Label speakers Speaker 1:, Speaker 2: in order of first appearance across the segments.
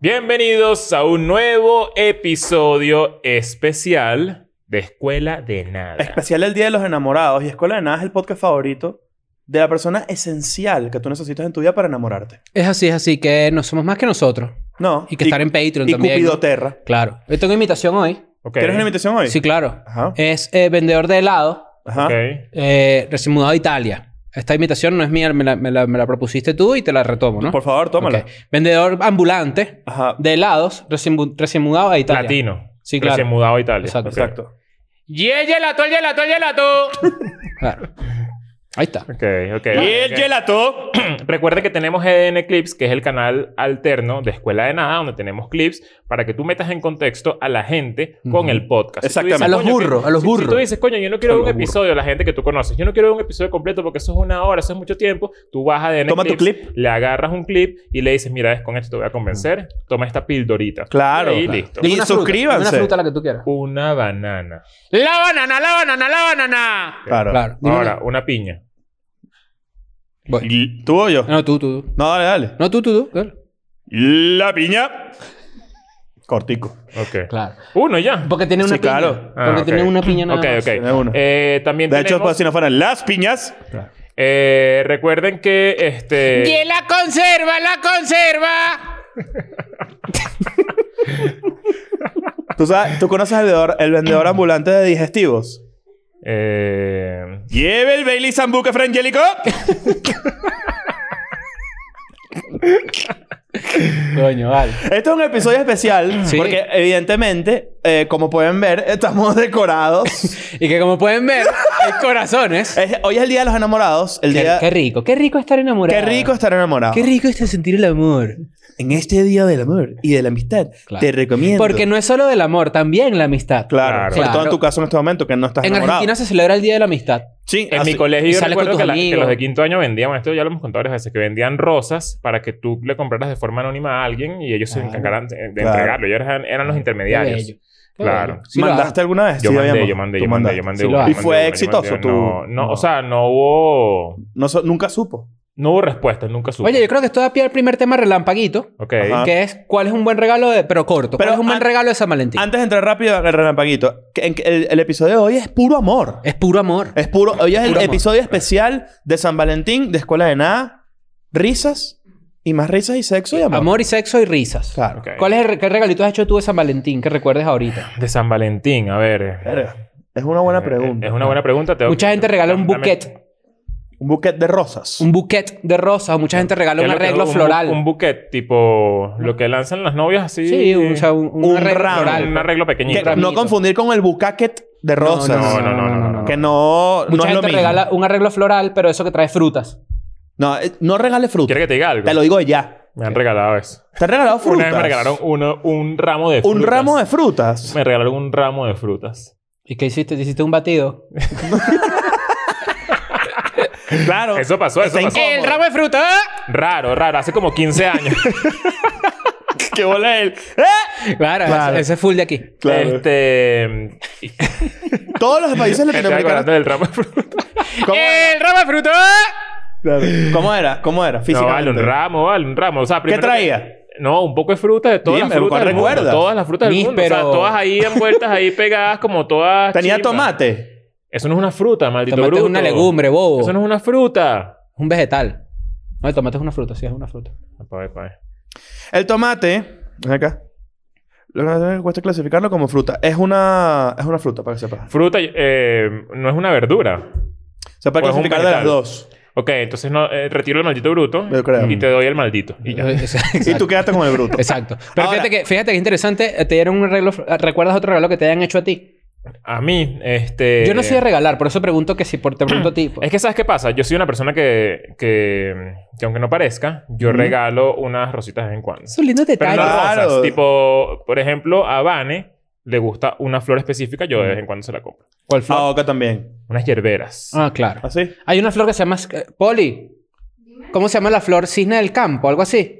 Speaker 1: Bienvenidos a un nuevo episodio especial de Escuela de Nada.
Speaker 2: Especial el Día de los Enamorados y Escuela de Nada es el podcast favorito de la persona esencial que tú necesitas en tu vida para enamorarte.
Speaker 3: Es así, es así, que no somos más que nosotros.
Speaker 2: No.
Speaker 3: Y que estar en Patreon
Speaker 2: y
Speaker 3: también.
Speaker 2: Cupido Terra.
Speaker 3: Claro. Yo tengo invitación hoy.
Speaker 1: Ok.
Speaker 2: ¿Quieres una invitación hoy?
Speaker 3: Sí, claro.
Speaker 2: Ajá.
Speaker 3: Es eh, vendedor de helado,
Speaker 2: Ajá.
Speaker 1: Ok.
Speaker 3: eh, recién mudado a Italia. Esta invitación no es mía, me la, me la- me la propusiste tú y te la retomo, ¿no?
Speaker 2: Por favor, tómala.
Speaker 3: Ok. Vendedor ambulante
Speaker 2: Ajá.
Speaker 3: de helados, recién, bu- recién mudado a Italia.
Speaker 1: Latino.
Speaker 3: Sí, claro.
Speaker 1: Recién mudado a Italia.
Speaker 3: Exacto.
Speaker 1: Ok.
Speaker 2: Exacto.
Speaker 1: Yeah, gelato, el gelato, el gelato.
Speaker 3: Claro. Ahí está.
Speaker 1: Ok, ok. ok.
Speaker 2: gelato.
Speaker 1: Recuerde que tenemos EDN Clips, que es el canal alterno de Escuela de Nada, donde tenemos clips para que tú metas en contexto a la gente con
Speaker 3: Ujú.
Speaker 1: el podcast. Si tú
Speaker 2: Exactamente.
Speaker 1: dices,
Speaker 2: A
Speaker 3: los
Speaker 1: "Coño,
Speaker 3: burros,
Speaker 1: que-
Speaker 3: a los
Speaker 1: si- si
Speaker 3: burros.
Speaker 1: tú dices, coño, yo no quiero ver
Speaker 3: A
Speaker 1: un
Speaker 3: los burros.
Speaker 1: episodio de la gente que tú conoces. Yo no quiero ver un episodio completo porque eso es una hora, eso es mucho tiempo. Tú vas a EDN
Speaker 2: Toma tu
Speaker 1: Clips,
Speaker 2: clip.
Speaker 1: le agarras un clip y le dices, mira, ves, con esto te voy a convencer. Toma esta pildorita.
Speaker 2: Claro.
Speaker 1: Y
Speaker 2: Claro.
Speaker 1: listo.
Speaker 2: Y
Speaker 3: una
Speaker 2: suscríbanse.
Speaker 3: Fruta, dime una fruta la que tú quieras.
Speaker 1: Una banana.
Speaker 3: La banana, la banana, la banana.
Speaker 2: Claro.
Speaker 3: Claro. Dime
Speaker 1: Ahora,
Speaker 3: una-
Speaker 1: una piña.
Speaker 3: Voy.
Speaker 2: Y- ¿Tú o yo?
Speaker 3: No, tú, tú, tú.
Speaker 2: No, dale, dale.
Speaker 3: No, tú, tú, tú. Claro.
Speaker 2: La piña. Cortico.
Speaker 1: Ok.
Speaker 3: Claro.
Speaker 1: Uno ya.
Speaker 3: Porque tiene
Speaker 2: Sí,
Speaker 3: una piña.
Speaker 2: claro.
Speaker 3: Porque
Speaker 1: Ah, ok.
Speaker 3: tiene una piña nada
Speaker 1: Ok,
Speaker 3: más.
Speaker 1: ok.
Speaker 2: Tiene uno.
Speaker 1: Eh, también
Speaker 2: De hecho,
Speaker 1: tenemos...
Speaker 2: pues, si no fueran las piñas.
Speaker 1: Eh, recuerden que este.
Speaker 3: la conserva, la conserva!
Speaker 2: ¿Tú, sabes, ¿Tú conoces el vendedor, el vendedor ambulante de digestivos?
Speaker 1: Eh,
Speaker 2: Lleve el Bailey Sambuca Frangélico.
Speaker 3: Coño, vale.
Speaker 2: Este es un episodio especial
Speaker 3: Sí.
Speaker 2: porque evidentemente, eh, como pueden ver, estamos decorados.
Speaker 3: Y que como pueden ver, hay corazones.
Speaker 2: Es- hoy es el Día de los Enamorados. El
Speaker 3: Qué,
Speaker 2: día...
Speaker 3: qué rico, qué rico estar enamorado.
Speaker 2: Qué rico estar enamorado.
Speaker 3: Qué rico este sentir el amor.
Speaker 2: En este Día del Amor y de la Amistad,
Speaker 3: Claro.
Speaker 2: te recomiendo.
Speaker 3: Porque no es solo del amor, también la amistad.
Speaker 2: Claro,
Speaker 1: Claro.
Speaker 2: sobre todo en
Speaker 3: Claro.
Speaker 2: tu caso en este momento que no estás
Speaker 3: En
Speaker 2: enamorado.
Speaker 3: Argentina se celebra el Día de la Amistad.
Speaker 2: Sí,
Speaker 1: en
Speaker 2: así-
Speaker 1: mi colegio
Speaker 3: y
Speaker 1: yo
Speaker 3: sales con
Speaker 1: recuerdo
Speaker 3: tus
Speaker 1: que, la- que
Speaker 3: amigos.
Speaker 1: los de quinto año vendían, esto ya lo hemos contado varias veces, que vendían rosas para que tú le compraras de forma anónima a alguien y ellos se
Speaker 3: Claro.
Speaker 1: encargaran de, de
Speaker 2: Claro.
Speaker 1: entregarlo. Ellos eran, eran los intermediarios.
Speaker 3: Qué bello. Qué
Speaker 1: Claro.
Speaker 3: bello. Sí lo
Speaker 2: ¿Mandaste alguna vez?
Speaker 1: Yo,
Speaker 2: Sí,
Speaker 1: mandé,
Speaker 2: habíamos.
Speaker 1: yo mandé,
Speaker 2: Tú
Speaker 1: yo mandé,
Speaker 2: mandaste.
Speaker 1: yo mandé,
Speaker 3: Sí
Speaker 1: una,
Speaker 3: lo
Speaker 1: yo mandé.
Speaker 3: hago.
Speaker 2: ¿Y fue
Speaker 1: una, yo
Speaker 2: exitoso
Speaker 1: mandé una. No,
Speaker 2: tu-
Speaker 1: no,
Speaker 2: no.
Speaker 1: o sea, no hubo,
Speaker 2: No so- nunca supo.
Speaker 1: no hubo respuestas, nunca
Speaker 3: hago.
Speaker 1: supe.
Speaker 3: Oye, yo creo que esto da pie al primer tema relampaguito.
Speaker 1: Ok.
Speaker 2: Ajá.
Speaker 3: Que es cuál es un buen regalo de... Pero corto.
Speaker 2: Pero
Speaker 3: ¿Cuál es un buen
Speaker 2: an-
Speaker 3: regalo de San Valentín?
Speaker 2: Antes de entrar rápido al relampaguito, que- en que el, el episodio de hoy es puro amor.
Speaker 3: Es puro amor.
Speaker 2: Es puro. Hoy es el
Speaker 3: Puro amor.
Speaker 2: episodio especial de San Valentín, de Escuela de Nada, risas y más risas y sexo y amor.
Speaker 3: Amor y sexo y risas.
Speaker 2: Claro.
Speaker 1: Ok.
Speaker 3: ¿Cuál es el, re- qué regalito has hecho tú de San Valentín que recuerdes ahorita?
Speaker 1: De San Valentín, a ver. eh,
Speaker 2: Verga, Es una buena pregunta.
Speaker 1: Es una buena pregunta. tengo
Speaker 3: Mucha
Speaker 1: que-
Speaker 3: gente regala un
Speaker 1: dame-
Speaker 3: buquet,
Speaker 2: Un buquet de rosas.
Speaker 3: un buquet de rosas, o mucha gente regala
Speaker 1: ¿Qué es
Speaker 3: un
Speaker 1: lo que-
Speaker 3: arreglo
Speaker 1: bu-
Speaker 3: floral.
Speaker 1: Un buquet, tipo lo que lanzan las novias así.
Speaker 3: sí, un, o sea, un, un
Speaker 2: Un
Speaker 3: arreglo
Speaker 2: ramo,
Speaker 3: floral.
Speaker 1: un arreglo pequeñito.
Speaker 2: Que no
Speaker 3: ramito.
Speaker 2: confundir con el bucaquet de rosas.
Speaker 1: no, no, no, no.
Speaker 2: Que no, no
Speaker 3: Mucha
Speaker 2: es lo
Speaker 3: gente
Speaker 2: mismo.
Speaker 3: regala un arreglo floral, pero eso que trae frutas.
Speaker 2: No, eh, no regale fruta.
Speaker 1: ¿Quieres que te diga algo?
Speaker 2: Te lo digo ya.
Speaker 1: Me han regalado eso.
Speaker 2: ¿Te han regalado frutas?
Speaker 1: Una vez me regalaron uno- un ramo de
Speaker 2: un
Speaker 1: frutas.
Speaker 2: ramo de frutas.
Speaker 1: Me regalaron un ramo de frutas.
Speaker 3: ¿Y qué hiciste? ¿Te hiciste un batido?
Speaker 2: Claro.
Speaker 1: Eso pasó, eso
Speaker 2: Está
Speaker 1: pasó.
Speaker 2: incómodo.
Speaker 3: de fruta!
Speaker 1: Raro, raro. Hace como 15 años.
Speaker 2: ¡Qué bola él! ¡Eh!
Speaker 3: Claro,
Speaker 2: Claro.
Speaker 3: Ese, ese es full de aquí.
Speaker 2: Claro.
Speaker 1: Este... y-
Speaker 2: Todos los países
Speaker 1: Estoy acordando
Speaker 2: latinoamericanos.
Speaker 1: del ramo de frutas.
Speaker 2: ¿Cómo era?
Speaker 1: ¡El ramo de frutas!
Speaker 2: Claro. ¿Cómo era? ¿Cómo era?
Speaker 1: No,
Speaker 2: Físicamente.
Speaker 1: vale, un ramo, vale, un ramo. O sea,
Speaker 2: ¿Qué
Speaker 1: primero
Speaker 2: traía?
Speaker 1: que- No, un poco de fruta, de todas las
Speaker 2: Dime,
Speaker 1: frutas
Speaker 2: ¿cuál
Speaker 1: del mundo.
Speaker 2: recuerdas?
Speaker 1: Todas las frutas del
Speaker 3: Mis,
Speaker 1: mundo. O sea,
Speaker 3: pero-
Speaker 1: todas ahí envueltas, ahí pegadas, como todas
Speaker 2: Tenía
Speaker 1: chimba.
Speaker 2: tomate.
Speaker 1: Eso no es una fruta, maldito
Speaker 3: Tomate es
Speaker 1: bruto.
Speaker 3: una legumbre, bobo.
Speaker 1: Eso no es una fruta.
Speaker 3: Un vegetal. No, el tomate es una fruta, sí, es una fruta.
Speaker 1: Epa, epa, eh.
Speaker 2: El tomate. Ven acá. Lo que me cuesta clasificarlo como fruta. Es una, es una fruta, para que sepas.
Speaker 1: Fruta eh, no es una verdura.
Speaker 2: Se puede
Speaker 1: Pues es un
Speaker 2: clasificar de las
Speaker 1: vegetal.
Speaker 2: dos.
Speaker 1: Ok, entonces no, eh, retiro el maldito bruto
Speaker 2: Yo creo.
Speaker 1: y te doy el maldito. Y ya.
Speaker 2: Y tú
Speaker 3: Exacto.
Speaker 2: quedaste con el bruto.
Speaker 3: Exacto. Pero
Speaker 2: Ahora-
Speaker 3: fíjate que, fíjate que interesante, eh, te dieron un arreglo. fr- ¿Recuerdas otro regalo que te hayan hecho a ti?
Speaker 1: A mí, este...
Speaker 3: Yo no soy de regalar, por eso pregunto que si por, te pregunto a ti. pues.
Speaker 1: Es que ¿sabes qué pasa? Yo soy una persona que... Que, que aunque no parezca, yo regalo unas rositas de vez en cuando.
Speaker 3: Son lindos
Speaker 1: Pero no
Speaker 3: detalles.
Speaker 2: Claro.
Speaker 1: rosas. Tipo, por ejemplo, a Vane le gusta una flor específica. Yo de vez en cuando se la compro.
Speaker 3: ¿Cuál flor?
Speaker 2: Ah, acá también.
Speaker 1: Unas hierberas.
Speaker 3: Ah, claro.
Speaker 2: ¿Así?
Speaker 3: Hay una flor que se llama... eh, Poli. ¿Cómo se llama la flor? Cisne del campo, algo así.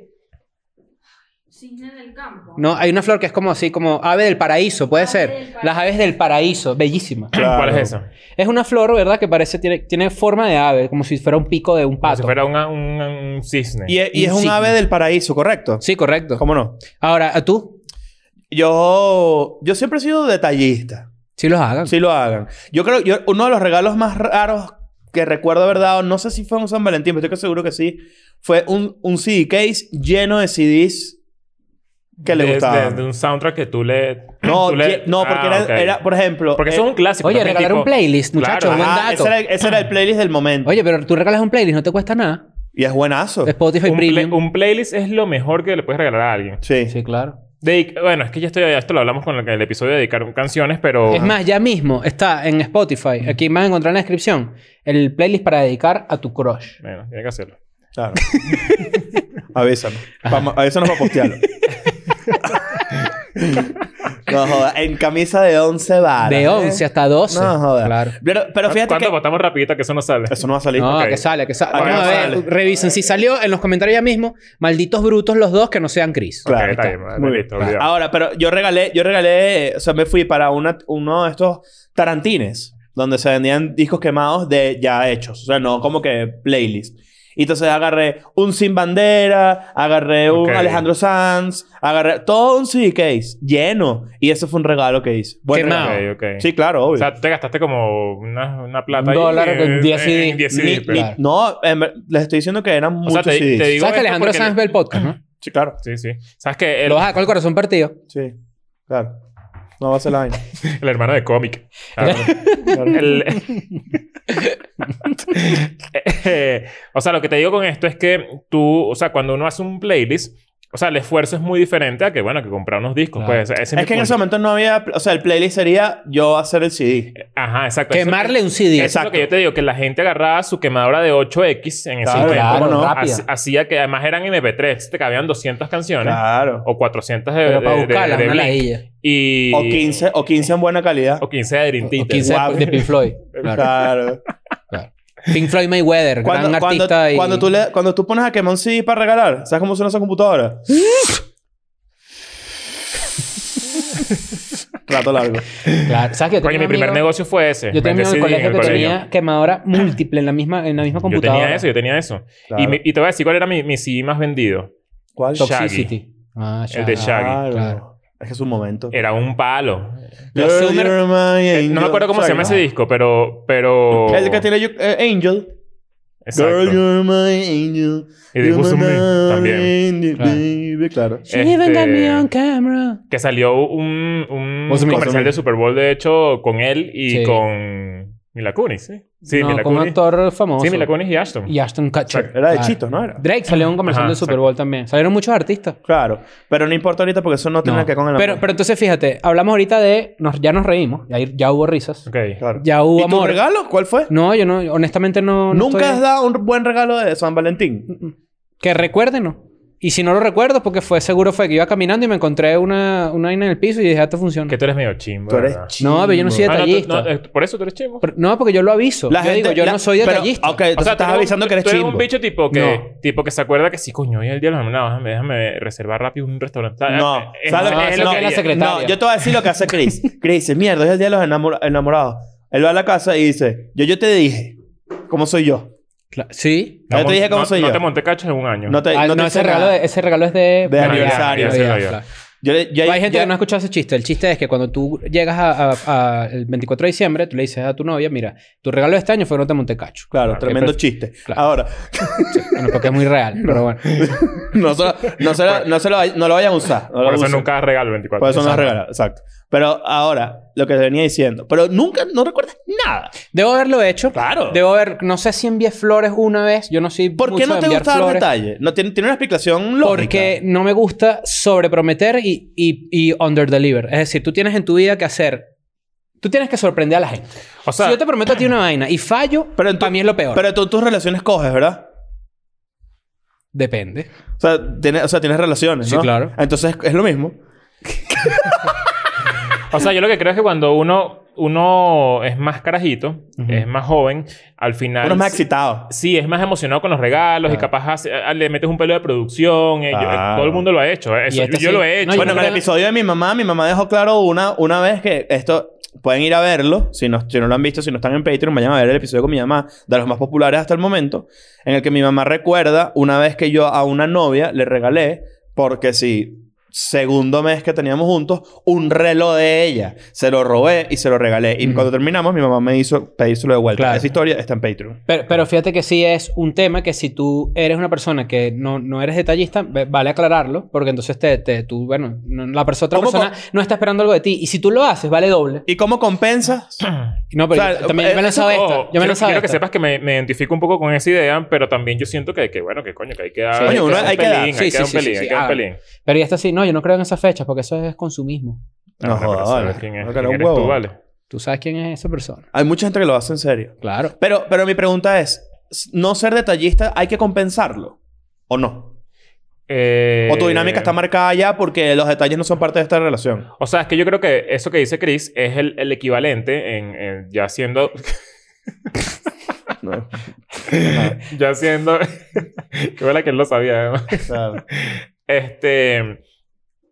Speaker 4: Cisne del campo.
Speaker 3: No, hay una flor que es como así, como ave del paraíso, puede
Speaker 4: Ave
Speaker 3: ser.
Speaker 4: del paraíso.
Speaker 3: Las aves del paraíso, bellísima.
Speaker 1: ¿Cuál
Speaker 2: Claro.
Speaker 1: es esa?
Speaker 3: Es una flor, ¿verdad? Que parece, tiene, tiene forma de ave, como si fuera un pico de un
Speaker 1: Como
Speaker 3: pato.
Speaker 1: si fuera una- un, un cisne.
Speaker 2: Y, es- y es un
Speaker 3: Insignia.
Speaker 2: ave del paraíso, ¿correcto?
Speaker 3: Sí, correcto.
Speaker 2: ¿Cómo no?
Speaker 3: Ahora, ¿a tú?
Speaker 2: Yo, yo siempre he sido detallista.
Speaker 3: Sí los hagan.
Speaker 2: Sí lo hagan. Yo creo que uno de los regalos más raros que recuerdo haber dado, no sé si fue un San Valentín, pero estoy casi seguro que sí, fue un, un CD case lleno de CDs que le
Speaker 1: De-
Speaker 2: gustaban.
Speaker 1: de- de un soundtrack que tú le.
Speaker 2: No,
Speaker 1: tú le-
Speaker 2: ye- no, porque
Speaker 1: Ah,
Speaker 2: era,
Speaker 1: ok.
Speaker 2: era, por ejemplo...
Speaker 1: Porque eso
Speaker 2: eh,
Speaker 1: es un clásico.
Speaker 3: Oye,
Speaker 1: también,
Speaker 3: regalar
Speaker 1: tipo-
Speaker 3: un playlist,
Speaker 1: Claro,
Speaker 3: muchachos. buen
Speaker 2: ajá,
Speaker 3: dato.
Speaker 2: Ese era, ese era el playlist del momento.
Speaker 3: Oye, pero tú regalas un playlist, no te cuesta nada.
Speaker 2: y es buenazo.
Speaker 3: Spotify
Speaker 1: Un, play-
Speaker 3: Premium.
Speaker 1: un playlist es lo mejor que le puedes regalar a alguien.
Speaker 2: Sí.
Speaker 3: Sí, claro.
Speaker 1: De- bueno, es que ya estoy, esto lo hablamos con el, el episodio de dedicar canciones, pero.
Speaker 3: Es más, ya mismo está en Spotify. Aquí van a encontrar en la descripción el playlist para dedicar a tu crush.
Speaker 1: Bueno, tiene que hacerlo.
Speaker 2: Claro. Avísanos.
Speaker 3: Ah.
Speaker 2: Vamos, avísanos para postearlo. no joda. En camisa de 11 varas.
Speaker 3: De
Speaker 2: ¿eh?
Speaker 3: 11 hasta 12.
Speaker 2: No joda.
Speaker 3: Claro.
Speaker 2: Pero, pero fíjate
Speaker 1: ¿Cuánto
Speaker 2: que...
Speaker 1: votamos rapidito que eso no sale?
Speaker 2: Eso no va a salir.
Speaker 3: No,
Speaker 1: ok.
Speaker 3: que sale, que sale.
Speaker 2: Ah,
Speaker 3: Vamos
Speaker 2: que
Speaker 3: a ver,
Speaker 2: sale.
Speaker 3: revisen. Si salió en los comentarios ya mismo, malditos brutos los dos que no sean Chris.
Speaker 1: Ok,
Speaker 2: Claro,
Speaker 1: está bien, vale,
Speaker 2: Muy bien.
Speaker 1: listo, olvidado.
Speaker 2: Ahora, pero yo regalé... Yo regalé... eh, O sea, me fui para una, uno de estos tarantines. Donde se vendían discos quemados de ya hechos. O sea, no como que playlist. Y entonces agarré un Sin Bandera, agarré un
Speaker 1: Ok.
Speaker 2: Alejandro Sanz, agarré todo un CD case lleno. Y ese fue un regalo que hice. Buen
Speaker 3: Quemado.
Speaker 2: regalo.
Speaker 1: Ok, ok.
Speaker 2: Sí, claro, obvio.
Speaker 1: O sea, tú te gastaste como una, una plata.
Speaker 3: Un
Speaker 1: ahí
Speaker 3: dólar con
Speaker 1: en-
Speaker 3: 10 CD.
Speaker 1: en 10
Speaker 2: Ni-
Speaker 1: CD,
Speaker 2: ni-
Speaker 1: pero-
Speaker 3: claro.
Speaker 2: No, en ver- les estoy diciendo que eran
Speaker 1: sea,
Speaker 2: muchos
Speaker 1: te-
Speaker 2: CDs.
Speaker 1: te digo
Speaker 3: ¿Sabes que
Speaker 1: esto
Speaker 3: Alejandro
Speaker 1: porque-
Speaker 3: Sanz ve el podcast, no?
Speaker 2: Sí, claro.
Speaker 1: Sí, sí. ¿Sabes que el,
Speaker 3: Lo vas a sacar el corazón partido.
Speaker 2: Sí, claro. No va a ser la vaina.
Speaker 1: el hermano de cómic. Ah,
Speaker 2: Claro.
Speaker 1: el- Eh, o sea, lo que te digo con esto es que tú, o sea, cuando uno hace un playlist, o sea, el esfuerzo es muy diferente a que, bueno, que comprar unos discos.
Speaker 3: Claro.
Speaker 1: Pues, ese es mi
Speaker 2: Es que en ese
Speaker 1: punto.
Speaker 2: momento no había... O sea, el playlist sería yo hacer el CD.
Speaker 1: Ajá, exacto. Eso-
Speaker 3: Quemarle un CD.
Speaker 1: Eso es lo que yo te digo, que la gente agarraba su quemadora de 8X en ese
Speaker 2: Claro,
Speaker 1: momento.
Speaker 2: claro,
Speaker 1: ¿no?
Speaker 3: rápida.
Speaker 1: Hac- Hacía que además eran MP3, te cabían 200 canciones
Speaker 2: Claro.
Speaker 1: o 400 de,
Speaker 3: Pero para
Speaker 1: de- de-
Speaker 3: buscarla,
Speaker 1: de
Speaker 3: una
Speaker 1: Blink.
Speaker 3: ladilla.
Speaker 1: y
Speaker 2: O 15, o 15 en buena calidad.
Speaker 1: o 15 de Dream
Speaker 3: O
Speaker 1: Theater.
Speaker 3: 15
Speaker 2: Guau.
Speaker 3: de Pink Floyd. Claro.
Speaker 2: Claro.
Speaker 3: Pink Floyd Mayweather,
Speaker 2: Cuando,
Speaker 3: gran
Speaker 2: cuando-
Speaker 3: artista. y...
Speaker 2: cuando tú le, cuando tú pones a quemar un CD para regalar, ¿sabes cómo suena esa computadora? Rato largo.
Speaker 3: Claro. ¿Sabes que yo
Speaker 1: Coño, mi
Speaker 3: tenía un
Speaker 1: primer
Speaker 3: amigo-
Speaker 1: negocio fue ese.
Speaker 3: Yo tenía
Speaker 1: Vendí
Speaker 3: un amigo en el
Speaker 1: CD
Speaker 3: colegio que tenía quemadora múltiple en la misma, en la misma
Speaker 1: Yo
Speaker 3: computadora.
Speaker 1: tenía eso, yo tenía eso.
Speaker 2: Claro.
Speaker 1: Y, mi- y te voy a decir cuál era mi, mi CD más vendido.
Speaker 2: ¿Cuál?
Speaker 3: Toxicity. Ah,
Speaker 1: El de Shaggy.
Speaker 2: Claro.
Speaker 3: Claro.
Speaker 2: Es que es un momento.
Speaker 1: Era un palo.
Speaker 3: Los
Speaker 2: Girl,
Speaker 3: Summer-
Speaker 2: you're my angel.
Speaker 1: Eh, No me acuerdo cómo se llama ese disco, pero... pero...
Speaker 2: El que tiene yo- eh, Angel.
Speaker 1: Oh.
Speaker 2: Girl,
Speaker 1: Exacto.
Speaker 2: you're my angel.
Speaker 1: Y de Who's
Speaker 2: You're
Speaker 1: On
Speaker 2: my
Speaker 1: Me también.
Speaker 2: angel,
Speaker 3: Claro.
Speaker 2: baby. Claro.
Speaker 3: She even got me
Speaker 1: Este-
Speaker 3: on camera.
Speaker 1: Que salió un, un
Speaker 3: Who's On Me.
Speaker 1: comercial de Super Bowl, de hecho, con él y
Speaker 3: Sí.
Speaker 1: con Mila Kunis. Sí, sí
Speaker 3: no,
Speaker 1: Mila
Speaker 3: con un
Speaker 1: Kunis.
Speaker 3: actor famoso.
Speaker 1: Sí, Mila Kunis y Ashton.
Speaker 3: Y Ashton Kutcher.
Speaker 2: Era de
Speaker 3: Claro.
Speaker 2: Chito, ¿no era?
Speaker 3: Drake salió en un comercial
Speaker 1: Ajá,
Speaker 3: del Super
Speaker 1: exacto.
Speaker 3: Bowl también. Salieron muchos artistas.
Speaker 2: Claro. Pero no importa ahorita porque eso no tiene
Speaker 3: No.
Speaker 2: nada que ver con el amor.
Speaker 3: pero, pero entonces fíjate, hablamos ahorita de. nos- ya nos reímos, ya, ya hubo risas.
Speaker 1: Ok.
Speaker 2: Claro.
Speaker 3: Ya Ah, hubo
Speaker 2: ¿Y tu
Speaker 3: amor.
Speaker 2: regalo? ¿Cuál fue?
Speaker 3: No, yo no, honestamente no. no
Speaker 2: Nunca
Speaker 3: estoy-
Speaker 2: has dado un buen regalo de San Valentín.
Speaker 3: Que recuerde, no. Y si no lo recuerdo, porque fue seguro fue que iba caminando y me encontré una, una vaina en el piso y dije, "Ah, esto funciona.
Speaker 1: Que tú eres medio chimbo.
Speaker 2: Tú eres
Speaker 1: ¿verdad?
Speaker 2: chimbo.
Speaker 3: No, pero yo no soy de-
Speaker 1: Ah, no, tú-
Speaker 3: detallista.
Speaker 1: no, eh, por eso tú eres chimbo.
Speaker 3: Pero- No, porque yo lo aviso.
Speaker 2: La
Speaker 3: yo
Speaker 2: gente-
Speaker 3: digo, yo
Speaker 2: la-
Speaker 3: no soy
Speaker 2: pero,
Speaker 3: detallista.
Speaker 2: ok, entonces
Speaker 1: tú
Speaker 2: estás
Speaker 1: eres un-
Speaker 2: avisando que eres
Speaker 1: tú
Speaker 2: chimbo.
Speaker 1: un bicho tipo que,
Speaker 3: No.
Speaker 1: tipo que se acuerda que sí, coño, hoy es el día de los enamorados. Déjame, déjame reservar rápido un restaurante.
Speaker 2: No,
Speaker 1: es, Eh,
Speaker 2: ¿sabes
Speaker 1: es
Speaker 2: lo que-
Speaker 1: lo
Speaker 2: no,
Speaker 1: que
Speaker 3: es la
Speaker 1: haría.
Speaker 3: secretaria.
Speaker 2: No, yo te voy a decir lo que hace Chris. Chris dice, mierda, es el día de los enamora- enamorados. Él va a la casa y dice, yo, yo te dije cómo soy yo.
Speaker 3: Cla- Sí.
Speaker 2: Yo te dije cómo
Speaker 1: no,
Speaker 2: soy
Speaker 1: no
Speaker 2: yo.
Speaker 1: te monté cacho en un año.
Speaker 2: No te,
Speaker 3: Ah, no,
Speaker 2: no te
Speaker 3: ese,
Speaker 2: hice
Speaker 3: regalo
Speaker 2: nada.
Speaker 3: de- ese regalo es de...
Speaker 2: De
Speaker 3: Navidad,
Speaker 2: aniversario.
Speaker 3: Navidad,
Speaker 1: Ese regalo.
Speaker 3: claro.
Speaker 2: Yo le- yo-
Speaker 3: Pero hay gente
Speaker 2: yo-
Speaker 3: que no escucha ese chiste. El chiste es que cuando tú llegas a, a- a el 24 de diciembre, tú le dices a tu novia, mira, tu regalo de este año fue una nota Montecacho.
Speaker 1: Ah,
Speaker 2: Claro, tremendo
Speaker 3: que
Speaker 2: chiste.
Speaker 3: claro.
Speaker 2: Ahora,
Speaker 3: Bueno, porque es muy real, pero bueno.
Speaker 2: no, se lo- no, se lo- no, se lo vay- no lo vayan a usar. No lo
Speaker 1: Por eso
Speaker 2: usen.
Speaker 1: nunca regalo 24.
Speaker 2: Por eso no lo regalan, exacto. Pero ahora, lo que te venía diciendo. Pero nunca, no recuerdas nada.
Speaker 3: Debo haberlo hecho.
Speaker 2: Claro.
Speaker 3: Debo haber... No sé si envié flores una vez. Yo no soy
Speaker 2: ¿Por
Speaker 3: mucho
Speaker 2: qué no
Speaker 3: de
Speaker 2: te
Speaker 3: enviar
Speaker 2: gusta dar
Speaker 3: flores.
Speaker 2: detalle? No, tiene, tiene una explicación lógica.
Speaker 3: Porque no me gusta sobreprometer y, y, y underdeliver. Es decir, tú tienes en tu vida que hacer... Tú tienes que sorprender a la gente.
Speaker 1: O sea,
Speaker 3: si yo te prometo a ti una vaina y fallo,
Speaker 2: Pero en tu-
Speaker 3: para mí es lo peor.
Speaker 2: Pero tú tus relaciones coges, ¿verdad?
Speaker 3: Depende.
Speaker 2: O sea, tienes, o sea, tienes relaciones,
Speaker 3: Sí,
Speaker 2: ¿no?
Speaker 3: claro.
Speaker 2: Entonces, es lo mismo.
Speaker 1: O sea, yo lo que creo es que cuando uno, uno es más carajito,
Speaker 2: Ujú.
Speaker 1: es más joven, al final...
Speaker 2: Uno es más
Speaker 1: sí-
Speaker 2: excitado.
Speaker 1: Sí, es más emocionado con los regalos y
Speaker 2: Claro.
Speaker 1: capaz hace- a- le metes un pelo de producción. eh, yo- eh,
Speaker 2: Claro.
Speaker 1: todo el mundo lo ha hecho. eh,
Speaker 3: Y
Speaker 1: eso, yo,
Speaker 3: esta
Speaker 1: yo
Speaker 3: sí.
Speaker 1: lo he hecho.
Speaker 3: No, yo
Speaker 2: Bueno, con
Speaker 3: creo
Speaker 2: el
Speaker 3: que-
Speaker 2: episodio de mi mamá, mi mamá dejó claro una, una vez que esto... Pueden ir a verlo. Si no, si no lo han visto, si no están en Patreon, vayan a ver el episodio con mi mamá. De los más populares hasta el momento. En el que mi mamá recuerda una vez que yo a una novia le regalé... Porque si... Segundo mes que teníamos juntos, un reloj de ella. Se lo robé y se lo regalé. Y
Speaker 3: Ujú.
Speaker 2: cuando terminamos, mi mamá me hizo pedírselo de vuelta.
Speaker 3: Claro.
Speaker 2: Esa historia está en Patreon.
Speaker 3: Pero, pero fíjate que sí es un tema que si tú eres una persona que no, no eres detallista, ve- vale aclararlo, porque entonces te, te- tú, bueno, no- la persona, otra
Speaker 2: ¿Cómo
Speaker 3: persona no está esperando algo de ti. Y si tú lo haces, vale doble.
Speaker 2: ¿Y cómo compensas?
Speaker 3: No, pero
Speaker 2: O sea,
Speaker 3: yo también
Speaker 2: eh,
Speaker 3: yo me he lanzado
Speaker 1: Ojo,
Speaker 3: esta. Yo me he
Speaker 1: quiero,
Speaker 3: lanzado
Speaker 1: oh, quiero que
Speaker 3: esta.
Speaker 1: sepas que me, me identifico un poco con esa idea, pero también yo siento que, que bueno, que coño, que hay que dar
Speaker 3: Sí,
Speaker 1: hay
Speaker 3: uno
Speaker 1: dar un
Speaker 2: hay que dar.
Speaker 1: pelín, hay
Speaker 3: Sí,
Speaker 1: que
Speaker 3: sí,
Speaker 1: dar un
Speaker 3: sí, sí,
Speaker 1: pelín,
Speaker 3: sí,
Speaker 1: hay que dar un
Speaker 3: ah.
Speaker 1: pelín.
Speaker 3: Pero ya está así. No, yo no creo en esas fechas porque eso es consumismo.
Speaker 2: No,
Speaker 1: Ahora, para saber
Speaker 2: joder.
Speaker 1: quién es-
Speaker 2: No, que
Speaker 1: quién
Speaker 2: era un
Speaker 1: eres tú,
Speaker 2: huevo.
Speaker 1: vale.
Speaker 3: Tú sabes quién es esa persona.
Speaker 2: Hay mucha gente que lo hace en serio.
Speaker 3: Claro.
Speaker 2: Pero, pero mi pregunta es, s- ¿no ser detallista hay que compensarlo? ¿O no?
Speaker 1: Eh,
Speaker 2: ¿O tu dinámica
Speaker 3: Eh,
Speaker 2: está marcada ya porque los detalles no son parte de esta relación?
Speaker 1: O sea, es que yo creo que eso que dice Chris es el, el equivalente en, en ya siendo.
Speaker 2: No.
Speaker 1: ya siendo. Qué buena que él lo sabía, además.
Speaker 2: Claro.
Speaker 1: Este.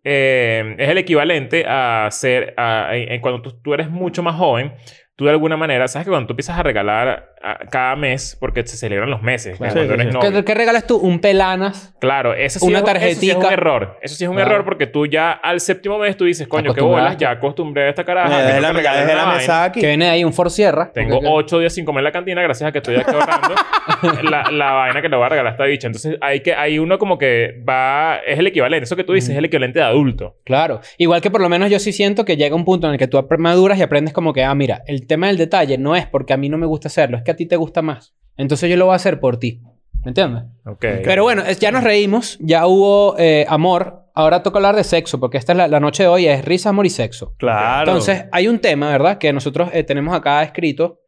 Speaker 1: eh, es el equivalente a ser. a- en- en cuando tú, tú eres mucho más joven, tú de alguna manera, sabes que cuando tú empiezas a regalar a- cada mes, porque se celebran los meses,
Speaker 3: Claro.
Speaker 1: cuando
Speaker 2: Sí, sí,
Speaker 1: eres
Speaker 2: sí.
Speaker 1: novio.
Speaker 3: ¿Qué, qué regalas tú? Un pelanas.
Speaker 1: Claro, eso sí,
Speaker 3: Una
Speaker 1: es, eso sí es un
Speaker 3: tarjetica.
Speaker 1: error. Eso sí es un
Speaker 3: Claro.
Speaker 1: error porque tú ya al séptimo mes tú dices, coño, qué bolas,
Speaker 3: Acostumbraste.
Speaker 1: ya acostumbré a esta caraja.
Speaker 2: Mira,
Speaker 1: Ah, que
Speaker 2: Dejé
Speaker 1: no
Speaker 2: la,
Speaker 1: me regalen
Speaker 2: dejé la
Speaker 1: una vaina.
Speaker 2: mesa aquí.
Speaker 3: Que viene de ahí un Ford Sierra.
Speaker 1: Tengo
Speaker 3: Porque-
Speaker 1: ocho días sin comer en la cantina gracias a que estoy aquí ahorrando la, la vaina que le voy a regalar a esta bicha. Entonces hay que, hay uno como que va, es el equivalente. Eso que tú dices
Speaker 3: Mm.
Speaker 1: es el equivalente de adulto.
Speaker 3: Claro. Igual que por lo menos yo sí siento que llega un punto en el que tú ap- maduras y aprendes como que, ah, mira, el tema del detalle no es porque a mí no me gusta hacerlo, es que a ti te gusta más. Entonces yo lo voy a hacer por ti. ¿Me entiendes?
Speaker 1: Ok.
Speaker 3: Pero bueno, es- ya nos reímos, ya hubo eh, amor. Ahora toca hablar de sexo, porque esta es la, la noche de hoy, es risa, amor y sexo.
Speaker 2: Claro.
Speaker 3: Entonces, hay un tema, ¿verdad? Que nosotros eh, tenemos acá escrito,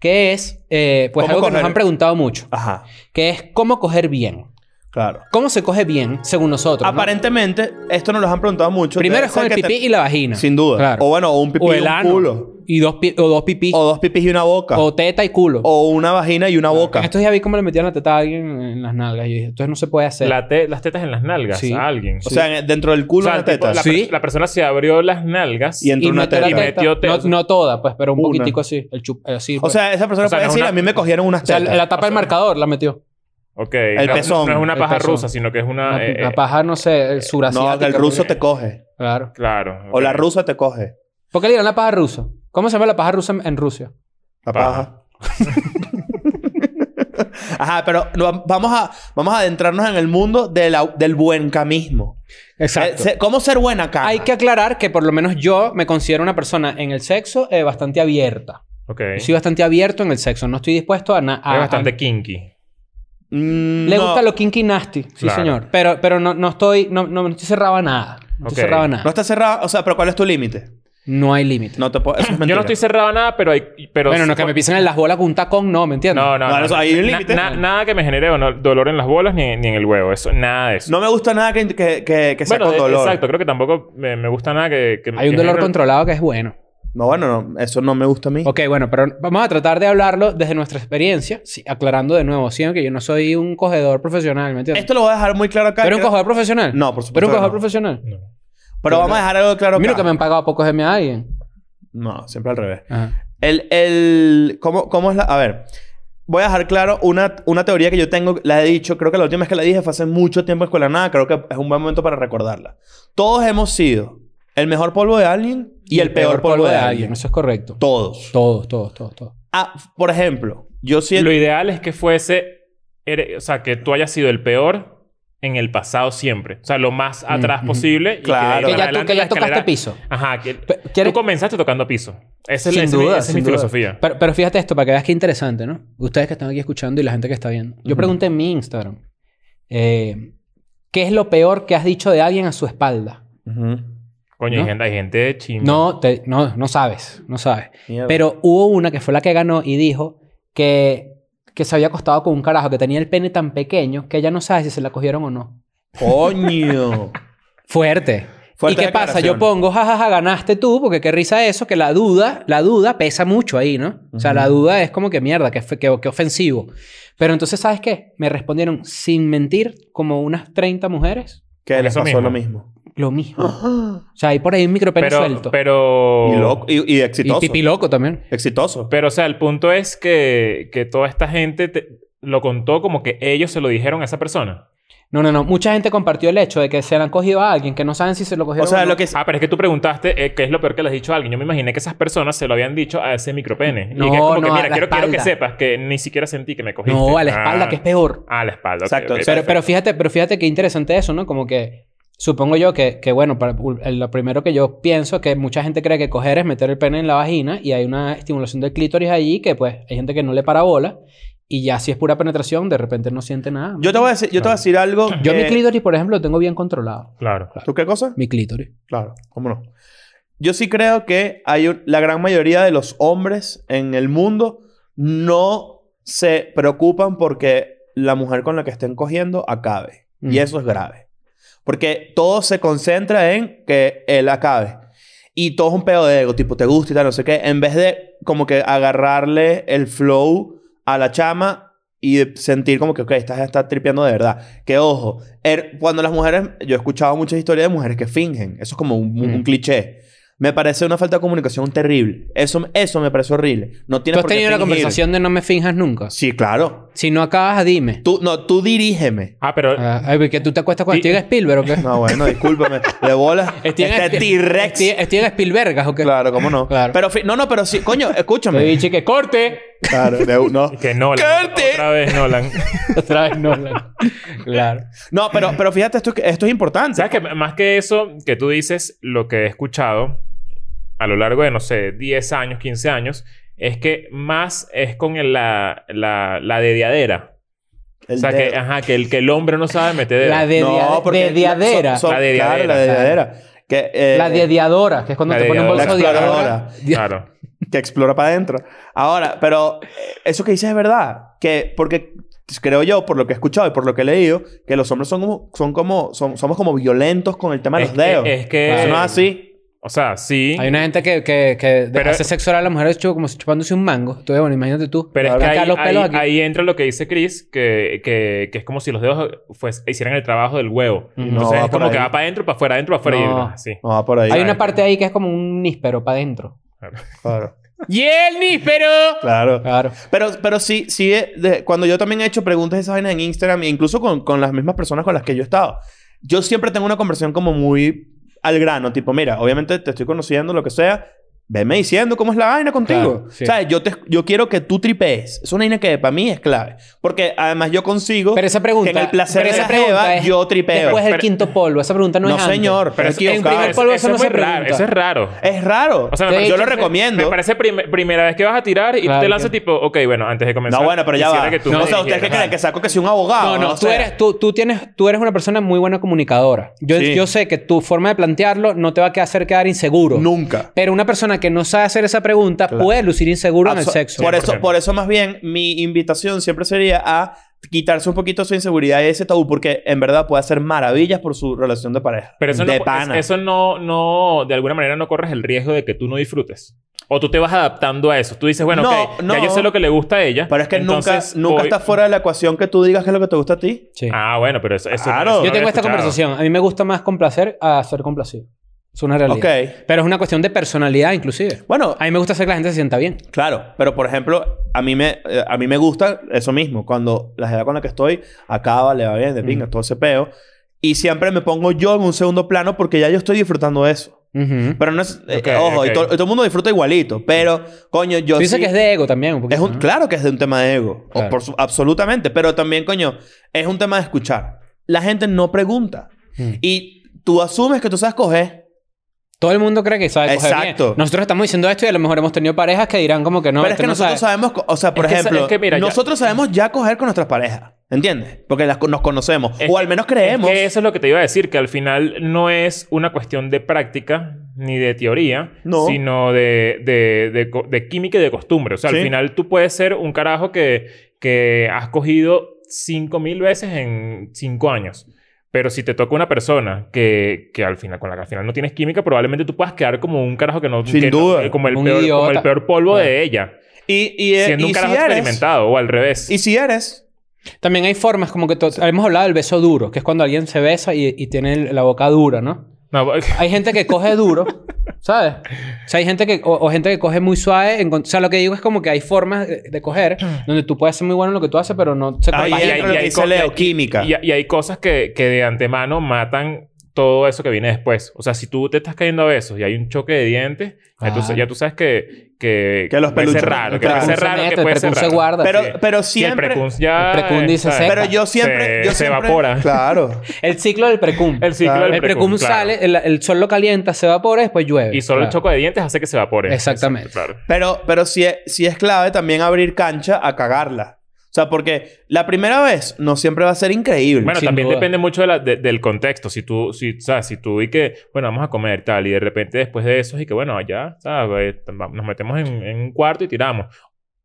Speaker 3: que es, eh, pues
Speaker 2: ¿Cómo
Speaker 3: algo que
Speaker 2: coger?
Speaker 3: nos han preguntado mucho,
Speaker 2: Ajá.
Speaker 3: que es cómo coger bien.
Speaker 2: Claro.
Speaker 3: ¿Cómo se coge bien, según nosotros? no?
Speaker 2: Aparentemente, esto nos lo han preguntado mucho.
Speaker 3: Primero es
Speaker 2: Debe
Speaker 3: con el
Speaker 2: ser que
Speaker 3: pipí
Speaker 2: te-
Speaker 3: y la vagina.
Speaker 2: Sin duda.
Speaker 3: Claro.
Speaker 2: O bueno, o un pipí
Speaker 3: o
Speaker 2: y
Speaker 3: el
Speaker 2: un
Speaker 3: ano.
Speaker 2: culo.
Speaker 3: Y dos, pi- o dos pipí.
Speaker 2: O
Speaker 3: O,
Speaker 2: dos pipis y una boca. O,
Speaker 3: teta y culo.
Speaker 2: una vagina y una boca.
Speaker 3: Esto ya vi cómo le metían la teta a alguien en las nalgas. Yo dije, entonces no se puede hacer.
Speaker 1: La te- las tetas en las nalgas
Speaker 3: Sí.
Speaker 1: a alguien.
Speaker 2: O sea, en- dentro del culo
Speaker 1: O sea,
Speaker 2: una
Speaker 1: tipo,
Speaker 2: teta.
Speaker 1: La,
Speaker 3: Sí.
Speaker 1: per- la persona se abrió las nalgas
Speaker 2: Y en- entró una
Speaker 3: metió la
Speaker 1: teta. Y metió teta.
Speaker 3: No, no toda, pues, pero un
Speaker 2: Una.
Speaker 3: poquitico así. El chup, así.
Speaker 2: O
Speaker 3: pues.
Speaker 2: sea, esa persona
Speaker 1: O sea,
Speaker 2: puede
Speaker 1: no es
Speaker 2: decir,
Speaker 1: una-
Speaker 2: a mí me cogieron unas
Speaker 3: O sea,
Speaker 2: tetas.
Speaker 3: la, la tapa del marcador la metió.
Speaker 1: Ok.
Speaker 2: El
Speaker 1: no,
Speaker 2: pezón.
Speaker 1: No es una
Speaker 3: El
Speaker 1: paja
Speaker 3: pezón.
Speaker 1: rusa, sino que es una.
Speaker 3: la,
Speaker 1: eh,
Speaker 3: la
Speaker 1: eh,
Speaker 3: paja, pues. no sé, el surasiática.
Speaker 2: no, que el ruso te coge.
Speaker 3: Claro.
Speaker 1: Claro.
Speaker 2: O la
Speaker 1: ok.
Speaker 2: rusa te coge.
Speaker 3: ¿Por qué le dirán la paja rusa? ¿Cómo se llama la paja rusa en, en Rusia?
Speaker 2: La
Speaker 1: Paja.
Speaker 2: paja. Ajá, pero no- vamos a, vamos a adentrarnos en el mundo de la- del buen camismo. Eh, se- ¿Cómo ser buena cara?
Speaker 3: Hay que aclarar que por lo menos yo me considero una persona en el sexo eh, bastante abierta.
Speaker 1: Ok.
Speaker 3: Yo soy bastante abierto en el sexo. No estoy dispuesto a... na- a-
Speaker 1: es
Speaker 3: a-
Speaker 1: bastante kinky.
Speaker 2: Mm,
Speaker 3: Le
Speaker 2: no.
Speaker 3: gusta lo kinky nasty. Sí,
Speaker 1: Claro.
Speaker 3: señor. Pero, pero no, no estoy... No, no, no estoy cerrado a nada. No estoy
Speaker 1: Ok.
Speaker 3: cerrado a nada.
Speaker 2: No está cerrado. O sea, pero ¿cuál es tu límite?
Speaker 3: No hay límite.
Speaker 2: No te puedo... Eso es
Speaker 1: Yo
Speaker 2: mentira.
Speaker 1: no estoy cerrado a nada, pero hay. Pero
Speaker 3: bueno, no que me pisen en las bolas con un tacón, no, ¿me entiendes?
Speaker 1: No, no.
Speaker 2: No,
Speaker 1: no,
Speaker 2: eso-
Speaker 1: no.
Speaker 2: ahí hay un
Speaker 1: Na-
Speaker 2: límite.
Speaker 1: na- nada que me genere ono- dolor en las bolas ni, ni en el huevo. Eso, nada de eso.
Speaker 2: No me gusta nada que, que, que, que sea
Speaker 1: bueno,
Speaker 2: con
Speaker 1: eh,
Speaker 2: dolor.
Speaker 1: exacto. Creo que tampoco me, me gusta nada que. que-
Speaker 3: Hay un
Speaker 1: que
Speaker 3: dolor
Speaker 1: genere-
Speaker 3: controlado que es bueno.
Speaker 2: No, bueno, no, eso no me gusta a mí.
Speaker 3: Ok, bueno, pero vamos a tratar de hablarlo desde nuestra experiencia, sí, aclarando de nuevo, sino que yo no soy un cogedor profesional, ¿me entiendes?
Speaker 2: Esto lo voy a dejar muy claro acá.
Speaker 3: ¿Pero un
Speaker 2: creo-
Speaker 3: cogedor profesional?
Speaker 2: No, por supuesto
Speaker 3: ¿Pero un
Speaker 2: que
Speaker 3: cogedor
Speaker 2: no.
Speaker 3: profesional?
Speaker 1: No.
Speaker 2: Pero vamos a dejar algo claro acá.
Speaker 3: Mira que me han pagado por cogerme a alguien.
Speaker 2: No, siempre al revés.
Speaker 3: Ajá.
Speaker 2: El, el, ¿cómo, ¿Cómo es la...? A ver. Voy a dejar claro una, una teoría que yo tengo, la he dicho, creo que la última vez que la dije fue hace mucho tiempo en Escuela de Nada, creo que es un buen momento para recordarla. Todos hemos sido el mejor polvo de alguien y, el, peor, polvo, de, alguien.
Speaker 3: Eso es correcto.
Speaker 2: Todos.
Speaker 3: Todos, todos, todos, todos.
Speaker 2: Ah, por ejemplo, yo siento...
Speaker 1: Lo ideal es que fuese. ere- o sea, que tú hayas sido el peor en el pasado siempre. O sea, lo más atrás
Speaker 3: ujú.
Speaker 1: posible. y
Speaker 2: Claro.
Speaker 1: de ahí para
Speaker 3: Que
Speaker 2: Pero
Speaker 3: ya, tú,
Speaker 1: adelante
Speaker 3: que
Speaker 1: la
Speaker 3: ya tocaste
Speaker 1: escalera-
Speaker 3: piso.
Speaker 1: Ajá. Que,
Speaker 3: Pe-
Speaker 1: tú
Speaker 3: ¿Quieres-
Speaker 1: comenzaste tocando piso. Esa es, la-
Speaker 3: Sin
Speaker 1: esa es mi-
Speaker 3: duda,
Speaker 1: esa es mi
Speaker 3: sin duda.
Speaker 1: filosofía.
Speaker 3: Pero, pero fíjate esto, para que veas qué interesante, ¿no? Ustedes que están aquí escuchando y la gente que está viendo. Yo
Speaker 2: Ujú.
Speaker 3: pregunté en mi Instagram, eh, ¿qué es lo peor que has dicho de alguien a su espalda?
Speaker 2: Ujú.
Speaker 1: Coño, hay
Speaker 3: ¿No?
Speaker 1: gente- hay gente chimba.
Speaker 3: No, te- no, no sabes, no sabes.
Speaker 2: Mierda.
Speaker 3: Pero hubo una que fue la que ganó y dijo que, que se había acostado con un carajo que tenía el pene tan pequeño que ella no sabe si se la cogieron o no.
Speaker 2: Coño.
Speaker 3: Fuerte. ¿Y qué pasa? Yo pongo, jajaja, ganaste tú, porque qué risa eso, que la duda, la duda pesa mucho ahí, ¿no? O sea,
Speaker 2: Ujú.
Speaker 3: la duda es como que mierda, que, fe- que, que ofensivo. Pero entonces, ¿sabes qué? Me respondieron, sin mentir, como unas 30 mujeres,
Speaker 2: Que les
Speaker 1: Eso
Speaker 2: pasó
Speaker 1: mismo.
Speaker 2: lo mismo.
Speaker 3: lo mismo. O sea, hay por ahí un micropene
Speaker 1: Pero,
Speaker 3: suelto.
Speaker 1: pero...
Speaker 2: Y, loco, y, y
Speaker 3: y
Speaker 2: exitoso.
Speaker 3: pipi loco también.
Speaker 2: exitoso.
Speaker 1: Pero, o sea, el punto es que, que toda esta gente te- lo contó como que ellos se lo dijeron a esa persona.
Speaker 3: No, no, no. Mucha gente compartió el hecho de que se le han cogido a alguien que no saben si se lo
Speaker 2: o
Speaker 3: cogieron
Speaker 2: sea,
Speaker 3: no.
Speaker 2: lo que es...
Speaker 1: Ah, pero es que tú preguntaste eh, qué es lo peor que le has dicho a alguien. Yo me imaginé que esas personas se lo habían dicho a ese micropene. y
Speaker 3: No,
Speaker 1: que es como que,
Speaker 3: no, a
Speaker 1: mira,
Speaker 3: la
Speaker 1: quiero, quiero que
Speaker 3: espalda.
Speaker 1: sepas que ni siquiera sentí que me cogiste.
Speaker 3: No, a la espalda,
Speaker 1: Ah,
Speaker 3: que es peor.
Speaker 1: A la espalda. ok,
Speaker 2: Exacto,
Speaker 1: ok,
Speaker 2: exacto.
Speaker 3: Pero, pero
Speaker 1: perfecto.
Speaker 3: fíjate, pero fíjate qué interesante eso, ¿no? Como que supongo yo que, que bueno, para, lo primero que yo pienso es que mucha gente cree que coger es meter el pene en la vagina y hay una estimulación del clítoris allí que pues hay gente que no le para bola y ya si es pura penetración de repente no siente nada.
Speaker 2: Yo te voy a decir, yo te voy a decir algo.
Speaker 3: Yo mi
Speaker 2: que-
Speaker 3: clítoris, por ejemplo, lo tengo bien controlado.
Speaker 1: Claro.
Speaker 2: ¿Tú qué cosa?
Speaker 3: Mi clítoris.
Speaker 2: Claro, cómo no. Yo sí creo que hay un- la gran mayoría de los hombres en el mundo no se preocupan porque la mujer con la que estén cogiendo acabe. Y
Speaker 3: Mm.
Speaker 2: eso es grave. Porque todo se concentra en que él acabe. Y todo es un pedo de ego, tipo, te gusta y tal, no sé qué. En vez de como que agarrarle el flow a la chama y de sentir como que, ok, estás está tripeando de verdad. Que ojo, er- cuando las mujeres, yo he escuchado muchas historias de mujeres que fingen. Eso es como un, un- un
Speaker 3: Mm.
Speaker 2: cliché. Me parece una falta de comunicación terrible. Eso, eso me parece horrible. No
Speaker 3: Tú
Speaker 2: tienes
Speaker 3: has
Speaker 2: por qué
Speaker 3: tenido la
Speaker 2: fingir.
Speaker 3: conversación de no me finjas nunca.
Speaker 2: Sí, claro.
Speaker 3: Si no acabas, dime.
Speaker 2: Tú, no, tú dirígeme.
Speaker 1: Ah, pero...
Speaker 3: Ah, ay, porque tú te acuestas con
Speaker 1: Y-
Speaker 3: Steven Spielberg o qué?
Speaker 2: No, bueno, discúlpame. De bola.
Speaker 3: Steven-
Speaker 2: Este T-Rex.
Speaker 3: Steven Steven Spielberg o qué?
Speaker 2: Claro, cómo no.
Speaker 3: Claro.
Speaker 2: Pero fi- no, no, pero sí, coño,
Speaker 3: Le
Speaker 2: escúchame.
Speaker 3: dije que corte.
Speaker 2: claro, de- no.
Speaker 1: Que Nolan.
Speaker 2: ¡Corte!
Speaker 1: Otra vez Nolan.
Speaker 3: Otra vez no. Claro.
Speaker 2: No, pero, pero fíjate, esto, es que- esto es importante.
Speaker 1: ¿Sabes que Más que eso, que tú dices, lo que he escuchado a lo largo de, no sé, 10 años, 15 años, es que más es con el- la, la, la dediadera.
Speaker 2: El
Speaker 1: o sea,
Speaker 2: dedo.
Speaker 1: que, ajá, que, el, que el hombre no sabe meter dedo.
Speaker 3: La de,
Speaker 2: No, porque-
Speaker 3: diadera.
Speaker 2: son- son-
Speaker 1: La dediadera.
Speaker 2: Claro, la dediadera. Que, eh,
Speaker 3: la dediadora, que es cuando
Speaker 1: la
Speaker 3: te ponen un
Speaker 1: dediadora.
Speaker 3: bolso de
Speaker 2: La
Speaker 3: diadora.
Speaker 1: Claro.
Speaker 2: que explora para adentro. Ahora, pero eh, eso que dices es verdad. Que porque creo yo, por lo que he escuchado y por lo que he leído, que los hombres son como, son como, son- somos como violentos con el tema de
Speaker 1: Es
Speaker 2: los
Speaker 1: que-
Speaker 2: dedos.
Speaker 1: es que-
Speaker 2: Eso no es así.
Speaker 1: O sea, sí.
Speaker 3: Hay una gente que, que, que
Speaker 1: Pero-
Speaker 3: hace sexo oral a la mujer chup- como chupándose un mango. Entonces, bueno, imagínate tú.
Speaker 1: Pero es que
Speaker 3: Acá
Speaker 1: ahí,
Speaker 3: los pelos
Speaker 1: ahí-
Speaker 3: aquí.
Speaker 1: ahí entra lo que dice Chris, que, que, que es como si los dedos pues, hicieran el trabajo del huevo.
Speaker 3: No,
Speaker 1: Entonces
Speaker 2: va
Speaker 1: es como
Speaker 2: por
Speaker 1: que
Speaker 2: ahí.
Speaker 1: va para adentro, para afuera, adentro, para afuera.
Speaker 3: No.
Speaker 1: Y, así.
Speaker 2: No va por ahí.
Speaker 3: Hay una parte ahí que es como un níspero para adentro.
Speaker 2: Claro.
Speaker 3: ¡Y el níspero!
Speaker 2: Claro.
Speaker 3: Claro.
Speaker 2: Pero, pero sí, sí, eh, de- cuando yo también he hecho preguntas de esas vainas en Instagram, e incluso con, con las mismas personas con las que yo he estado, yo siempre tengo una conversación como muy al grano, tipo, mira, obviamente te estoy conociendo, lo que sea, veme diciendo cómo es la vaina contigo.
Speaker 3: Claro, sí.
Speaker 2: ¿Sabes? Yo, te, yo quiero que tú tripees. Es una vaina que para mí es clave. Porque además yo consigo
Speaker 3: Pero esa pregunta.
Speaker 2: que en el placer
Speaker 3: pero
Speaker 2: de
Speaker 3: esa
Speaker 2: la jeva,
Speaker 3: es
Speaker 2: yo tripeo.
Speaker 3: Después del
Speaker 1: Pero-
Speaker 3: quinto polvo. Esa pregunta no,
Speaker 2: No,
Speaker 3: es antes.
Speaker 2: señor. Pero
Speaker 1: Pero
Speaker 2: es
Speaker 1: es,
Speaker 3: en primer
Speaker 2: equivocado.
Speaker 3: polvo
Speaker 1: eso
Speaker 3: eso no
Speaker 1: es
Speaker 3: se
Speaker 1: muy raro.
Speaker 3: pregunta.
Speaker 1: Eso es raro.
Speaker 2: Es raro.
Speaker 1: O sea,
Speaker 3: De
Speaker 1: me-
Speaker 3: hecho,
Speaker 2: yo lo
Speaker 3: me-
Speaker 2: recomiendo.
Speaker 1: Me parece prim- primera vez que vas a tirar y
Speaker 3: Claro,
Speaker 1: tú te lanzas
Speaker 3: claro.
Speaker 1: tipo, ok, bueno, antes de comenzar.
Speaker 2: no, bueno, pero ya
Speaker 1: quisiera
Speaker 2: va.
Speaker 1: que tú
Speaker 2: o
Speaker 1: me
Speaker 2: sea, ¿ustedes qué
Speaker 1: dijeras.
Speaker 2: creen? Que saco que soy un abogado.
Speaker 3: No, no,
Speaker 2: O
Speaker 3: tú,
Speaker 2: sea,
Speaker 3: eres, tú, tú, tienes, tú eres una persona muy buena comunicadora. Yo,
Speaker 2: Sí.
Speaker 3: yo sé que tu forma de plantearlo no te va a hacer quedar inseguro.
Speaker 2: Nunca.
Speaker 3: Pero una persona que no sabe hacer esa pregunta puede lucir inseguro en el
Speaker 2: Abso-
Speaker 3: sexo.
Speaker 2: Por eso,
Speaker 1: 100%.
Speaker 2: por eso más bien mi invitación siempre sería a quitarse un poquito su inseguridad y ese tabú porque en verdad puede hacer maravillas por su relación de pareja.
Speaker 1: Pero eso,
Speaker 2: de
Speaker 1: no,
Speaker 2: pana.
Speaker 1: es- eso no, no, de alguna manera no corres el riesgo de que tú no disfrutes. O tú te vas adaptando a eso. Tú dices, bueno,
Speaker 2: No,
Speaker 1: ok,
Speaker 2: no.
Speaker 1: ya yo sé lo que le gusta a ella.
Speaker 2: Pero es que
Speaker 1: entonces
Speaker 2: nunca, nunca
Speaker 1: voy-
Speaker 2: está fuera de la ecuación que tú digas que es lo que te gusta a ti.
Speaker 3: Sí.
Speaker 1: Ah, bueno, pero eso. eso-
Speaker 2: Claro.
Speaker 1: eso no
Speaker 2: lo
Speaker 3: Yo
Speaker 1: lo
Speaker 3: tengo
Speaker 1: había
Speaker 3: esta
Speaker 1: escuchado.
Speaker 3: conversación. A mí me gusta más complacer a ser complacido. Es una realidad.
Speaker 2: Ok.
Speaker 3: Pero es una cuestión de personalidad, inclusive.
Speaker 2: Bueno,
Speaker 3: A mí me gusta hacer que la gente se sienta bien.
Speaker 2: claro. Pero por ejemplo, a mí me, eh, a mí me gusta eso mismo. Cuando la edad con la que estoy acaba, le va bien, de pinga, todo ese peo. Y siempre me pongo yo en un segundo plano porque ya yo estoy disfrutando de eso.
Speaker 3: Ujú.
Speaker 2: Pero no es... eh,
Speaker 1: Ok,
Speaker 2: ojo, y
Speaker 1: ok.
Speaker 2: to- y todo el mundo disfruta igualito. Pero, coño, yo
Speaker 3: Tú dices
Speaker 2: sí-
Speaker 3: que es de ego también. Un poquito,
Speaker 2: Es un,
Speaker 3: ¿no?
Speaker 2: Claro que es de un tema de ego. O
Speaker 3: Claro.
Speaker 2: por su- absolutamente. Pero también, coño, es un tema de escuchar. La gente no pregunta.
Speaker 3: Mm.
Speaker 2: Y tú asumes que tú sabes coger.
Speaker 3: Todo el mundo cree que sabe coger
Speaker 2: Exacto.
Speaker 3: bien. Nosotros estamos diciendo esto y a lo mejor hemos tenido parejas que dirán como que no.
Speaker 2: pero es
Speaker 3: este
Speaker 2: que
Speaker 3: no
Speaker 2: nosotros
Speaker 3: sabe.
Speaker 2: sabemos... co- O sea, por
Speaker 1: Es que sa-
Speaker 2: ejemplo,
Speaker 1: es que mira, ya-
Speaker 2: nosotros sabemos ya coger con nuestras parejas. ¿Entiendes? Porque las, co- nos conocemos.
Speaker 1: Es
Speaker 2: o
Speaker 1: que-
Speaker 2: al menos
Speaker 1: Es
Speaker 2: creemos.
Speaker 1: que eso es lo que te iba a decir, que al final no es una cuestión de práctica ni de teoría,
Speaker 2: No.
Speaker 1: sino de, de, de co- de química y de costumbre. O sea,
Speaker 2: Sí.
Speaker 1: al final tú puedes ser un carajo que, que has cogido 5.000 veces en 5 años. Pero si te toca una persona que, que al final, con la que al final no tienes química, probablemente tú puedas quedar como un carajo que no...
Speaker 2: Sin
Speaker 1: que no-
Speaker 2: duda.
Speaker 1: eh, como, el
Speaker 3: Un
Speaker 1: peor, como el
Speaker 3: idiota.
Speaker 1: peor polvo
Speaker 3: Bueno.
Speaker 1: de ella.
Speaker 2: Y, y, eh,
Speaker 1: Siendo
Speaker 2: y
Speaker 1: un carajo
Speaker 2: si eres,
Speaker 1: experimentado o al revés.
Speaker 2: y si eres,
Speaker 3: También hay formas, como que to- hemos hablado del beso duro, que es cuando alguien se besa y, y tiene el- la boca dura, ¿no?
Speaker 1: No, pues,
Speaker 3: Hay gente que coge duro, ¿sabes? O sea, hay gente que, o, o gente que coge muy suave. en con- o sea, lo que digo es como que hay formas de, de coger donde tú puedes ser muy bueno en lo que tú haces, pero no se
Speaker 2: ahí
Speaker 1: Ah, y hay-
Speaker 2: entra lo
Speaker 1: y
Speaker 2: que
Speaker 1: hay
Speaker 2: dice
Speaker 1: co- y
Speaker 2: Leo,
Speaker 1: hay-
Speaker 2: química.
Speaker 1: Y, y hay cosas que, que de antemano matan todo eso que viene después. O sea, si tú te estás cayendo a besos y hay un choque de dientes,
Speaker 3: Ah.
Speaker 1: entonces ya tú sabes que, que,
Speaker 2: Que los
Speaker 1: puede ser
Speaker 2: peluchos.
Speaker 1: raro, que
Speaker 2: Claro.
Speaker 1: puede ser raro, que puede ser
Speaker 3: se
Speaker 1: raro.
Speaker 3: guarda.
Speaker 2: pero,
Speaker 3: sí.
Speaker 2: pero
Speaker 1: Y el
Speaker 2: siempre...
Speaker 1: precum ya...
Speaker 3: el precum dice
Speaker 1: eh,
Speaker 3: seca.
Speaker 2: Pero yo siempre...
Speaker 1: Se-
Speaker 2: yo
Speaker 1: se
Speaker 2: siempre-
Speaker 1: evapora.
Speaker 2: Claro.
Speaker 3: El ciclo del precum.
Speaker 1: El ciclo
Speaker 2: Claro.
Speaker 1: del
Speaker 3: El
Speaker 1: precum,
Speaker 3: precum
Speaker 1: claro.
Speaker 3: sale, el, el sol lo calienta, se evapora y después llueve.
Speaker 1: Y solo el
Speaker 3: Claro.
Speaker 1: choque de dientes hace que se evapore.
Speaker 3: Exactamente.
Speaker 1: Exacto, claro.
Speaker 2: Pero, pero sí, es- sí es clave también abrir cancha a cagarla. O sea, porque la primera vez no siempre va a ser increíble.
Speaker 1: Bueno,
Speaker 3: Sin
Speaker 1: también
Speaker 3: duda.
Speaker 1: depende mucho de la- de- del contexto. Si tú, si, o sea, si tú y que, bueno, vamos a comer tal, y de repente después de eso, y que, bueno, ya, ¿sabes? Eh, va- Nos metemos en, en un cuarto y tiramos.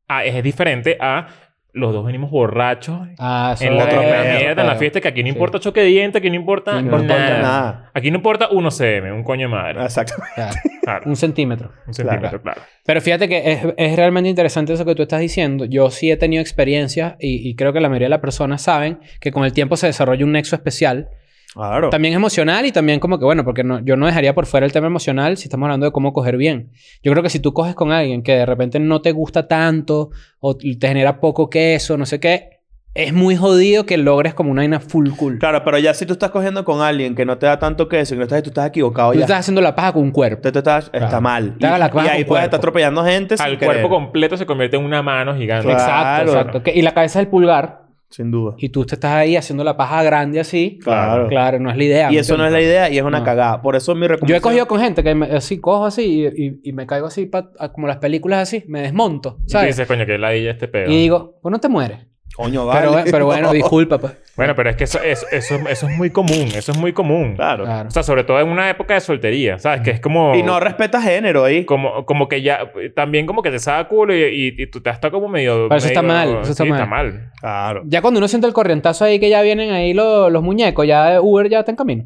Speaker 1: Ah, es, es diferente a los dos venimos borrachos
Speaker 3: Ah, eso
Speaker 1: en la,
Speaker 3: es
Speaker 2: otro
Speaker 1: en la
Speaker 2: pedo,
Speaker 1: mierda, en la fiesta, que aquí no
Speaker 3: Sí.
Speaker 1: importa choque de dientes, aquí no importa,
Speaker 3: No
Speaker 2: no importa
Speaker 1: nada.
Speaker 2: nada.
Speaker 1: Aquí no importa un cm, un coño de madre.
Speaker 2: Exacto.
Speaker 3: Claro.
Speaker 1: Claro,
Speaker 3: Un centímetro.
Speaker 1: un centímetro, claro.
Speaker 3: Pero fíjate que es, es realmente interesante eso que tú estás diciendo. Yo sí he tenido experiencias y, y creo que la mayoría de las personas saben que con el tiempo se desarrolla un nexo especial.
Speaker 2: Claro.
Speaker 3: También emocional y también como que, bueno, porque no, yo no dejaría por fuera el tema emocional si estamos hablando de cómo coger bien. Yo creo que si tú coges con alguien que de repente no te gusta tanto o te genera poco queso, no sé qué, es muy jodido que logres como una vaina full cool.
Speaker 2: Claro, pero ya si tú estás cogiendo con alguien que no te da tanto queso y que no estás, tú estás equivocado
Speaker 3: Tú
Speaker 2: ya.
Speaker 3: estás haciendo la paja con un cuerpo.
Speaker 2: Tú- tú estás- está mal.
Speaker 3: Te haga la
Speaker 2: y,
Speaker 3: paja
Speaker 2: y ahí
Speaker 3: con
Speaker 2: puedes
Speaker 3: cuerpo.
Speaker 2: estar atropellando gente. sin
Speaker 1: Al
Speaker 2: querer.
Speaker 1: cuerpo completo se convierte en una mano gigante.
Speaker 2: Claro.
Speaker 3: Exacto, exacto. Que- y la cabeza es el pulgar
Speaker 2: Sin duda.
Speaker 3: y tú te estás ahí haciendo la paja grande así.
Speaker 2: Claro.
Speaker 3: Claro, no es la idea.
Speaker 2: Y
Speaker 3: ¿me
Speaker 2: eso no es
Speaker 3: entiendes?
Speaker 2: la idea y es una
Speaker 3: No.
Speaker 2: cagada. Por eso mi
Speaker 3: Yo
Speaker 2: recomendación.
Speaker 3: he cogido con gente que me- así cojo así y, y- y me caigo así pa- a- como las películas así, me desmonto,
Speaker 1: Y tú
Speaker 3: ¿sabes?
Speaker 1: dices, coño, que ladilla este pedo.
Speaker 3: Y digo, pues no te mueres.
Speaker 2: Coño, vale.
Speaker 3: Pero, bueno- pero bueno, disculpa, pues.
Speaker 1: Bueno, pero es que eso, eso, eso, eso es muy común. Eso es muy común.
Speaker 2: Claro.
Speaker 3: Claro.
Speaker 1: O sea, sobre todo en una época de soltería, ¿sabes? Que es como...
Speaker 2: Y no respeta género ahí.
Speaker 1: como, como que ya... También como que te saca culo y, y, y tú te has estado como medio...
Speaker 3: Pero eso está
Speaker 1: medio-
Speaker 3: mal, eso está
Speaker 1: sí,
Speaker 3: mal.
Speaker 1: está mal.
Speaker 2: Claro.
Speaker 3: Ya cuando uno siente el corrientazo ahí que ya vienen ahí lo- los muñecos, ya Uber ya está en camino.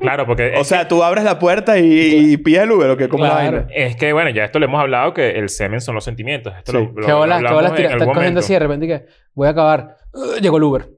Speaker 1: Claro, porque...
Speaker 2: O
Speaker 1: es,
Speaker 2: sea, tú abres la puerta y, y pides el Uber o qué, como la
Speaker 3: Claro.
Speaker 2: vaina.
Speaker 1: es que, bueno, ya esto lo hemos hablado que el semen son los sentimientos. Esto
Speaker 2: Sí.
Speaker 1: lo, lo-
Speaker 3: que
Speaker 1: lo
Speaker 3: bolas, que
Speaker 1: hablamos
Speaker 3: bolas,
Speaker 1: en
Speaker 3: tira-
Speaker 1: algún
Speaker 3: estás cogiendo
Speaker 1: momento.
Speaker 3: así de repente y que voy a acabar. Ugh, llegó el Uber.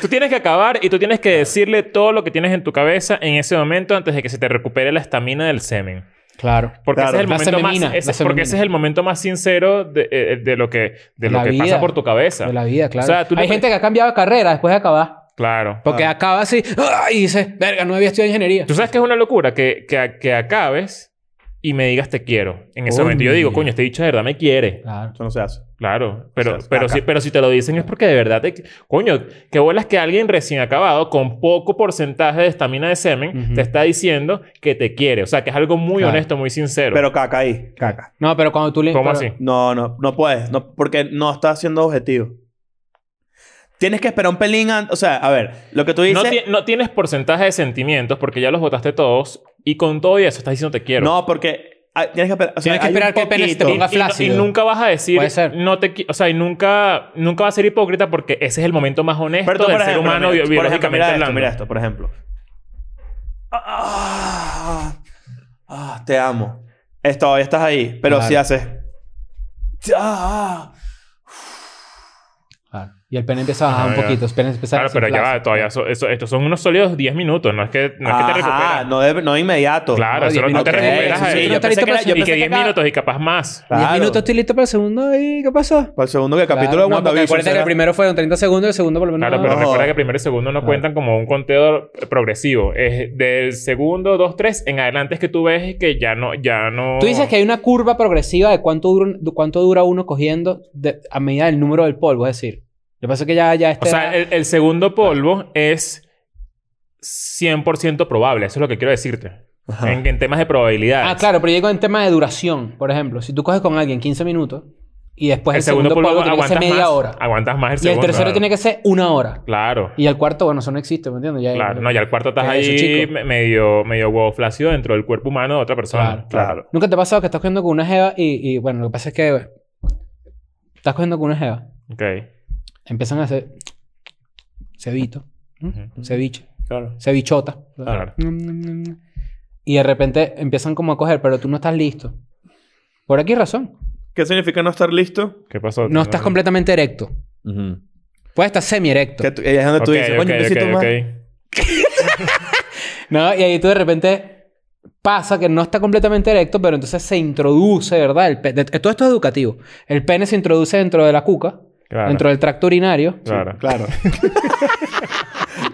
Speaker 1: Tú tienes que acabar y tú tienes que decirle todo lo que tienes en tu cabeza en ese momento antes de que se te recupere la estamina del semen.
Speaker 3: Claro.
Speaker 1: Porque, ese,
Speaker 2: Claro.
Speaker 1: es el
Speaker 3: La
Speaker 1: momento más,
Speaker 3: sememina,
Speaker 1: ese-
Speaker 3: la
Speaker 1: porque ese
Speaker 3: sememina.
Speaker 1: es el momento más sincero de, eh, de lo que, de lo
Speaker 3: La
Speaker 1: que
Speaker 3: vida.
Speaker 1: pasa por tu cabeza.
Speaker 3: De la vida, claro.
Speaker 1: O sea, tú le-
Speaker 3: Hay gente que ha cambiado de carrera después de acabar.
Speaker 1: Claro.
Speaker 3: Porque
Speaker 2: Ah.
Speaker 3: acaba así ¡ah! y dice, verga, no había estudiado ingeniería.
Speaker 1: Tú sabes que es una locura que, que, que acabes y me digas te quiero. En ese
Speaker 3: Coño.
Speaker 1: momento yo digo, coño, este dicho de verdad me quiere.
Speaker 3: Claro.
Speaker 2: Eso no se hace.
Speaker 1: Claro, pero,
Speaker 2: O sea,
Speaker 1: pero,
Speaker 2: acá.
Speaker 1: si, pero si te lo dicen es porque de verdad te... Coño, qué bolas que alguien recién acabado con poco porcentaje de estamina de semen
Speaker 3: Ujú.
Speaker 1: te está diciendo que te quiere. O sea, que es algo muy
Speaker 3: Claro.
Speaker 1: honesto, muy sincero.
Speaker 2: Pero caca ahí. Caca.
Speaker 3: No, pero cuando tú le...
Speaker 1: ¿Cómo
Speaker 3: pero-
Speaker 1: así?
Speaker 2: No, no, no puedes, no, porque no estás siendo objetivo. Tienes que esperar un pelín antes. O sea, a ver, lo que tú
Speaker 1: No,
Speaker 2: dices.
Speaker 1: ti- no tienes porcentaje de sentimientos porque ya los votaste todos y con todo y eso estás diciendo te quiero.
Speaker 2: No, porque ah, tienes que esperar. O sea,
Speaker 3: Tienes que
Speaker 2: hay un
Speaker 3: esperar que el pene se te
Speaker 2: poquito.
Speaker 1: Y-
Speaker 3: ponga-
Speaker 1: y, y
Speaker 3: flácido.
Speaker 1: nunca vas a decir
Speaker 3: Puede ser.
Speaker 1: no te qui- o sea y nunca nunca vas a ser hipócrita porque ese es el momento más honesto
Speaker 2: Pero tú,
Speaker 1: del
Speaker 2: por
Speaker 1: ser
Speaker 2: ejemplo,
Speaker 1: humano
Speaker 2: mira,
Speaker 1: bi-
Speaker 2: por ejemplo,
Speaker 1: biológicamente
Speaker 2: mira esto,
Speaker 1: hablando
Speaker 2: Mira esto, por ejemplo. Ah, ah, te amo. Es- todavía estás ahí, pero
Speaker 3: Claro.
Speaker 2: si haces. Ah,
Speaker 3: Claro. Y el pene empieza a bajar
Speaker 1: Ah,
Speaker 3: un
Speaker 1: ya.
Speaker 3: poquito. El pene empieza a
Speaker 1: claro pero ya
Speaker 3: desinflarse.
Speaker 1: va todavía so- eso- estos son unos sólidos 10 minutos no es que no es que te
Speaker 2: ajá,
Speaker 1: recuperas
Speaker 2: no, de, no de inmediato.
Speaker 1: claro
Speaker 3: No,
Speaker 1: eso
Speaker 3: 10
Speaker 1: no te
Speaker 2: minutos.
Speaker 1: recuperas
Speaker 2: Ok,
Speaker 1: a
Speaker 2: sí,
Speaker 1: él.
Speaker 2: yo pensé que era- yo
Speaker 1: y
Speaker 2: pensé
Speaker 1: que
Speaker 2: que
Speaker 1: 10
Speaker 2: acá-
Speaker 1: minutos y capaz más
Speaker 2: Claro.
Speaker 3: Diez minutos estoy listo para el segundo. ¿Y qué pasó?
Speaker 2: Para el segundo que el capítulo
Speaker 3: Claro, no, porque
Speaker 2: de WandaVision.
Speaker 3: acuérdate que el
Speaker 2: será-
Speaker 3: primero fueron 30 segundos y el segundo por lo menos...
Speaker 1: Claro, pero
Speaker 2: No.
Speaker 1: recuerda que primero y segundo no
Speaker 2: Ah.
Speaker 3: Claro.
Speaker 1: cuentan como un conteo progresivo. Es del segundo, dos, tres, en adelante es que tú ves que ya no, ya no.
Speaker 3: Tú dices que hay una curva progresiva de cuánto dura, un- de cuánto dura uno cogiendo de- a medida del número del polvo. Es decir, lo que pasa es que ya, ya
Speaker 1: O
Speaker 3: este...
Speaker 1: sea, el, el segundo polvo es 100% probable. Eso es lo que quiero decirte.
Speaker 2: Ajá.
Speaker 1: En, en temas de probabilidades.
Speaker 3: Ah, claro, pero yo digo en tema de duración. Por ejemplo, si tú coges con alguien 15 minutos y después pues el, segundo, polvo tiene que ser media
Speaker 1: más,
Speaker 3: hora.
Speaker 1: Aguantas más el
Speaker 3: Y el
Speaker 1: segundo.
Speaker 3: tercero
Speaker 1: claro.
Speaker 3: tiene que ser una hora.
Speaker 1: Claro.
Speaker 3: Y el cuarto, bueno, eso no existe, ¿me entiendes? Ya-
Speaker 1: Claro. No, ya el cuarto estás
Speaker 3: ¿Qué es eso,
Speaker 1: ahí
Speaker 3: Eh, chico?
Speaker 1: me- medio, medio huevo flácido dentro del cuerpo humano de otra persona.
Speaker 3: Claro.
Speaker 2: Claro.
Speaker 3: ¿Nunca te ha pasado que estás cogiendo con una jeva y, y, bueno, lo que pasa es que estás cogiendo con una jeva
Speaker 1: Ok.
Speaker 3: empiezan a hacer cebito,
Speaker 1: Ujú.
Speaker 3: ceviche,
Speaker 2: Claro.
Speaker 3: cevichota.
Speaker 1: Claro.
Speaker 3: Y de repente empiezan como a coger, pero tú no estás listo. Por aquí razón.
Speaker 2: ¿Qué significa no estar listo?
Speaker 1: ¿Qué pasó?
Speaker 3: No estás completamente erecto. Puedes estar semi-erecto.
Speaker 2: Que tú- ahí es donde
Speaker 1: Ok,
Speaker 2: tú dices,
Speaker 1: ok,
Speaker 2: coño, un
Speaker 1: ok,
Speaker 2: besito más.
Speaker 1: ok.
Speaker 3: ¿No? Y ahí tú de repente pasa que no está completamente erecto, pero entonces se introduce, ¿verdad? El pe- de- todo esto es educativo. El pene se introduce dentro de la cuca,
Speaker 1: Claro.
Speaker 3: dentro del tracto urinario.
Speaker 1: Claro.
Speaker 2: Claro.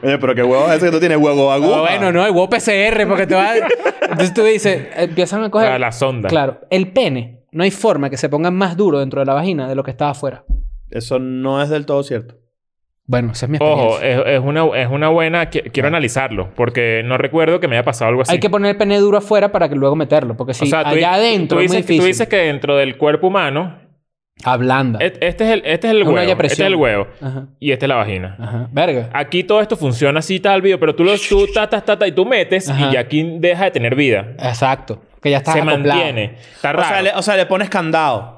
Speaker 2: Oye, pero qué huevo es ese que tú tienes, huevo agudo.
Speaker 3: Ah, bueno, no, el huevo PCR, porque te va. Entonces tú dices, empiezan a coger.
Speaker 1: Ah, la sonda.
Speaker 3: Claro, el pene. No hay forma que se ponga más duro dentro de la vagina de lo que estaba afuera.
Speaker 2: Eso no es del todo cierto.
Speaker 3: Bueno, esa es mi experiencia.
Speaker 1: Ojo, eh, es, es una, es una buena... qui- Quiero analizarlo. Porque no recuerdo que me haya pasado algo así.
Speaker 3: Hay que poner el pene duro afuera para que luego meterlo, porque si
Speaker 1: O sea, tú di-
Speaker 3: allá adentro
Speaker 1: tú
Speaker 3: es muy
Speaker 1: dices,
Speaker 3: difícil.
Speaker 1: Tú dices que dentro del cuerpo humano...
Speaker 3: Ablanda.
Speaker 1: et- Este es el, este es el
Speaker 3: Una
Speaker 1: huevo.
Speaker 3: olla a
Speaker 1: Este es
Speaker 3: presión.
Speaker 1: el huevo.
Speaker 3: Ajá,
Speaker 1: Y esta es la vagina.
Speaker 3: ajá. Verga.
Speaker 1: Aquí todo esto funciona así tal video, pero tú lo tú ta, ta, ta, ta, y tú metes
Speaker 3: Ajá.
Speaker 1: y ya aquí deja de tener vida.
Speaker 3: Exacto. Que ya está
Speaker 1: Se
Speaker 3: acoplado.
Speaker 1: mantiene. Está
Speaker 2: O
Speaker 1: raro.
Speaker 2: sea, le, o sea, le pones candado.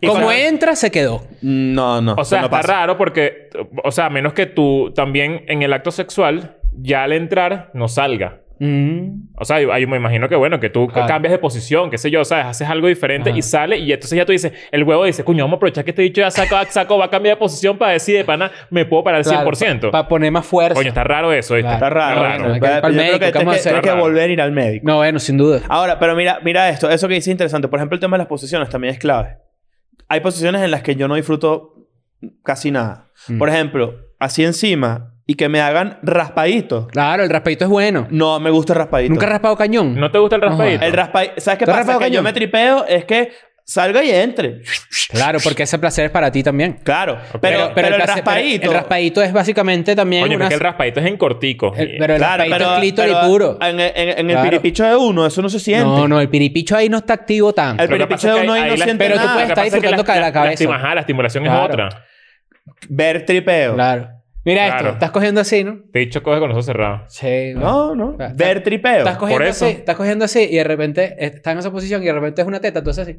Speaker 1: Y
Speaker 3: Como
Speaker 1: para-
Speaker 3: entra, se quedó.
Speaker 2: No, no.
Speaker 1: O sea,
Speaker 2: eso no
Speaker 1: está
Speaker 2: pasa.
Speaker 1: raro porque, o sea, a menos que tú también en el acto sexual, ya al entrar, no salga.
Speaker 3: Mm.
Speaker 1: O sea, yo, yo me imagino que bueno, que tú
Speaker 3: Claro.
Speaker 1: cambias de posición, qué sé yo, sabes, haces algo diferente
Speaker 3: Ajá.
Speaker 1: y sale y entonces ya tú dices, el huevo dice, coño, vamos a aprovechar que este dicho ya saco, saco, va a cambiar de posición para decir de pana, me puedo parar al 100%.
Speaker 3: Para poner más fuerza.
Speaker 1: Coño, está raro eso, ¿viste?
Speaker 3: Claro.
Speaker 2: Está raro.
Speaker 1: Está raro.
Speaker 2: Pero
Speaker 3: Hay que ir
Speaker 2: yo
Speaker 3: al
Speaker 2: creo
Speaker 3: médico,
Speaker 2: que
Speaker 3: ¿qué vamos a hacer?
Speaker 2: tienes que, tienes que
Speaker 1: Está raro.
Speaker 2: volver a ir al médico.
Speaker 3: No, bueno, sin duda.
Speaker 2: Ahora, pero mira, mira esto. Eso que dices es interesante. Por ejemplo, el tema de las posiciones también es clave. Hay posiciones en las que yo no disfruto casi nada.
Speaker 3: Mm.
Speaker 2: Por ejemplo, así encima y que me hagan raspadito.
Speaker 3: Claro, el raspadito es bueno.
Speaker 2: No, me gusta el raspadito.
Speaker 3: ¿Nunca has raspado cañón?
Speaker 1: ¿No te gusta el
Speaker 3: Ajá.
Speaker 1: raspadito?
Speaker 2: El raspadito. ¿Sabes qué
Speaker 3: ¿Tú has
Speaker 2: pasa?
Speaker 3: raspado
Speaker 2: Que yo
Speaker 3: cañón?
Speaker 2: me tripeo es que salga y entre.
Speaker 3: Claro, porque ese placer es para ti también.
Speaker 2: Claro. Pero, pero, el,
Speaker 3: placer- pero
Speaker 2: raspadito.
Speaker 3: el raspadito es básicamente también.
Speaker 1: Coño, pero
Speaker 3: una-
Speaker 1: es que el raspadito es en cortico.
Speaker 3: el- pero el
Speaker 2: Claro,
Speaker 3: raspadito
Speaker 2: pero,
Speaker 3: es clítoris
Speaker 2: pero
Speaker 3: puro.
Speaker 2: En, en- en el
Speaker 3: Claro.
Speaker 2: piripicho de uno, eso no se siente.
Speaker 3: No, no, el piripicho ahí no está activo tanto.
Speaker 2: El
Speaker 1: Lo que
Speaker 2: piripicho
Speaker 1: pasa es
Speaker 2: de
Speaker 1: que
Speaker 2: uno
Speaker 1: ahí-
Speaker 2: ahí no
Speaker 1: ahí la-
Speaker 2: siente
Speaker 3: Pero tú
Speaker 2: nada.
Speaker 1: Lo
Speaker 3: puedes
Speaker 1: que
Speaker 3: estar
Speaker 1: pasa es que
Speaker 3: disfrutando
Speaker 1: la,
Speaker 3: la cabeza.
Speaker 1: lastima- ajá, la estimulación
Speaker 3: Claro.
Speaker 1: es otra.
Speaker 2: Ver tripeo.
Speaker 3: Claro. Mira esto,
Speaker 1: Claro.
Speaker 3: estás cogiendo así, ¿no?
Speaker 1: Te he dicho coge con los ojos cerrados.
Speaker 3: Sí.
Speaker 2: No, no.
Speaker 3: Claro.
Speaker 2: Ver tripeo.
Speaker 3: Estás cogiendo
Speaker 1: Por eso.
Speaker 3: así, estás cogiendo así y de repente está en esa posición y de repente es una teta, tú haces así.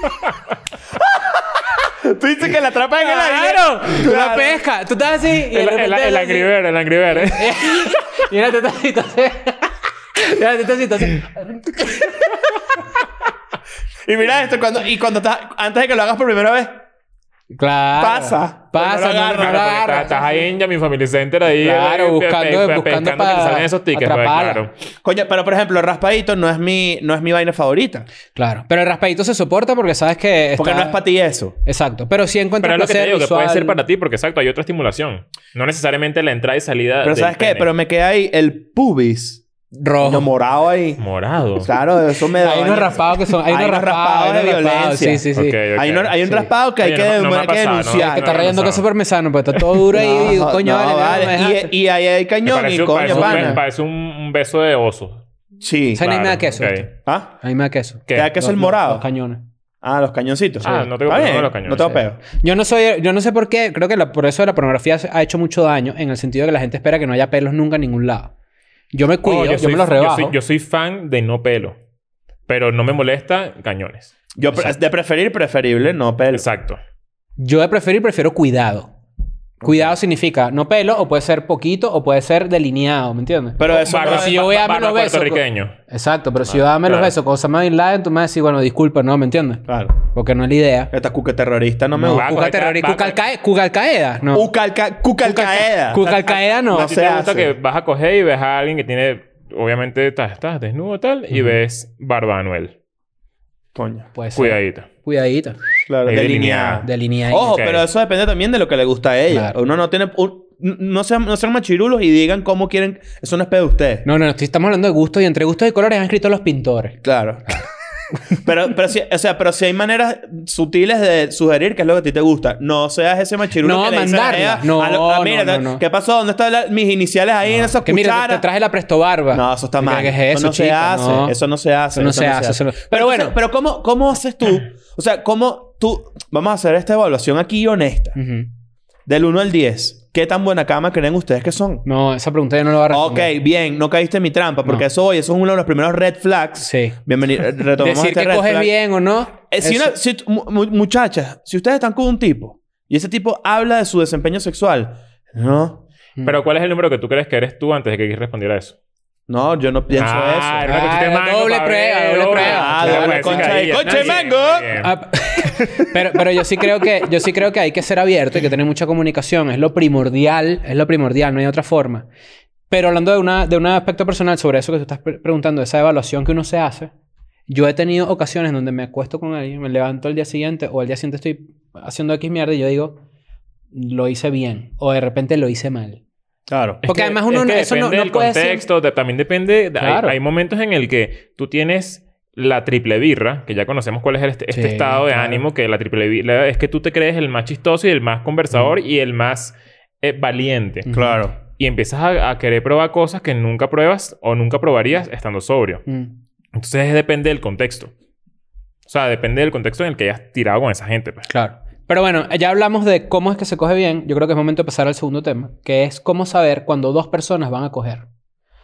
Speaker 2: Tú dices que la atrapas en
Speaker 3: ¡Claro! Tú la
Speaker 2: Claro.
Speaker 3: pesca, tú estás así y de
Speaker 1: El, el,
Speaker 3: repente
Speaker 1: el
Speaker 3: haces así.
Speaker 1: Angry Bird, el Angry Bird, ¿eh?
Speaker 3: Y una teta así, entonces. Y una teta así, entonces.
Speaker 2: Y mira esto, cuando, y cuando estás, antes de que lo hagas por primera vez,
Speaker 3: Claro.
Speaker 2: Pasa.
Speaker 3: Pasa,
Speaker 2: Pero no
Speaker 3: no,
Speaker 2: lo
Speaker 3: no, no,
Speaker 2: agarra,
Speaker 1: Claro,
Speaker 3: lo
Speaker 1: porque
Speaker 3: agarra.
Speaker 1: estás, estás ahí en mi Family Center ahí.
Speaker 3: Claro,
Speaker 1: eh,
Speaker 3: buscando- buscando
Speaker 1: pescando que
Speaker 3: para
Speaker 1: te salgan esos tickets. pues,
Speaker 3: atraparla.
Speaker 1: claro.
Speaker 2: coño, pero por ejemplo, el raspadito no es mi, no es mi vaina favorita.
Speaker 3: Claro. Pero el raspadito se soporta porque sabes que.
Speaker 2: Porque
Speaker 3: está-
Speaker 2: no es para ti eso.
Speaker 3: Exacto. Pero sí encuentras
Speaker 1: Pero es lo que te
Speaker 3: placer
Speaker 1: digo, que puede
Speaker 3: visual.
Speaker 1: ser para ti, porque exacto, hay otra estimulación. No necesariamente la entrada y salida.
Speaker 2: Pero
Speaker 1: del
Speaker 2: ¿sabes qué?
Speaker 1: pene.
Speaker 2: Pero me queda ahí el pubis.
Speaker 3: Rojo.
Speaker 2: Lo morado ahí.
Speaker 1: Morado.
Speaker 2: Claro, eso me da.
Speaker 3: Hay unos
Speaker 2: vaina.
Speaker 3: raspados que son. Hay unos raspados
Speaker 2: de
Speaker 3: hay unos raspados. Sí,
Speaker 2: violencia.
Speaker 3: sí, sí.
Speaker 1: Ok, ok.
Speaker 2: Hay, uno- hay un
Speaker 3: Sí.
Speaker 2: raspado que hay
Speaker 1: Oye,
Speaker 2: que,
Speaker 1: no- no me ha
Speaker 2: hay que
Speaker 1: pasado, ¿no?
Speaker 2: denunciar.
Speaker 1: Hay
Speaker 3: Que está
Speaker 1: No,
Speaker 3: rayando
Speaker 1: no, no.
Speaker 3: queso parmesano, pues está todo duro ahí. y digo,
Speaker 2: No,
Speaker 3: coño,
Speaker 2: no,
Speaker 3: vale, no,
Speaker 2: vale.
Speaker 3: me dejaste.
Speaker 2: Y, y ahí hay
Speaker 1: Me
Speaker 2: cañón
Speaker 1: parece,
Speaker 2: y
Speaker 1: parece
Speaker 2: coño,
Speaker 1: un, me
Speaker 2: pana.
Speaker 1: parece un- un beso de oso.
Speaker 2: Sí.
Speaker 3: O sea, ni me da
Speaker 1: Claro,
Speaker 3: queso.
Speaker 1: ok.
Speaker 3: ¿viste?
Speaker 2: ¿Ah?
Speaker 3: A mí me da queso.
Speaker 1: ¿Qué?
Speaker 2: ¿Queda queso
Speaker 3: Los-
Speaker 2: el
Speaker 3: los-
Speaker 2: morado?
Speaker 3: Los cañones.
Speaker 2: Ah, los cañoncitos.
Speaker 1: Ah,
Speaker 2: Sí.
Speaker 1: no tengo
Speaker 2: Está
Speaker 1: problema
Speaker 2: bien,
Speaker 1: con los cañones.
Speaker 2: No tengo peo.
Speaker 3: Yo no soy, yo no sé por qué, creo que la- por eso la pornografía ha hecho mucho daño en el sentido de que la gente espera que no haya pelos nunca en ningún lado. Yo me cuido,
Speaker 1: Oh,
Speaker 3: yo,
Speaker 1: soy-
Speaker 3: me los
Speaker 1: yo
Speaker 3: rebajo.
Speaker 1: soy- yo soy fan de no pelo. Pero no me molesta cañones.
Speaker 2: Yo, pre- de preferir, preferible, no pelo.
Speaker 1: Exacto.
Speaker 3: Yo de preferir prefiero cuidado. Cuidado significa no pelo, o puede ser poquito, o puede ser delineado, ¿me entiendes?
Speaker 2: Pero eso
Speaker 1: Barba-
Speaker 2: no
Speaker 3: Pero
Speaker 2: es-
Speaker 3: si yo voy a
Speaker 1: ba-
Speaker 3: darme
Speaker 1: barba
Speaker 3: los besos,
Speaker 1: puertorriqueño.
Speaker 3: Exacto, pero
Speaker 2: Ah,
Speaker 3: si yo dame los
Speaker 1: claro.
Speaker 3: besos con Osama Bin Laden, tú me vas a decir, bueno, disculpa, no, ¿me entiendes?
Speaker 2: Claro.
Speaker 3: Porque no es la idea.
Speaker 2: Esta cuca terrorista no me
Speaker 3: No,
Speaker 2: gusta.
Speaker 1: va,
Speaker 3: Cuca
Speaker 1: va,
Speaker 3: terrorista.
Speaker 1: va,
Speaker 3: Cuca
Speaker 1: va.
Speaker 3: Alcae- Cuca Alcaeda, no.
Speaker 2: Ucalca- Cucalcaeda.
Speaker 3: Cuca Alcaeda, no.
Speaker 2: No
Speaker 1: Si
Speaker 2: se
Speaker 1: te gusta
Speaker 2: hace.
Speaker 1: que vas a coger y ves a alguien que tiene, obviamente, estás, estás desnudo tal, y ves Barba de Anuel.
Speaker 2: Coño.
Speaker 3: Puede ser.
Speaker 1: Cuidadito.
Speaker 3: Cuidadito.
Speaker 2: Claro,
Speaker 1: Ahí
Speaker 2: delineada.
Speaker 1: delineada.
Speaker 3: Delineado.
Speaker 2: Ojo,
Speaker 1: Ok.
Speaker 2: pero eso depende también de lo que le gusta a ella.
Speaker 3: Claro.
Speaker 2: Uno no tiene... un- no, sean, no sean machirulos y digan cómo quieren... Eso no es pedo de ustedes.
Speaker 3: No, no, no, estoy- estamos hablando de gustos y entre gustos y colores han escrito los pintores.
Speaker 2: Claro.
Speaker 3: Ah.
Speaker 2: pero, pero, si, o sea, pero si hay maneras sutiles de sugerir qué es lo que a ti te gusta. No seas ese machirulo
Speaker 3: No,
Speaker 2: que le dice
Speaker 3: mandarla.
Speaker 2: a ella...
Speaker 3: No,
Speaker 2: a lo- ah, mira,
Speaker 3: no, no, no.
Speaker 2: ¿Qué pasó? ¿Dónde están la- mis iniciales ahí en esas
Speaker 3: Que mira, te,
Speaker 2: cucharas?
Speaker 3: te traje la presto barba.
Speaker 2: No, eso está
Speaker 3: ¿Qué
Speaker 2: mal.
Speaker 3: crees que es
Speaker 2: eso,
Speaker 3: eso,
Speaker 2: no se
Speaker 3: chica?
Speaker 2: hace.
Speaker 3: No.
Speaker 2: Eso no se hace.
Speaker 3: Eso no se hace, eso no-
Speaker 2: Pero,
Speaker 3: Pero
Speaker 2: bueno.
Speaker 3: bueno.
Speaker 2: pero ¿cómo, ¿cómo haces tú? O sea, ¿cómo tú... Vamos a hacer esta evaluación aquí honesta.
Speaker 3: Ujú.
Speaker 2: Del 1 al 10. ¿Qué tan buena cama creen ustedes que son?
Speaker 3: No, esa pregunta yo no la voy a
Speaker 2: Ok,
Speaker 3: responder.
Speaker 2: bien. No caíste en mi trampa. Porque
Speaker 3: No.
Speaker 2: eso hoy... Eso es uno de los primeros red flags.
Speaker 3: Sí.
Speaker 2: Bienvenido. eh, Retomamos
Speaker 3: Decir
Speaker 2: este
Speaker 3: que
Speaker 2: red
Speaker 3: coges
Speaker 2: flag.
Speaker 3: bien o no.
Speaker 2: Eh, si
Speaker 3: eso-
Speaker 2: una- si- mu- mu- muchachas, si ustedes están con un tipo Y ese tipo habla de su desempeño sexual. No,
Speaker 3: Mm.
Speaker 1: Pero ¿cuál es el número que tú crees que eres tú antes de que X respondiera eso?
Speaker 2: no, yo no pienso
Speaker 1: ah, era una
Speaker 2: eso.
Speaker 3: Ah,
Speaker 1: conchita de
Speaker 3: era
Speaker 1: mango,
Speaker 3: doble
Speaker 1: Pablo.
Speaker 3: prueba, doble prueba.
Speaker 2: Ah,
Speaker 1: Era
Speaker 2: doble
Speaker 1: una
Speaker 2: concha
Speaker 1: cicaína.
Speaker 2: de- ¡Concha de
Speaker 1: Nadie-
Speaker 2: mango!
Speaker 1: Bien.
Speaker 3: Ah, pero, pero yo sí creo que yo sí creo que hay que ser abierto y que tener mucha comunicación. Es lo primordial, es lo primordial, no hay otra forma. Pero hablando de, una, de un aspecto personal sobre eso que tú estás pre- preguntando, esa evaluación que uno se hace, yo he tenido ocasiones donde me acuesto con alguien, me levanto al día siguiente o al día siguiente estoy haciendo X mierda y yo digo, lo hice bien o de repente lo hice mal.
Speaker 2: Claro.
Speaker 1: Es
Speaker 3: Porque
Speaker 1: que-
Speaker 3: además uno
Speaker 1: es que
Speaker 3: no- eso no-
Speaker 1: depende
Speaker 3: no
Speaker 1: del
Speaker 3: puede ser-
Speaker 1: contexto, de- también depende. de- hay-
Speaker 3: Claro.
Speaker 1: Hay, momentos en el que tú tienes la triple birra, que ya conocemos cuál es el este, este
Speaker 3: Sí,
Speaker 1: estado de
Speaker 3: claro.
Speaker 1: ánimo, que la triple birra es que tú te crees el más chistoso y el más conversador y el más eh, valiente.
Speaker 3: Mm. Ujú.
Speaker 2: Claro.
Speaker 1: Y empiezas a, a querer probar cosas que nunca pruebas o nunca probarías estando sobrio.
Speaker 3: Mm.
Speaker 1: Entonces depende del contexto. O sea, depende del contexto en el que hayas tirado con esa gente. pues.
Speaker 3: Claro. Pero bueno, ya hablamos de cómo es que se coge bien. Yo creo que es momento de pasar al segundo tema, que es cómo saber cuando dos personas van a coger.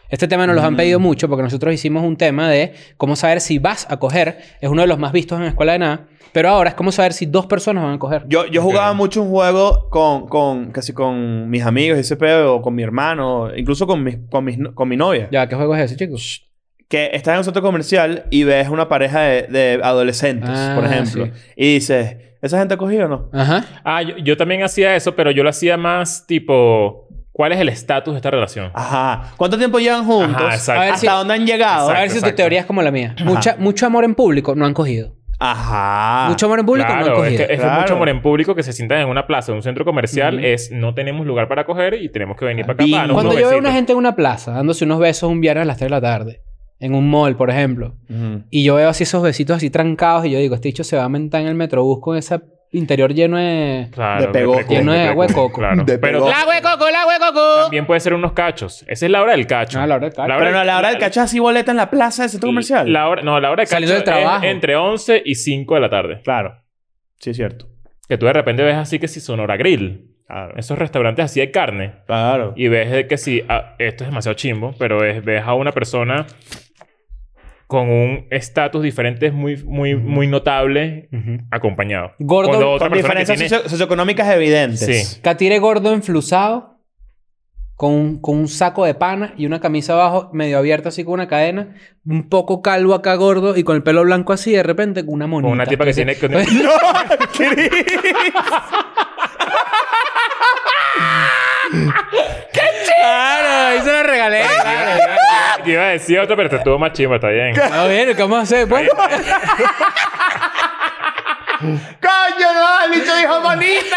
Speaker 3: Este tema nos lo han
Speaker 2: Mm.
Speaker 3: pedido mucho porque nosotros hicimos un tema de cómo saber si vas a coger. Es uno de los más vistos en la escuela de nada. Pero ahora es cómo saber si dos personas van a coger.
Speaker 2: Yo, yo
Speaker 1: Ok.
Speaker 2: jugaba mucho un juego con, con casi con mis amigos, ese pedo, o con mi hermano, incluso con, mis, con, mis no- con mi novia.
Speaker 3: Ya, ¿qué juego es ese, chicos?
Speaker 2: Que estás en un centro comercial y ves una pareja de, de adolescentes,
Speaker 3: Ah,
Speaker 2: por ejemplo.
Speaker 3: sí.
Speaker 2: Y dices, ¿esa gente ha cogido o no?
Speaker 3: Ajá.
Speaker 1: Ah, yo, yo también hacía eso, pero yo lo hacía más tipo... ¿Cuál es el estatus de esta relación?
Speaker 2: Ajá. ¿Cuánto tiempo llevan juntos?
Speaker 1: Ajá, exacto.
Speaker 3: A ver
Speaker 2: ¿Hasta
Speaker 3: si-
Speaker 2: dónde han llegado?
Speaker 3: a ver si tu
Speaker 1: exacto.
Speaker 3: teoría es como la mía. Mucha, mucho amor en público no han cogido.
Speaker 2: Ajá.
Speaker 3: mucho amor en público no han
Speaker 1: Claro, es
Speaker 3: cogido.
Speaker 1: que, es que
Speaker 2: Claro.
Speaker 1: mucho amor en público que se sientan en una plaza, en un centro comercial,
Speaker 3: Ujú.
Speaker 1: es no tenemos lugar para coger y tenemos que venir para acá.
Speaker 2: Bingo.
Speaker 1: para darnos
Speaker 3: Cuando
Speaker 1: unos
Speaker 3: yo veo a una
Speaker 1: besitos.
Speaker 3: gente en una plaza dándose unos besos un viernes a las 3 de la tarde, en un mall, por ejemplo,
Speaker 2: Ujú.
Speaker 3: Y yo veo así esos besitos así trancados y yo digo, este bicho se va a mentar en el metrobús con ese interior lleno de...
Speaker 1: Claro,
Speaker 2: De pegó.
Speaker 1: precoco,
Speaker 3: Lleno de
Speaker 1: precoco,
Speaker 3: agua de coco.
Speaker 1: Claro.
Speaker 2: De
Speaker 1: Pero
Speaker 2: pegó.
Speaker 3: ¡La huecoco, la huecoco!
Speaker 1: también puede ser unos cachos. Esa es la hora del cacho.
Speaker 3: Ah, la hora del cacho.
Speaker 2: Pero no, a la hora del cacho así boleta en la plaza del centro comercial.
Speaker 1: La hora, no, la hora del cacho
Speaker 3: Saliendo del trabajo.
Speaker 1: es entre 11 y 5 de la tarde.
Speaker 2: Claro. Sí, es cierto.
Speaker 1: Que tú de repente ves así que si Sonora Grill.
Speaker 2: Claro.
Speaker 1: Esos restaurantes así de carne.
Speaker 2: Claro.
Speaker 1: Y ves de que sí, ah, esto es demasiado chimbo, pero es, ves a una persona con un estatus diferente es muy, muy, muy notable acompañado.
Speaker 3: Gordo,
Speaker 1: Cuando otra
Speaker 2: Con
Speaker 1: persona que
Speaker 2: diferencias
Speaker 1: tiene-
Speaker 2: socio- socioeconómicas evidentes.
Speaker 1: Sí.
Speaker 3: Catire gordo enflusado, con un, con un saco de pana y una camisa abajo medio abierta así con una cadena, un poco calvo acá gordo y con el pelo blanco así de repente con una monita.
Speaker 1: Con una tipa que tiene... que-
Speaker 2: ¡No! ¡Chris!
Speaker 3: ¡Claro! Ahí se lo regalé.
Speaker 1: Yo iba a decir otra, pero te estuvo más chimbo, está bien.
Speaker 3: A ver, ¿qué vamos a hacer? Pues?
Speaker 2: ¡Coño, no! ¡El bicho dijo bonita!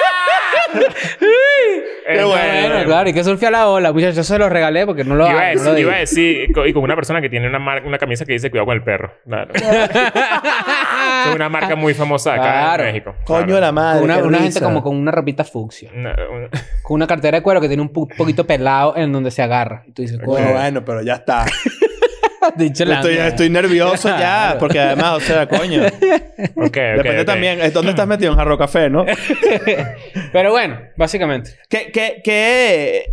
Speaker 1: Eh,
Speaker 2: bueno,
Speaker 3: Bueno, claro, y que surfía la ola. Muchachos, yo se los regalé porque no lo
Speaker 1: Yo iba a
Speaker 3: hago,
Speaker 1: decir,
Speaker 3: no lo
Speaker 1: yo
Speaker 3: digo.
Speaker 1: iba a decir, co- y con una persona que tiene una, mar- una camisa que dice cuidado con el perro. Claro. es una marca muy famosa acá
Speaker 3: Claro.
Speaker 1: en México.
Speaker 2: ¡Coño,
Speaker 1: Claro.
Speaker 2: la madre!
Speaker 3: Una,
Speaker 2: qué
Speaker 3: una
Speaker 2: risa.
Speaker 3: gente como con una ropita fucsia.
Speaker 1: Una- una-
Speaker 3: Con una cartera de cuero que tiene un po- poquito pelado en donde se agarra. Y tú dices,
Speaker 2: Bueno,
Speaker 3: coño,
Speaker 2: bueno, pero ya está.
Speaker 3: dicho la
Speaker 2: Estoy,
Speaker 3: mierda.
Speaker 2: estoy nervioso ya,
Speaker 3: Claro.
Speaker 2: porque además, o sea, coño.
Speaker 1: Ok, ok,
Speaker 2: Depende
Speaker 1: ok.
Speaker 2: también, eh, ¿dónde estás metido en Jarro Café, no?
Speaker 3: Pero bueno, básicamente.
Speaker 2: ¿Qué, qué, qué,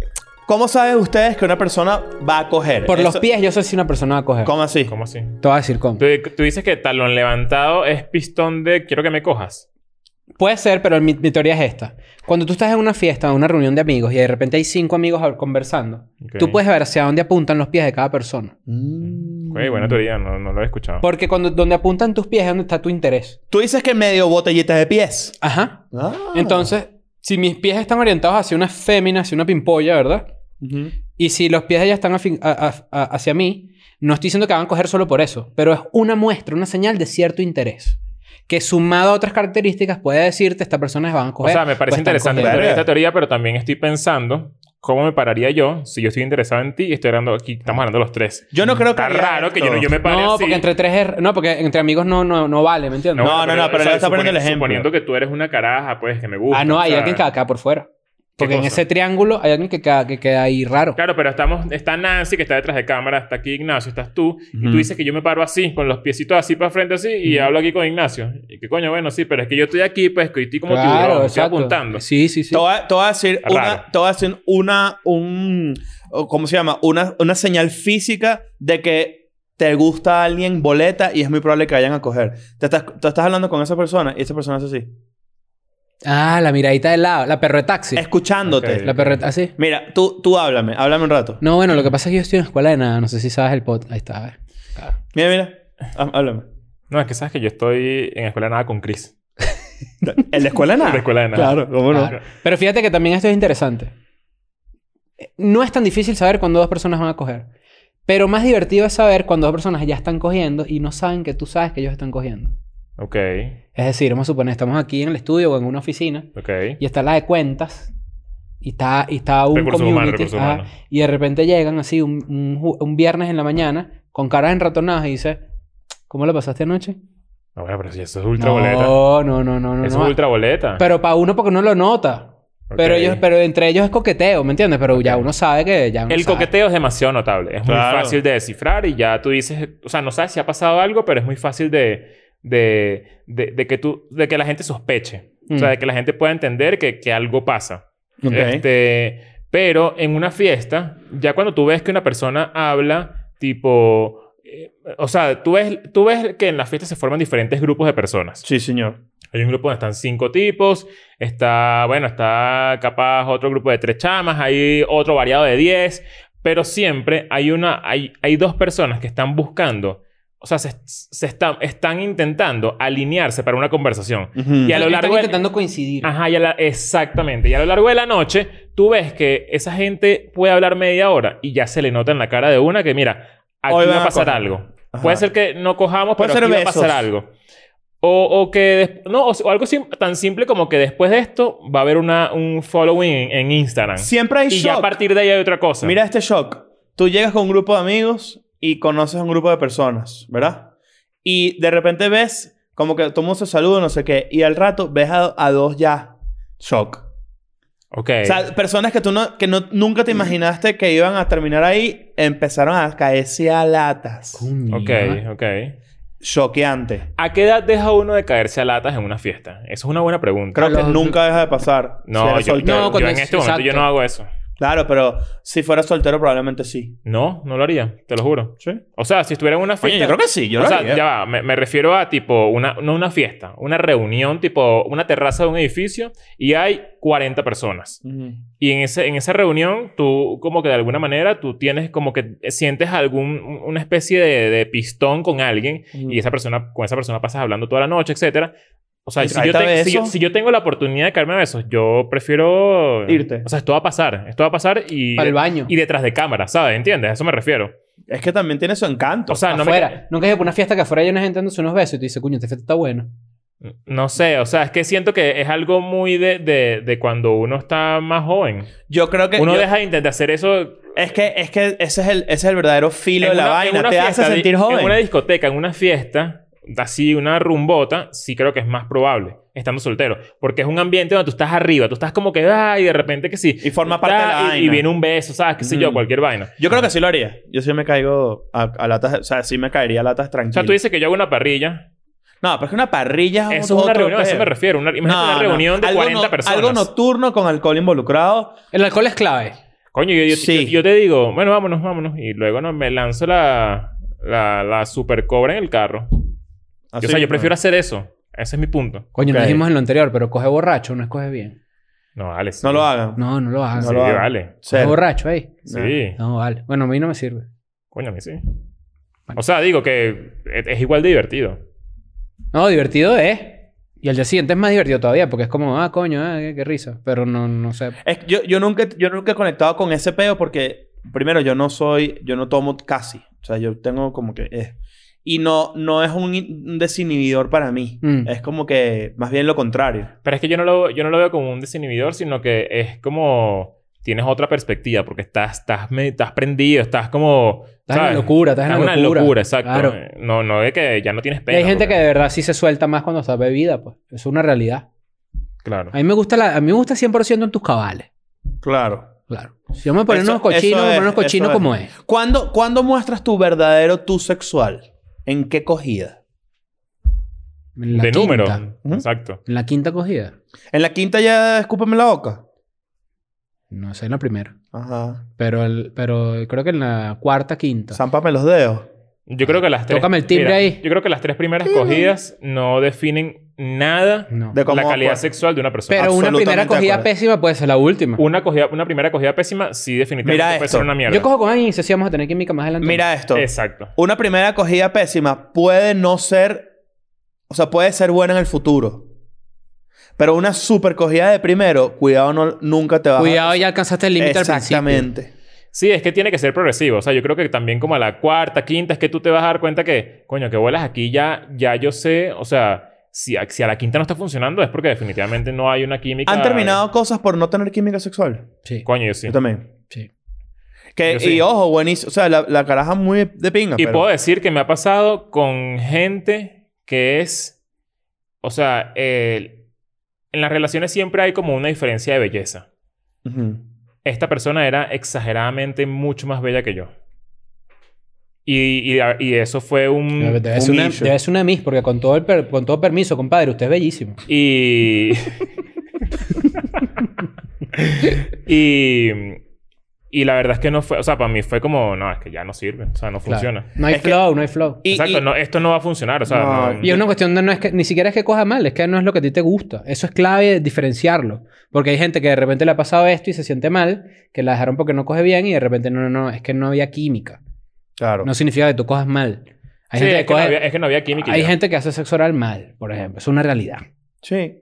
Speaker 2: ¿Cómo saben ustedes que una persona va a coger?
Speaker 3: Por los
Speaker 2: Eso-
Speaker 3: pies yo soy sí una persona a coger.
Speaker 2: ¿Cómo así?
Speaker 1: ¿Cómo así?
Speaker 3: Te voy a decir cómo.
Speaker 1: Tú, tú dices que talón levantado es pistón de quiero que me cojas.
Speaker 3: Puede ser, pero mi, mi teoría es esta. Cuando tú estás en una fiesta o una reunión de amigos y de repente hay cinco amigos hab- conversando,
Speaker 1: Ok.
Speaker 3: tú puedes ver hacia dónde apuntan los pies de cada persona.
Speaker 2: Mm.
Speaker 1: Ok, buena teoría, no, no lo he escuchado.
Speaker 3: Porque cuando, donde apuntan tus pies es donde está tu interés.
Speaker 2: Tú dices que medio botellitas de pies.
Speaker 3: Ajá.
Speaker 2: Ah.
Speaker 3: Entonces, si mis pies están orientados hacia una fémina, hacia una pimpolla, ¿verdad?
Speaker 2: Ujú.
Speaker 3: Y si los pies de ella están afin- a- a- a- hacia mí, no estoy diciendo que van a coger solo por eso, pero es una muestra, una señal de cierto interés. Que sumado a otras características puede decirte, esta persona van a
Speaker 1: o
Speaker 3: coger. pues,
Speaker 1: sea, me parece
Speaker 3: o están
Speaker 1: interesante
Speaker 3: cogiendo.
Speaker 1: esta-
Speaker 2: Verga.
Speaker 1: esta teoría, pero también estoy pensando cómo me pararía yo si yo estoy interesado en ti y estoy hablando aquí. Estamos hablando los tres.
Speaker 2: Yo no creo que.
Speaker 1: Está
Speaker 2: haría
Speaker 1: raro que yo,
Speaker 2: esto.
Speaker 1: no- yo me pare
Speaker 3: No,
Speaker 1: así.
Speaker 3: porque entre tres es- No, porque entre amigos no, no, no vale, ¿me entiendes?
Speaker 2: No, no, no, pero
Speaker 1: o sea,
Speaker 2: le está poniendo el
Speaker 1: suponi-
Speaker 2: ejemplo.
Speaker 1: Suponiendo que tú eres una caraja, pues, que me gusta.
Speaker 3: ah, no, hay
Speaker 1: o sea,
Speaker 3: alguien que acá por fuera. Porque en
Speaker 1: cosa?
Speaker 3: ese triángulo hay alguien que queda, que queda ahí raro.
Speaker 1: Claro, pero estamos... Está Nancy, que está detrás de cámara. Está aquí Ignacio, estás tú. Y
Speaker 2: Ujú.
Speaker 1: tú dices que yo me paro así, con los piecitos así para frente así. Y hablo aquí con Ignacio. Y que coño, bueno, sí. Pero es que yo estoy aquí, pues, que estoy como
Speaker 3: Claro,
Speaker 1: tiburón. Estoy
Speaker 3: exacto.
Speaker 1: apuntando.
Speaker 3: Sí, sí, sí.
Speaker 2: Te voy a- te voy a decir
Speaker 1: Raro.
Speaker 2: una, te voy a decir una, un, o ¿cómo se llama? Una, una señal física de que te gusta a alguien boleta y es muy probable que vayan a coger. Te estás, te estás hablando con esa persona y esa persona es así.
Speaker 3: Ah, la miradita de lado. La perro de taxi.
Speaker 2: Escuchándote.
Speaker 1: Ok.
Speaker 3: La ¿ah, perro de taxi.
Speaker 2: Mira, tú, tú háblame, háblame un rato.
Speaker 3: No, bueno, lo que pasa es que yo estoy en escuela de nada. No sé si sabes el pod. Ahí está. ¿ves?
Speaker 2: Mira, mira. Ah, Háblame.
Speaker 1: No, es que sabes que yo estoy en escuela de nada con Chris.
Speaker 2: El de escuela de nada.
Speaker 1: De escuela de nada.
Speaker 2: Claro, cómo no.
Speaker 3: Claro. Pero fíjate que también esto es interesante. No es tan difícil saber cuándo dos personas van a coger. Pero más divertido es saber cuando dos personas ya están cogiendo y no saben que tú sabes que ellos están cogiendo.
Speaker 1: Ok,
Speaker 3: Es decir, vamos a suponer, estamos aquí en el estudio o en una oficina
Speaker 1: ok.
Speaker 3: y está la de cuentas y está, y está un
Speaker 1: Recursos humanos,
Speaker 3: community
Speaker 1: recursos
Speaker 3: ajá,
Speaker 1: humanos.
Speaker 3: y de repente llegan así un, un ju- un viernes en la mañana con caras enratonadas y dice ¿Cómo la pasaste anoche?
Speaker 1: No, bueno, pero si eso es ultra
Speaker 3: no,
Speaker 1: boleta.
Speaker 3: no, no, no, no.
Speaker 1: eso
Speaker 3: no.
Speaker 1: es ultra boleta.
Speaker 3: Pero para uno porque no lo nota.
Speaker 1: Ok.
Speaker 3: Pero ellos, pero entre ellos es coqueteo, ¿me entiendes? Pero ya
Speaker 1: Ok.
Speaker 3: uno sabe que ya uno
Speaker 1: El
Speaker 3: sabe.
Speaker 1: coqueteo es demasiado notable. Es
Speaker 2: Claro.
Speaker 1: muy fácil de descifrar y ya tú dices... O sea, no sabes si ha pasado algo, pero es muy fácil de... De, de, de que tú... De que la gente sospeche. O sea,
Speaker 3: Mm.
Speaker 1: de que la gente pueda entender que, que algo pasa.
Speaker 2: Ok.
Speaker 1: Este, pero en una fiesta, ya cuando tú ves que una persona habla, tipo, eh, o sea, tú ves, tú ves que en las fiestas se forman diferentes grupos de personas.
Speaker 2: Sí, señor.
Speaker 1: Hay un grupo donde están cinco tipos, está, bueno, está capaz otro grupo de tres chamas, hay otro variado de diez, pero siempre hay una, hay, hay dos personas que están buscando, o sea, se, se están, están intentando alinearse para una conversación.
Speaker 2: Ujú.
Speaker 1: Y a lo
Speaker 3: Están
Speaker 1: largo de-
Speaker 3: intentando coincidir.
Speaker 1: Ajá, y a la- exactamente. Y a lo largo de la noche, tú ves que esa gente puede hablar media hora y ya se le nota en la cara de una que, mira, aquí
Speaker 2: Hoy van
Speaker 1: va a
Speaker 2: a
Speaker 1: pasar
Speaker 2: coger.
Speaker 1: algo.
Speaker 2: Ajá.
Speaker 1: Puede ser que no cojamos,
Speaker 2: Puede
Speaker 1: pero
Speaker 2: ser
Speaker 1: aquí va a
Speaker 2: besos.
Speaker 1: pasar algo. O, o que... des- No, o, o algo sim- tan simple como que después de esto va a haber una, un following en, en Instagram.
Speaker 2: Siempre hay
Speaker 1: y ya a
Speaker 2: shock.
Speaker 1: partir de ahí hay otra cosa.
Speaker 2: Mira este shock. Tú llegas con un grupo de amigos y conoces a un grupo de personas, ¿verdad? Y de repente ves como que todo el mundo se saluda, no sé qué. Y al rato ves a, a dos ya. Shock.
Speaker 1: Ok.
Speaker 2: O sea, personas que tú no, que no, nunca te
Speaker 1: Mm.
Speaker 2: imaginaste que iban a terminar ahí, empezaron a caerse a latas.
Speaker 3: Coño.
Speaker 1: ok, ok.
Speaker 2: Choqueante.
Speaker 1: ¿A qué edad deja uno de caerse a latas en una fiesta? Eso es una buena pregunta.
Speaker 2: Creo que
Speaker 3: Los-
Speaker 2: nunca deja de pasar. si
Speaker 1: no,
Speaker 2: eres
Speaker 1: yo,
Speaker 2: soltero.
Speaker 1: yo-
Speaker 3: No, cuando
Speaker 1: yo en
Speaker 3: es-
Speaker 1: este momento yo
Speaker 3: exacto.
Speaker 1: no hago eso.
Speaker 2: Claro, pero si fuera soltero probablemente sí.
Speaker 1: No, no lo haría, te lo juro.
Speaker 2: ¿Sí?
Speaker 1: O sea, si estuviera en una fiesta.
Speaker 2: Oye, yo creo que sí. Yo
Speaker 1: o
Speaker 2: lo
Speaker 1: sea,
Speaker 2: haría.
Speaker 1: ya va, me, me refiero a tipo, una, no una fiesta, una reunión, tipo, una terraza de un edificio y hay 40 personas.
Speaker 2: Ujú.
Speaker 3: Mm.
Speaker 1: Y en, ese, en esa reunión, tú, como que de alguna manera, tú tienes como que eh, sientes algún, un- una especie de, de pistón con alguien
Speaker 2: Ujú.
Speaker 1: y esa persona, con esa persona pasas hablando toda la noche, etcétera. O sea,
Speaker 2: Ahí
Speaker 1: si
Speaker 2: está
Speaker 1: yo, te- si, yo,
Speaker 2: beso.
Speaker 1: si yo tengo la oportunidad de caerme a besos, yo prefiero.
Speaker 2: Irte.
Speaker 1: O sea, esto va a pasar. Esto va a pasar y.
Speaker 3: Para el baño.
Speaker 1: y detrás de cámara, ¿sabes? ¿Entiendes? A eso me refiero.
Speaker 2: Es que también tiene su encanto.
Speaker 1: O sea, Ah, no me
Speaker 3: afuera. Nunca es por una fiesta que afuera hay una gente dándose unos besos y tú dices, coño, esta fiesta está buena.
Speaker 1: No sé, o sea, es que siento que es algo muy de, de, de cuando uno está más joven.
Speaker 2: yo creo que...
Speaker 1: Uno
Speaker 2: yo-
Speaker 1: deja de intentar hacer eso
Speaker 2: Es que, es que ese, es el, ese es el verdadero filo de la
Speaker 1: una-
Speaker 2: vaina.
Speaker 1: una
Speaker 2: Te
Speaker 1: fiesta,
Speaker 2: hace
Speaker 1: di-
Speaker 2: sentir
Speaker 1: En una
Speaker 2: joven.
Speaker 1: discoteca, en una fiesta, así una rumbota, sí creo que es más probable estando soltero. Porque es un ambiente donde tú estás arriba, tú estás como que, ay, de repente que sí.
Speaker 2: Y forma parte de la
Speaker 1: Ah, y- Y
Speaker 2: vaina.
Speaker 1: viene un beso, ¿sabes? Qué sé yo,
Speaker 2: Mm.
Speaker 1: cualquier vaina.
Speaker 2: Yo creo que sí lo haría. Yo sí me caigo a, a latas... O sea, sí me caería a latas
Speaker 1: O
Speaker 2: tranquilas.
Speaker 1: sea, tú dices que yo hago una parrilla.
Speaker 2: No, pero es que una parrilla...
Speaker 1: Eso es
Speaker 2: otro
Speaker 1: una reunión, a eso
Speaker 2: peo.
Speaker 1: me refiero. Una, imagínate
Speaker 2: No,
Speaker 1: una
Speaker 2: no.
Speaker 1: reunión de
Speaker 2: Algo
Speaker 1: 40
Speaker 2: no-
Speaker 1: personas.
Speaker 2: Algo nocturno con alcohol involucrado.
Speaker 3: El alcohol es clave.
Speaker 1: Coño, yo, yo-
Speaker 2: Sí.
Speaker 1: yo- yo te digo, bueno, vámonos, vámonos. Y luego no, me lanzo la, la, la super cobra en el carro.
Speaker 2: Así,
Speaker 1: o sea, yo
Speaker 2: ¿no?
Speaker 1: prefiero hacer eso. Ese es mi punto.
Speaker 3: Coño,
Speaker 2: Ok.
Speaker 3: no dijimos en lo anterior, pero coge borracho, no escoge bien.
Speaker 1: No, vale. sí.
Speaker 2: No lo hagan.
Speaker 3: No, no lo hagas.
Speaker 1: Sí,
Speaker 2: No lo hagas.
Speaker 1: vale.
Speaker 3: coge
Speaker 2: Cero.
Speaker 3: borracho ahí.
Speaker 2: No.
Speaker 1: Sí.
Speaker 3: No, vale. Bueno, a mí no me sirve.
Speaker 1: Coño, a mí sí. O sea, digo que es, es igual de divertido.
Speaker 3: No, divertido es. Y el día siguiente es más divertido todavía, porque es como, ah, coño, ah, qué, qué risa. Pero no, no sé.
Speaker 2: Es que yo, yo, nunca, yo nunca he conectado con ese peo porque, primero, yo no soy, yo no tomo casi. O sea, yo tengo como que. eh, y no, no es un, in- un desinhibidor para mí.
Speaker 3: Mm.
Speaker 2: Es como que más bien lo contrario.
Speaker 1: Pero es que yo no lo, yo no lo veo como un desinhibidor, sino que es como... Tienes otra perspectiva porque estás, estás, me- estás prendido, estás como...
Speaker 3: Estás en la
Speaker 1: ¿sabes?
Speaker 3: locura, estás en
Speaker 1: Estás
Speaker 3: la
Speaker 1: una
Speaker 3: locura.
Speaker 1: locura, exacto.
Speaker 3: Claro.
Speaker 1: No, no de que ya no tienes
Speaker 3: Y
Speaker 1: pena.
Speaker 3: hay gente que
Speaker 1: porque-
Speaker 3: de verdad sí se suelta más cuando está bebida, pues. Es una realidad.
Speaker 1: Claro.
Speaker 3: A mí me gusta, la, a mí me gusta 100% en tus cabales.
Speaker 2: Claro.
Speaker 3: Claro. Si yo me pongo
Speaker 2: Eso-
Speaker 3: unos cochinos,
Speaker 2: eso
Speaker 3: me
Speaker 2: es,
Speaker 3: pongo unos cochinos
Speaker 2: eso es.
Speaker 3: como es.
Speaker 2: ¿Cuándo, ¿Cuándo muestras tu verdadero tú sexual? ¿En qué cogida?
Speaker 3: En la
Speaker 1: de
Speaker 3: quinta.
Speaker 1: número.
Speaker 2: Ujú.
Speaker 1: Exacto.
Speaker 3: En la quinta cogida.
Speaker 2: ¿En la quinta ya escúpeme la boca?
Speaker 3: No sé, en la primera.
Speaker 2: Ajá.
Speaker 3: Pero, el, pero creo que en la cuarta, quinta.
Speaker 2: Zámpame los dedos.
Speaker 1: Yo creo que las tres.
Speaker 3: Tócame el timbre ahí.
Speaker 1: Yo creo que las tres primeras cogidas no definen nada
Speaker 3: No.
Speaker 2: De cómo-
Speaker 1: la calidad sexual de una persona.
Speaker 3: Pero una
Speaker 2: absolutamente
Speaker 3: primera
Speaker 2: de
Speaker 3: cogida
Speaker 2: acuerdo.
Speaker 3: pésima puede ser la última.
Speaker 1: una, cogida, una primera cogida pésima sí definitivamente
Speaker 2: Mira
Speaker 1: puede
Speaker 2: esto.
Speaker 1: ser una mierda.
Speaker 3: Yo cojo con alguien y sé si vamos a tener química más adelante.
Speaker 2: Mira esto.
Speaker 1: Exacto.
Speaker 2: Una primera cogida pésima puede no ser. O sea, puede ser buena en el futuro. Pero una super cogida de primero, cuidado, no, nunca te va
Speaker 3: Cuidado, ya alcanzaste el límite al principio.
Speaker 2: Exactamente.
Speaker 1: Sí, es que tiene que ser progresivo. O sea, yo creo que también como a la cuarta, quinta, es que tú te vas a dar cuenta que, coño, que vuelas aquí ya, ya yo sé. O sea, si a, si a la quinta no está funcionando es porque definitivamente no hay una química.
Speaker 2: ¿Han terminado cosas por no tener química sexual?
Speaker 3: Sí.
Speaker 1: Coño, yo sí.
Speaker 2: Yo también.
Speaker 3: Sí.
Speaker 2: Que,
Speaker 1: Yo sí.
Speaker 2: Y ojo, buenísimo. O sea, la, la caraja muy de pinga.
Speaker 1: Y
Speaker 2: pero-
Speaker 1: puedo decir que me ha pasado con gente que es. O sea, el- en las relaciones siempre hay como una diferencia de belleza.
Speaker 2: Ujú.
Speaker 1: Esta persona era exageradamente mucho más bella que yo. Y, y- y eso fue
Speaker 3: Debe,
Speaker 1: un.
Speaker 3: debe ser
Speaker 2: Un
Speaker 3: una,
Speaker 2: issue.
Speaker 3: debe ser una miss, porque con todo, el per- con todo permiso, compadre, usted es bellísimo.
Speaker 1: Y. y. Y la verdad es que no fue. O sea, para mí fue como. No, es que ya no sirve. O sea, no
Speaker 3: Claro.
Speaker 1: funciona.
Speaker 3: No hay
Speaker 2: Es que-
Speaker 3: flow, no hay flow.
Speaker 2: Y-
Speaker 1: Exacto,
Speaker 2: y-
Speaker 1: no, esto no va a funcionar. O sea,
Speaker 2: No,
Speaker 1: no-
Speaker 3: Y es una cuestión de no es que ni siquiera es que coja mal, es que no es lo que a ti te gusta. Eso es clave diferenciarlo. Porque hay gente que de repente le ha pasado esto y se siente mal, que la dejaron porque no coge bien y de repente no, no, no, es que no había química.
Speaker 2: Claro.
Speaker 3: No significa que tú cojas mal. Hay
Speaker 1: Sí,
Speaker 3: gente
Speaker 1: es, que
Speaker 3: que
Speaker 1: no
Speaker 3: coge-
Speaker 1: había, es que no había química. y
Speaker 3: hay
Speaker 1: ya.
Speaker 3: gente que hace sexo oral mal, por ejemplo. Es una realidad.
Speaker 2: Sí.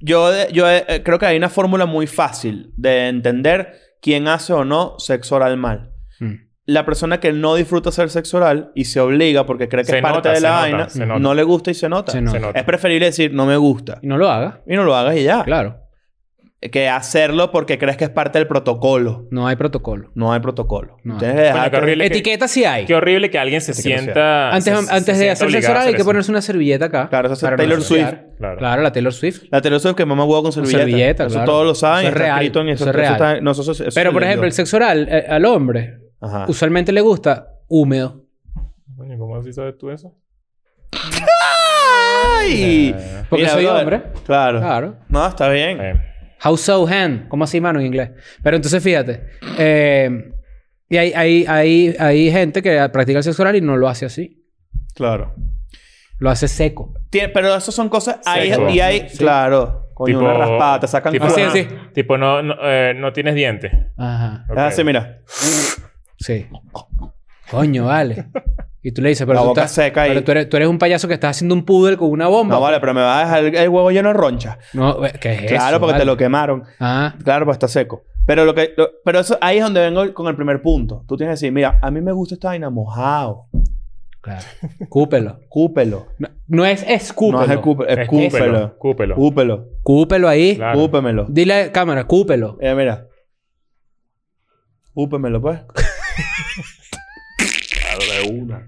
Speaker 2: Yo, de- yo eh, creo que hay una fórmula muy fácil de entender quién hace o no sexo oral mal.
Speaker 3: Mm.
Speaker 2: La persona que no disfruta hacer sexo oral y se obliga porque cree que
Speaker 1: Se
Speaker 2: es parte
Speaker 1: nota,
Speaker 2: de
Speaker 1: se
Speaker 2: la
Speaker 1: nota,
Speaker 2: vaina,
Speaker 1: se nota.
Speaker 2: no le gusta y se nota.
Speaker 3: Se nota.
Speaker 1: Se nota.
Speaker 2: Es preferible decir no me gusta
Speaker 3: Y no lo hagas.
Speaker 2: y no lo hagas y ya.
Speaker 3: Claro.
Speaker 2: Que hacerlo porque crees que es parte del protocolo.
Speaker 3: No hay protocolo.
Speaker 2: No hay protocolo.
Speaker 3: No.
Speaker 2: Tienes que dejar
Speaker 1: qué horrible que-
Speaker 3: Etiqueta sí hay.
Speaker 1: Qué horrible que alguien se
Speaker 2: Así que no
Speaker 1: sienta.
Speaker 3: Antes,
Speaker 1: se- se
Speaker 3: antes de
Speaker 1: sienta
Speaker 3: hacer sexo
Speaker 1: obligado a
Speaker 3: oral hay que
Speaker 1: eso.
Speaker 3: ponerse una servilleta acá.
Speaker 2: Claro, eso es
Speaker 3: para
Speaker 2: Taylor
Speaker 3: ensuciar.
Speaker 2: Swift.
Speaker 1: Claro.
Speaker 3: Claro, la Taylor Swift.
Speaker 2: La Taylor Swift que mamá huevo con servilleta.
Speaker 3: servilleta,
Speaker 2: eso
Speaker 3: claro.
Speaker 2: todos lo saben.
Speaker 3: Eso es
Speaker 2: está
Speaker 3: real,
Speaker 2: escrito en
Speaker 3: eso
Speaker 2: eso-
Speaker 3: es real.
Speaker 2: está- no, eso- eso- eso
Speaker 3: Pero, por
Speaker 2: se
Speaker 3: ejemplo, el
Speaker 2: leyó.
Speaker 3: sexo oral eh, al hombre
Speaker 2: Ajá.
Speaker 3: usualmente le gusta húmedo.
Speaker 1: Coño, ¿Cómo así sabes tú eso? Eh,
Speaker 2: ¡Ay!
Speaker 3: Porque soy
Speaker 2: brother,
Speaker 3: hombre.
Speaker 2: Claro.
Speaker 3: Claro.
Speaker 2: No, está bien.
Speaker 1: eh,
Speaker 3: How so hand. ¿Cómo así mano en inglés? Pero entonces fíjate. eh, y hay, hay, hay, hay gente que practica el sexo oral y no lo hace así.
Speaker 2: Claro.
Speaker 3: Lo hace seco.
Speaker 2: Tiene- pero eso son cosas. Hay,
Speaker 1: Sexo.
Speaker 2: y hay.
Speaker 3: Sí.
Speaker 2: Claro. Coño,
Speaker 1: Tipo-
Speaker 2: una raspada, te sacan
Speaker 1: tipo,
Speaker 2: cosas.
Speaker 3: Así,
Speaker 1: no,
Speaker 3: así.
Speaker 1: tipo, no, no, eh, no tienes dientes.
Speaker 3: Ajá.
Speaker 1: Ok.
Speaker 2: Ah, sí, mira.
Speaker 3: Sí. Coño, vale. Y tú le dices, pero,
Speaker 2: La
Speaker 3: tú,
Speaker 2: boca
Speaker 3: estás-
Speaker 2: seca y-
Speaker 3: pero tú, eres, tú eres un payaso que estás haciendo un poodle con una bomba.
Speaker 2: No, vale, pero me va a dejar el, el huevo lleno de roncha.
Speaker 3: No, eh, ¿qué es eso?
Speaker 2: claro, porque
Speaker 3: vale?
Speaker 2: te lo quemaron.
Speaker 3: Ah,
Speaker 2: Claro, pues está seco. Pero lo que. lo- pero eso, ahí es donde vengo con el primer punto. Tú tienes que decir, mira, a mí me gusta esta vaina mojado.
Speaker 3: claro. Cúpelo.
Speaker 2: Cúpelo.
Speaker 3: No, no es escúpelo.
Speaker 2: No es el cúpelo. Es
Speaker 1: Escúpelo.
Speaker 2: cúpelo.
Speaker 1: Cúpelo.
Speaker 2: Cúpelo.
Speaker 3: Cúpelo ahí.
Speaker 1: Claro.
Speaker 2: Cúpemelo.
Speaker 3: Dile a cámara, cúpelo.
Speaker 2: Mira, Eh, mira. Cúpemelo, pues.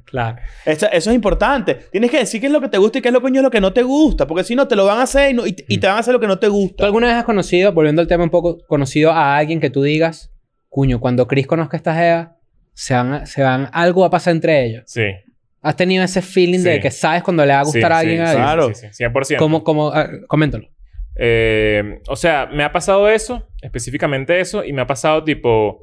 Speaker 3: Claro.
Speaker 2: Esa- eso es importante. Tienes que decir qué es lo que te gusta y qué es lo coño lo que no te gusta. Porque si no, te lo van a hacer y, no- y te- y te van a hacer lo que no te
Speaker 3: ¿Tú
Speaker 2: gusta.
Speaker 3: alguna vez has conocido, volviendo al tema un poco, conocido a alguien que tú digas, cuño, cuando Chris conozca a esta Jeva, se van, a- se van, algo va a pasar entre ellos?
Speaker 1: Sí.
Speaker 3: ¿Has tenido ese feeling de
Speaker 1: Sí.
Speaker 3: que sabes cuando le va a gustar
Speaker 1: sí,
Speaker 3: a alguien?
Speaker 1: sí,
Speaker 3: a
Speaker 1: sí,
Speaker 3: alguien?
Speaker 2: Claro.
Speaker 1: sí, sí, sí, 100%.
Speaker 3: ¿Cómo, cómo? Ah, coméntalo.
Speaker 1: Eh, o sea, me ha pasado eso, específicamente eso, y me ha pasado tipo.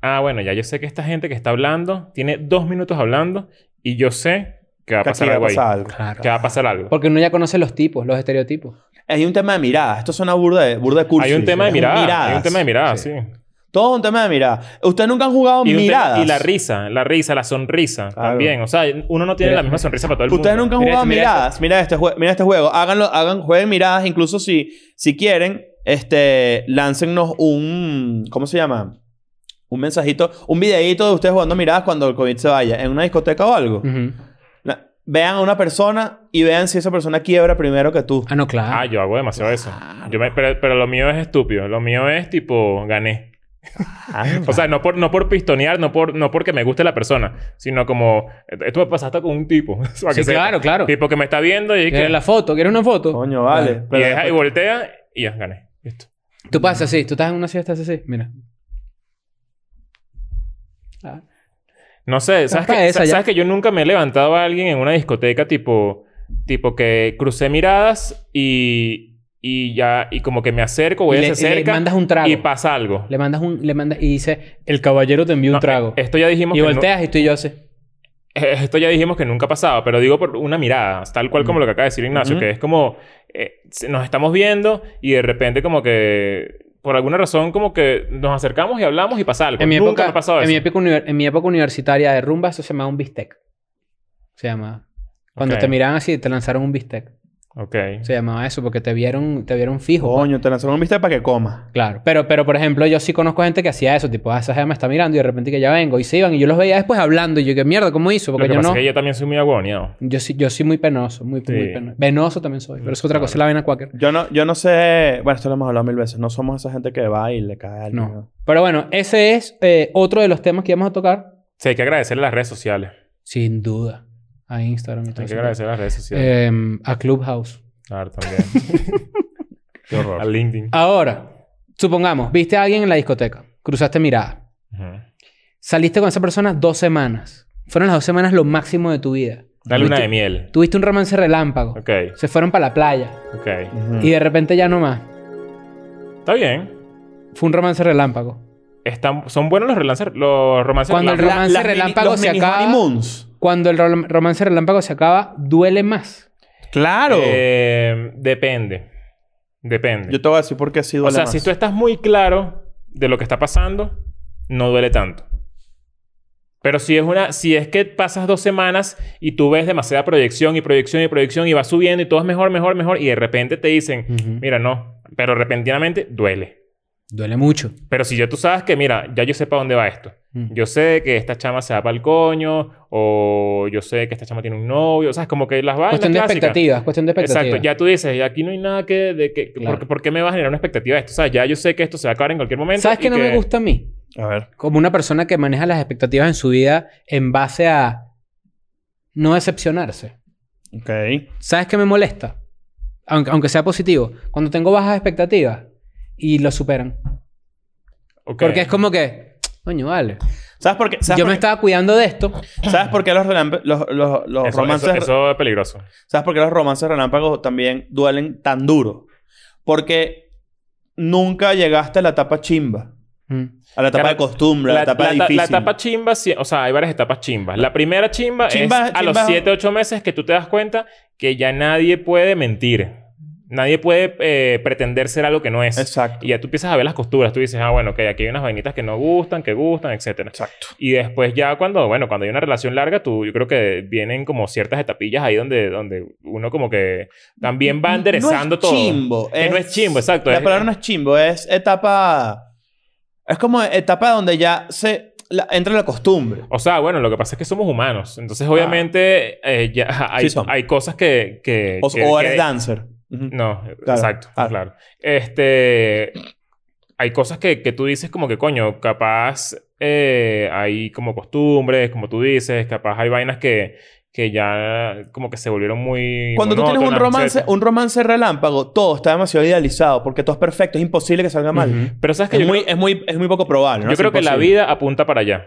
Speaker 1: Ah, bueno, ya yo sé que esta gente que está hablando tiene dos minutos hablando y yo sé que va a
Speaker 2: Que aquí
Speaker 1: pasar
Speaker 2: va a
Speaker 1: algo ahí.
Speaker 2: pasar algo.
Speaker 3: Claro.
Speaker 1: Que va a pasar algo.
Speaker 3: Porque uno ya conoce los tipos, los estereotipos.
Speaker 2: Hay un tema de mirada. Esto suena burda de, burda de cursi.
Speaker 1: Hay un tema de
Speaker 2: Es
Speaker 1: mirada.
Speaker 2: miradas.
Speaker 1: Hay un tema de mirada,
Speaker 3: Sí.
Speaker 1: sí.
Speaker 2: Todo un tema de mirada. Ustedes nunca han jugado
Speaker 1: Y, un tema-
Speaker 2: miradas.
Speaker 1: y la risa, la risa, la sonrisa
Speaker 2: Claro.
Speaker 1: también. O sea, uno no tiene
Speaker 3: Mira,
Speaker 1: la misma sonrisa para todo el
Speaker 2: Ustedes
Speaker 1: mundo.
Speaker 2: nunca han
Speaker 3: Mira
Speaker 2: jugado
Speaker 3: este, mira
Speaker 2: miradas. Mira este, jue- mira este juego. Háganlo, hagan, jueguen miradas. Incluso si, si quieren, este, láncennos un... ¿Cómo se llama? Un mensajito, un videíto de ustedes jugando miradas cuando el COVID se vaya. En una discoteca o algo.
Speaker 3: Ujú.
Speaker 2: La- vean a una persona y vean si esa persona quiebra primero que tú.
Speaker 3: Ah, no, claro.
Speaker 1: Ah, yo hago demasiado eso. Yo me- pero, pero lo mío es estúpido. Lo mío es tipo, gané. O sea, no por, no por pistonear, no, por, no porque me guste la persona, sino como, esto me pasaste con un tipo. Para
Speaker 3: Sí,
Speaker 1: que sepa.
Speaker 3: claro, claro.
Speaker 1: Tipo que me está viendo y, que,
Speaker 3: ¿Quieres la foto? ¿Quieres una foto?
Speaker 2: Coño, vale.
Speaker 1: y,
Speaker 2: Pero
Speaker 1: deja- y
Speaker 2: después-
Speaker 1: voltea y ya gané. Listo.
Speaker 3: Tú pasas así, tú estás en una ciudad, estás así, mira. Ah,
Speaker 1: No sé, ¿sabes
Speaker 3: Capaz
Speaker 1: que,
Speaker 3: esa
Speaker 1: sa-
Speaker 3: ya.
Speaker 1: sabes que yo nunca me he levantado a alguien en una discoteca tipo, tipo que crucé miradas y, y ya, y como que me acerco, voy
Speaker 3: Y
Speaker 1: a
Speaker 3: le-
Speaker 1: se
Speaker 3: y le
Speaker 1: acerca
Speaker 3: mandas un trago.
Speaker 1: y pasa algo.
Speaker 3: Le mandas un, le mandas y dice, el caballero te envió
Speaker 1: No,
Speaker 3: un trago.
Speaker 1: Esto ya dijimos
Speaker 3: y
Speaker 1: que no-
Speaker 3: volteas y tú y yo así.
Speaker 1: eh, esto ya dijimos que nunca ha pasado, pero digo por una mirada, tal cual
Speaker 3: Mm.
Speaker 1: como lo que acaba de decir Ignacio,
Speaker 2: Ujú.
Speaker 1: que es como eh, se- nos estamos viendo y de repente como que por alguna razón como que nos acercamos y hablamos y pasa algo.
Speaker 3: En mi,
Speaker 1: Nunca
Speaker 3: época,
Speaker 1: me ha pasado
Speaker 3: en,
Speaker 1: eso.
Speaker 3: mi época univer- en mi época universitaria de rumba, eso se llamaba un bistec. Se llamaba. Cuando
Speaker 1: Ok.
Speaker 3: te miraban así, te lanzaron un bistec.
Speaker 1: Ok.
Speaker 3: Se llamaba eso, porque te vieron, te vieron fijo. pues.
Speaker 2: Coño, te lanzaron un bistec para que comas.
Speaker 3: Claro. Pero, pero, por ejemplo, yo sí conozco gente que hacía eso. Tipo, ah, esa jeva me está mirando y de repente que ya vengo. Y se iban. Y yo los veía después hablando. Y yo, ¿qué mierda? ¿Cómo hizo?
Speaker 1: Lo que
Speaker 3: Porque yo
Speaker 1: pasa
Speaker 3: no...
Speaker 1: es que yo también soy muy agoneado.
Speaker 3: Yo, sí, yo soy muy penoso. Muy,
Speaker 1: Sí.
Speaker 3: muy penoso. Venoso también soy. Pero es otra cosa. es La vena cuáquer.
Speaker 2: Yo no, yo no sé... Bueno, esto lo hemos hablado mil veces. No somos esa gente que va y le cae a alguien.
Speaker 3: No. Pero bueno, ese es eh, otro de los temas que vamos a tocar.
Speaker 1: Sí, hay que agradecerle a las redes sociales.
Speaker 3: Sin duda. A Instagram y todo
Speaker 1: Hay que
Speaker 3: eso.
Speaker 1: agradecer a las redes sociales.
Speaker 3: Em, a Clubhouse.
Speaker 1: Claro, también.
Speaker 2: Qué horror.
Speaker 1: a LinkedIn.
Speaker 3: Ahora, supongamos, viste a alguien en la discoteca, cruzaste mirada,
Speaker 1: Ujú.
Speaker 3: saliste con esa persona dos semanas. Fueron las dos semanas lo máximo de tu vida.
Speaker 1: La luna
Speaker 3: Tuviste-
Speaker 1: de miel.
Speaker 3: Tuviste un romance relámpago.
Speaker 1: Ok,
Speaker 3: Se fueron para la playa.
Speaker 1: ok.
Speaker 2: Ujú.
Speaker 3: Y de repente ya no más.
Speaker 1: Está bien.
Speaker 3: Fue un romance relámpago.
Speaker 1: Están, son buenos los relances, los romances.
Speaker 3: Cuando el
Speaker 1: relámpagos.
Speaker 3: romance
Speaker 2: Las mini-
Speaker 3: relámpago
Speaker 2: los
Speaker 3: se
Speaker 2: mini
Speaker 3: acaba.
Speaker 2: honeymoons.
Speaker 3: Cuando el rom- romance relámpago se acaba, duele más.
Speaker 2: Claro.
Speaker 1: Eh, depende. Depende.
Speaker 2: Yo te voy a decir por qué sí duele
Speaker 1: o sea,
Speaker 2: más.
Speaker 1: si tú estás muy claro de lo que está pasando, no duele tanto. Pero si es una, si es que pasas dos semanas y tú ves demasiada proyección y proyección y proyección y va subiendo y todo es mejor, mejor, mejor, y de repente te dicen, mira, no, pero repentinamente duele.
Speaker 3: Duele mucho.
Speaker 1: Pero si ya tú sabes que, mira, ya yo sé para dónde va esto. Yo sé que esta chama se va para el coño, o yo sé que esta chama tiene un novio, o sea, es como que las vainas
Speaker 3: cuestión de
Speaker 1: clásicas.
Speaker 3: expectativas, cuestión de expectativas.
Speaker 1: Exacto, ya tú dices, "Y aquí no hay nada que. De que
Speaker 3: Claro.
Speaker 1: ¿por, qué- por qué me va a generar una expectativa de esto? O sea, ya yo sé que esto se va a acabar en cualquier momento.
Speaker 3: ¿Sabes
Speaker 1: y
Speaker 3: qué no me gusta a mí?
Speaker 2: A ver.
Speaker 3: como una persona que maneja las expectativas en su vida en base a no decepcionarse.
Speaker 2: Ok.
Speaker 3: ¿Sabes qué me molesta? Aunque, aunque sea positivo. Cuando tengo bajas expectativas y lo superan.
Speaker 1: Ok.
Speaker 3: Porque es como que, coño, vale.
Speaker 2: ¿Sabes por qué? ¿Sabes
Speaker 3: Yo
Speaker 2: por
Speaker 3: me
Speaker 2: qué?
Speaker 3: estaba cuidando de esto.
Speaker 2: ¿Sabes por qué los, relamp- los, los, los
Speaker 1: Eso-
Speaker 2: romances...
Speaker 1: eso, eso es peligroso.
Speaker 2: ¿Sabes por qué los romances relámpagos también duelen tan duro? Porque nunca llegaste a la etapa chimba.
Speaker 3: Mm.
Speaker 2: A la etapa
Speaker 1: Claro,
Speaker 2: de costumbre, a la, etapa
Speaker 1: la- la
Speaker 2: difícil.
Speaker 1: etapa chimba, sí, o sea, hay varias etapas chimbas. La primera chimba,
Speaker 2: Chimba-
Speaker 1: es a los
Speaker 2: chimba-
Speaker 1: 7, 8 meses que tú te das cuenta que ya nadie puede mentir. Nadie puede eh, pretender ser algo que no es.
Speaker 2: Exacto.
Speaker 1: Y ya tú empiezas a ver las costuras. Tú dices, ah, bueno, ok, aquí hay unas vainitas que no gustan, que gustan, etcétera.
Speaker 2: Exacto.
Speaker 1: Y después ya cuando, bueno, cuando hay una relación larga, tú, yo creo que vienen como ciertas etapillas ahí donde, donde uno como que también va enderezando
Speaker 2: no es
Speaker 1: todo.
Speaker 2: Chimbo,
Speaker 1: Que no es chimbo, exacto,
Speaker 2: La
Speaker 1: es-
Speaker 2: palabra no es chimbo, es etapa. Es como etapa donde ya se la- entra la costumbre.
Speaker 1: O sea, bueno, lo que pasa es que somos humanos. Entonces, obviamente, eh, ya hay,
Speaker 2: Ah. Sí son.
Speaker 1: hay cosas que... que
Speaker 2: Ah. O,
Speaker 1: que-
Speaker 2: o
Speaker 1: que-
Speaker 2: eres dancer. Ujú.
Speaker 1: No,
Speaker 2: Claro,
Speaker 1: exacto,
Speaker 2: claro.
Speaker 1: claro. Este... Hay cosas que, que tú dices como que, coño, capaz eh, hay como costumbres, como tú dices, capaz hay vainas que, que ya como que se volvieron muy...
Speaker 2: Cuando tú tienes un
Speaker 1: monótonas,
Speaker 2: romance,
Speaker 1: etcétera.
Speaker 2: un romance relámpago, todo está demasiado idealizado porque todo es perfecto, es imposible que salga mal.
Speaker 3: Ujú.
Speaker 1: Pero sabes que
Speaker 2: es,
Speaker 1: yo
Speaker 2: muy, es, muy, es muy poco probable. ¿no?
Speaker 1: Yo
Speaker 2: Es
Speaker 1: creo que la
Speaker 2: imposible.
Speaker 1: vida apunta para allá.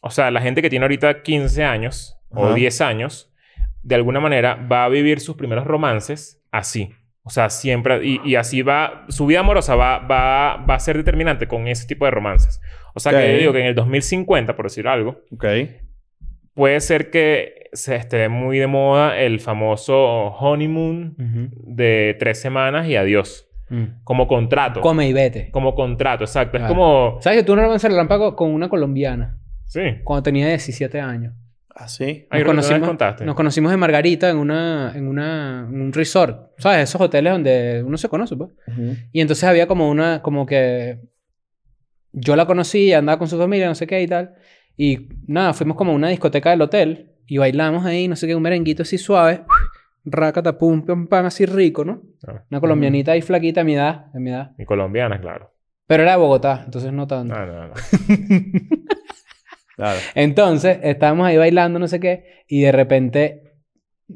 Speaker 1: O sea, la gente que tiene ahorita 15 años o
Speaker 2: Ajá.
Speaker 1: 10 años, de alguna manera va a vivir sus primeros romances así. O sea, siempre... Y, y así va... Su vida amorosa va, va, va a ser determinante con ese tipo de romances. O sea,
Speaker 2: Ok.
Speaker 1: que yo digo que en el 2050, por decir algo,
Speaker 2: Ok.
Speaker 1: puede ser que se esté muy de moda el famoso honeymoon
Speaker 3: Ujú.
Speaker 1: de tres semanas y adiós.
Speaker 3: Mm.
Speaker 1: Como contrato.
Speaker 3: Come y vete.
Speaker 1: Como contrato, exacto. Es
Speaker 3: Claro.
Speaker 1: como...
Speaker 3: ¿Sabes que tuve un romance relámpago con una colombiana
Speaker 1: Sí.
Speaker 3: cuando tenía 17 años?
Speaker 2: Así.
Speaker 1: Ay, creo que tú no les contaste.
Speaker 3: nos conocimos en Margarita en, una, en, una, en un resort. ¿Sabes? Esos hoteles donde uno se conoce, pues. Y entonces había como una, como que yo la conocí, andaba con su familia, no sé qué y tal. Y nada, fuimos como a una discoteca del hotel y bailamos ahí, no sé qué, un merenguito así suave, rácata, pum, pam, pam, así rico, ¿no?
Speaker 1: Ah.
Speaker 3: Una colombianita ahí flaquita a mi edad, a mi edad.
Speaker 1: Y colombianas, claro.
Speaker 3: Pero era de Bogotá, entonces no tanto.
Speaker 1: No, no, no.
Speaker 2: Claro.
Speaker 3: Entonces, estábamos ahí bailando, no sé qué, y de repente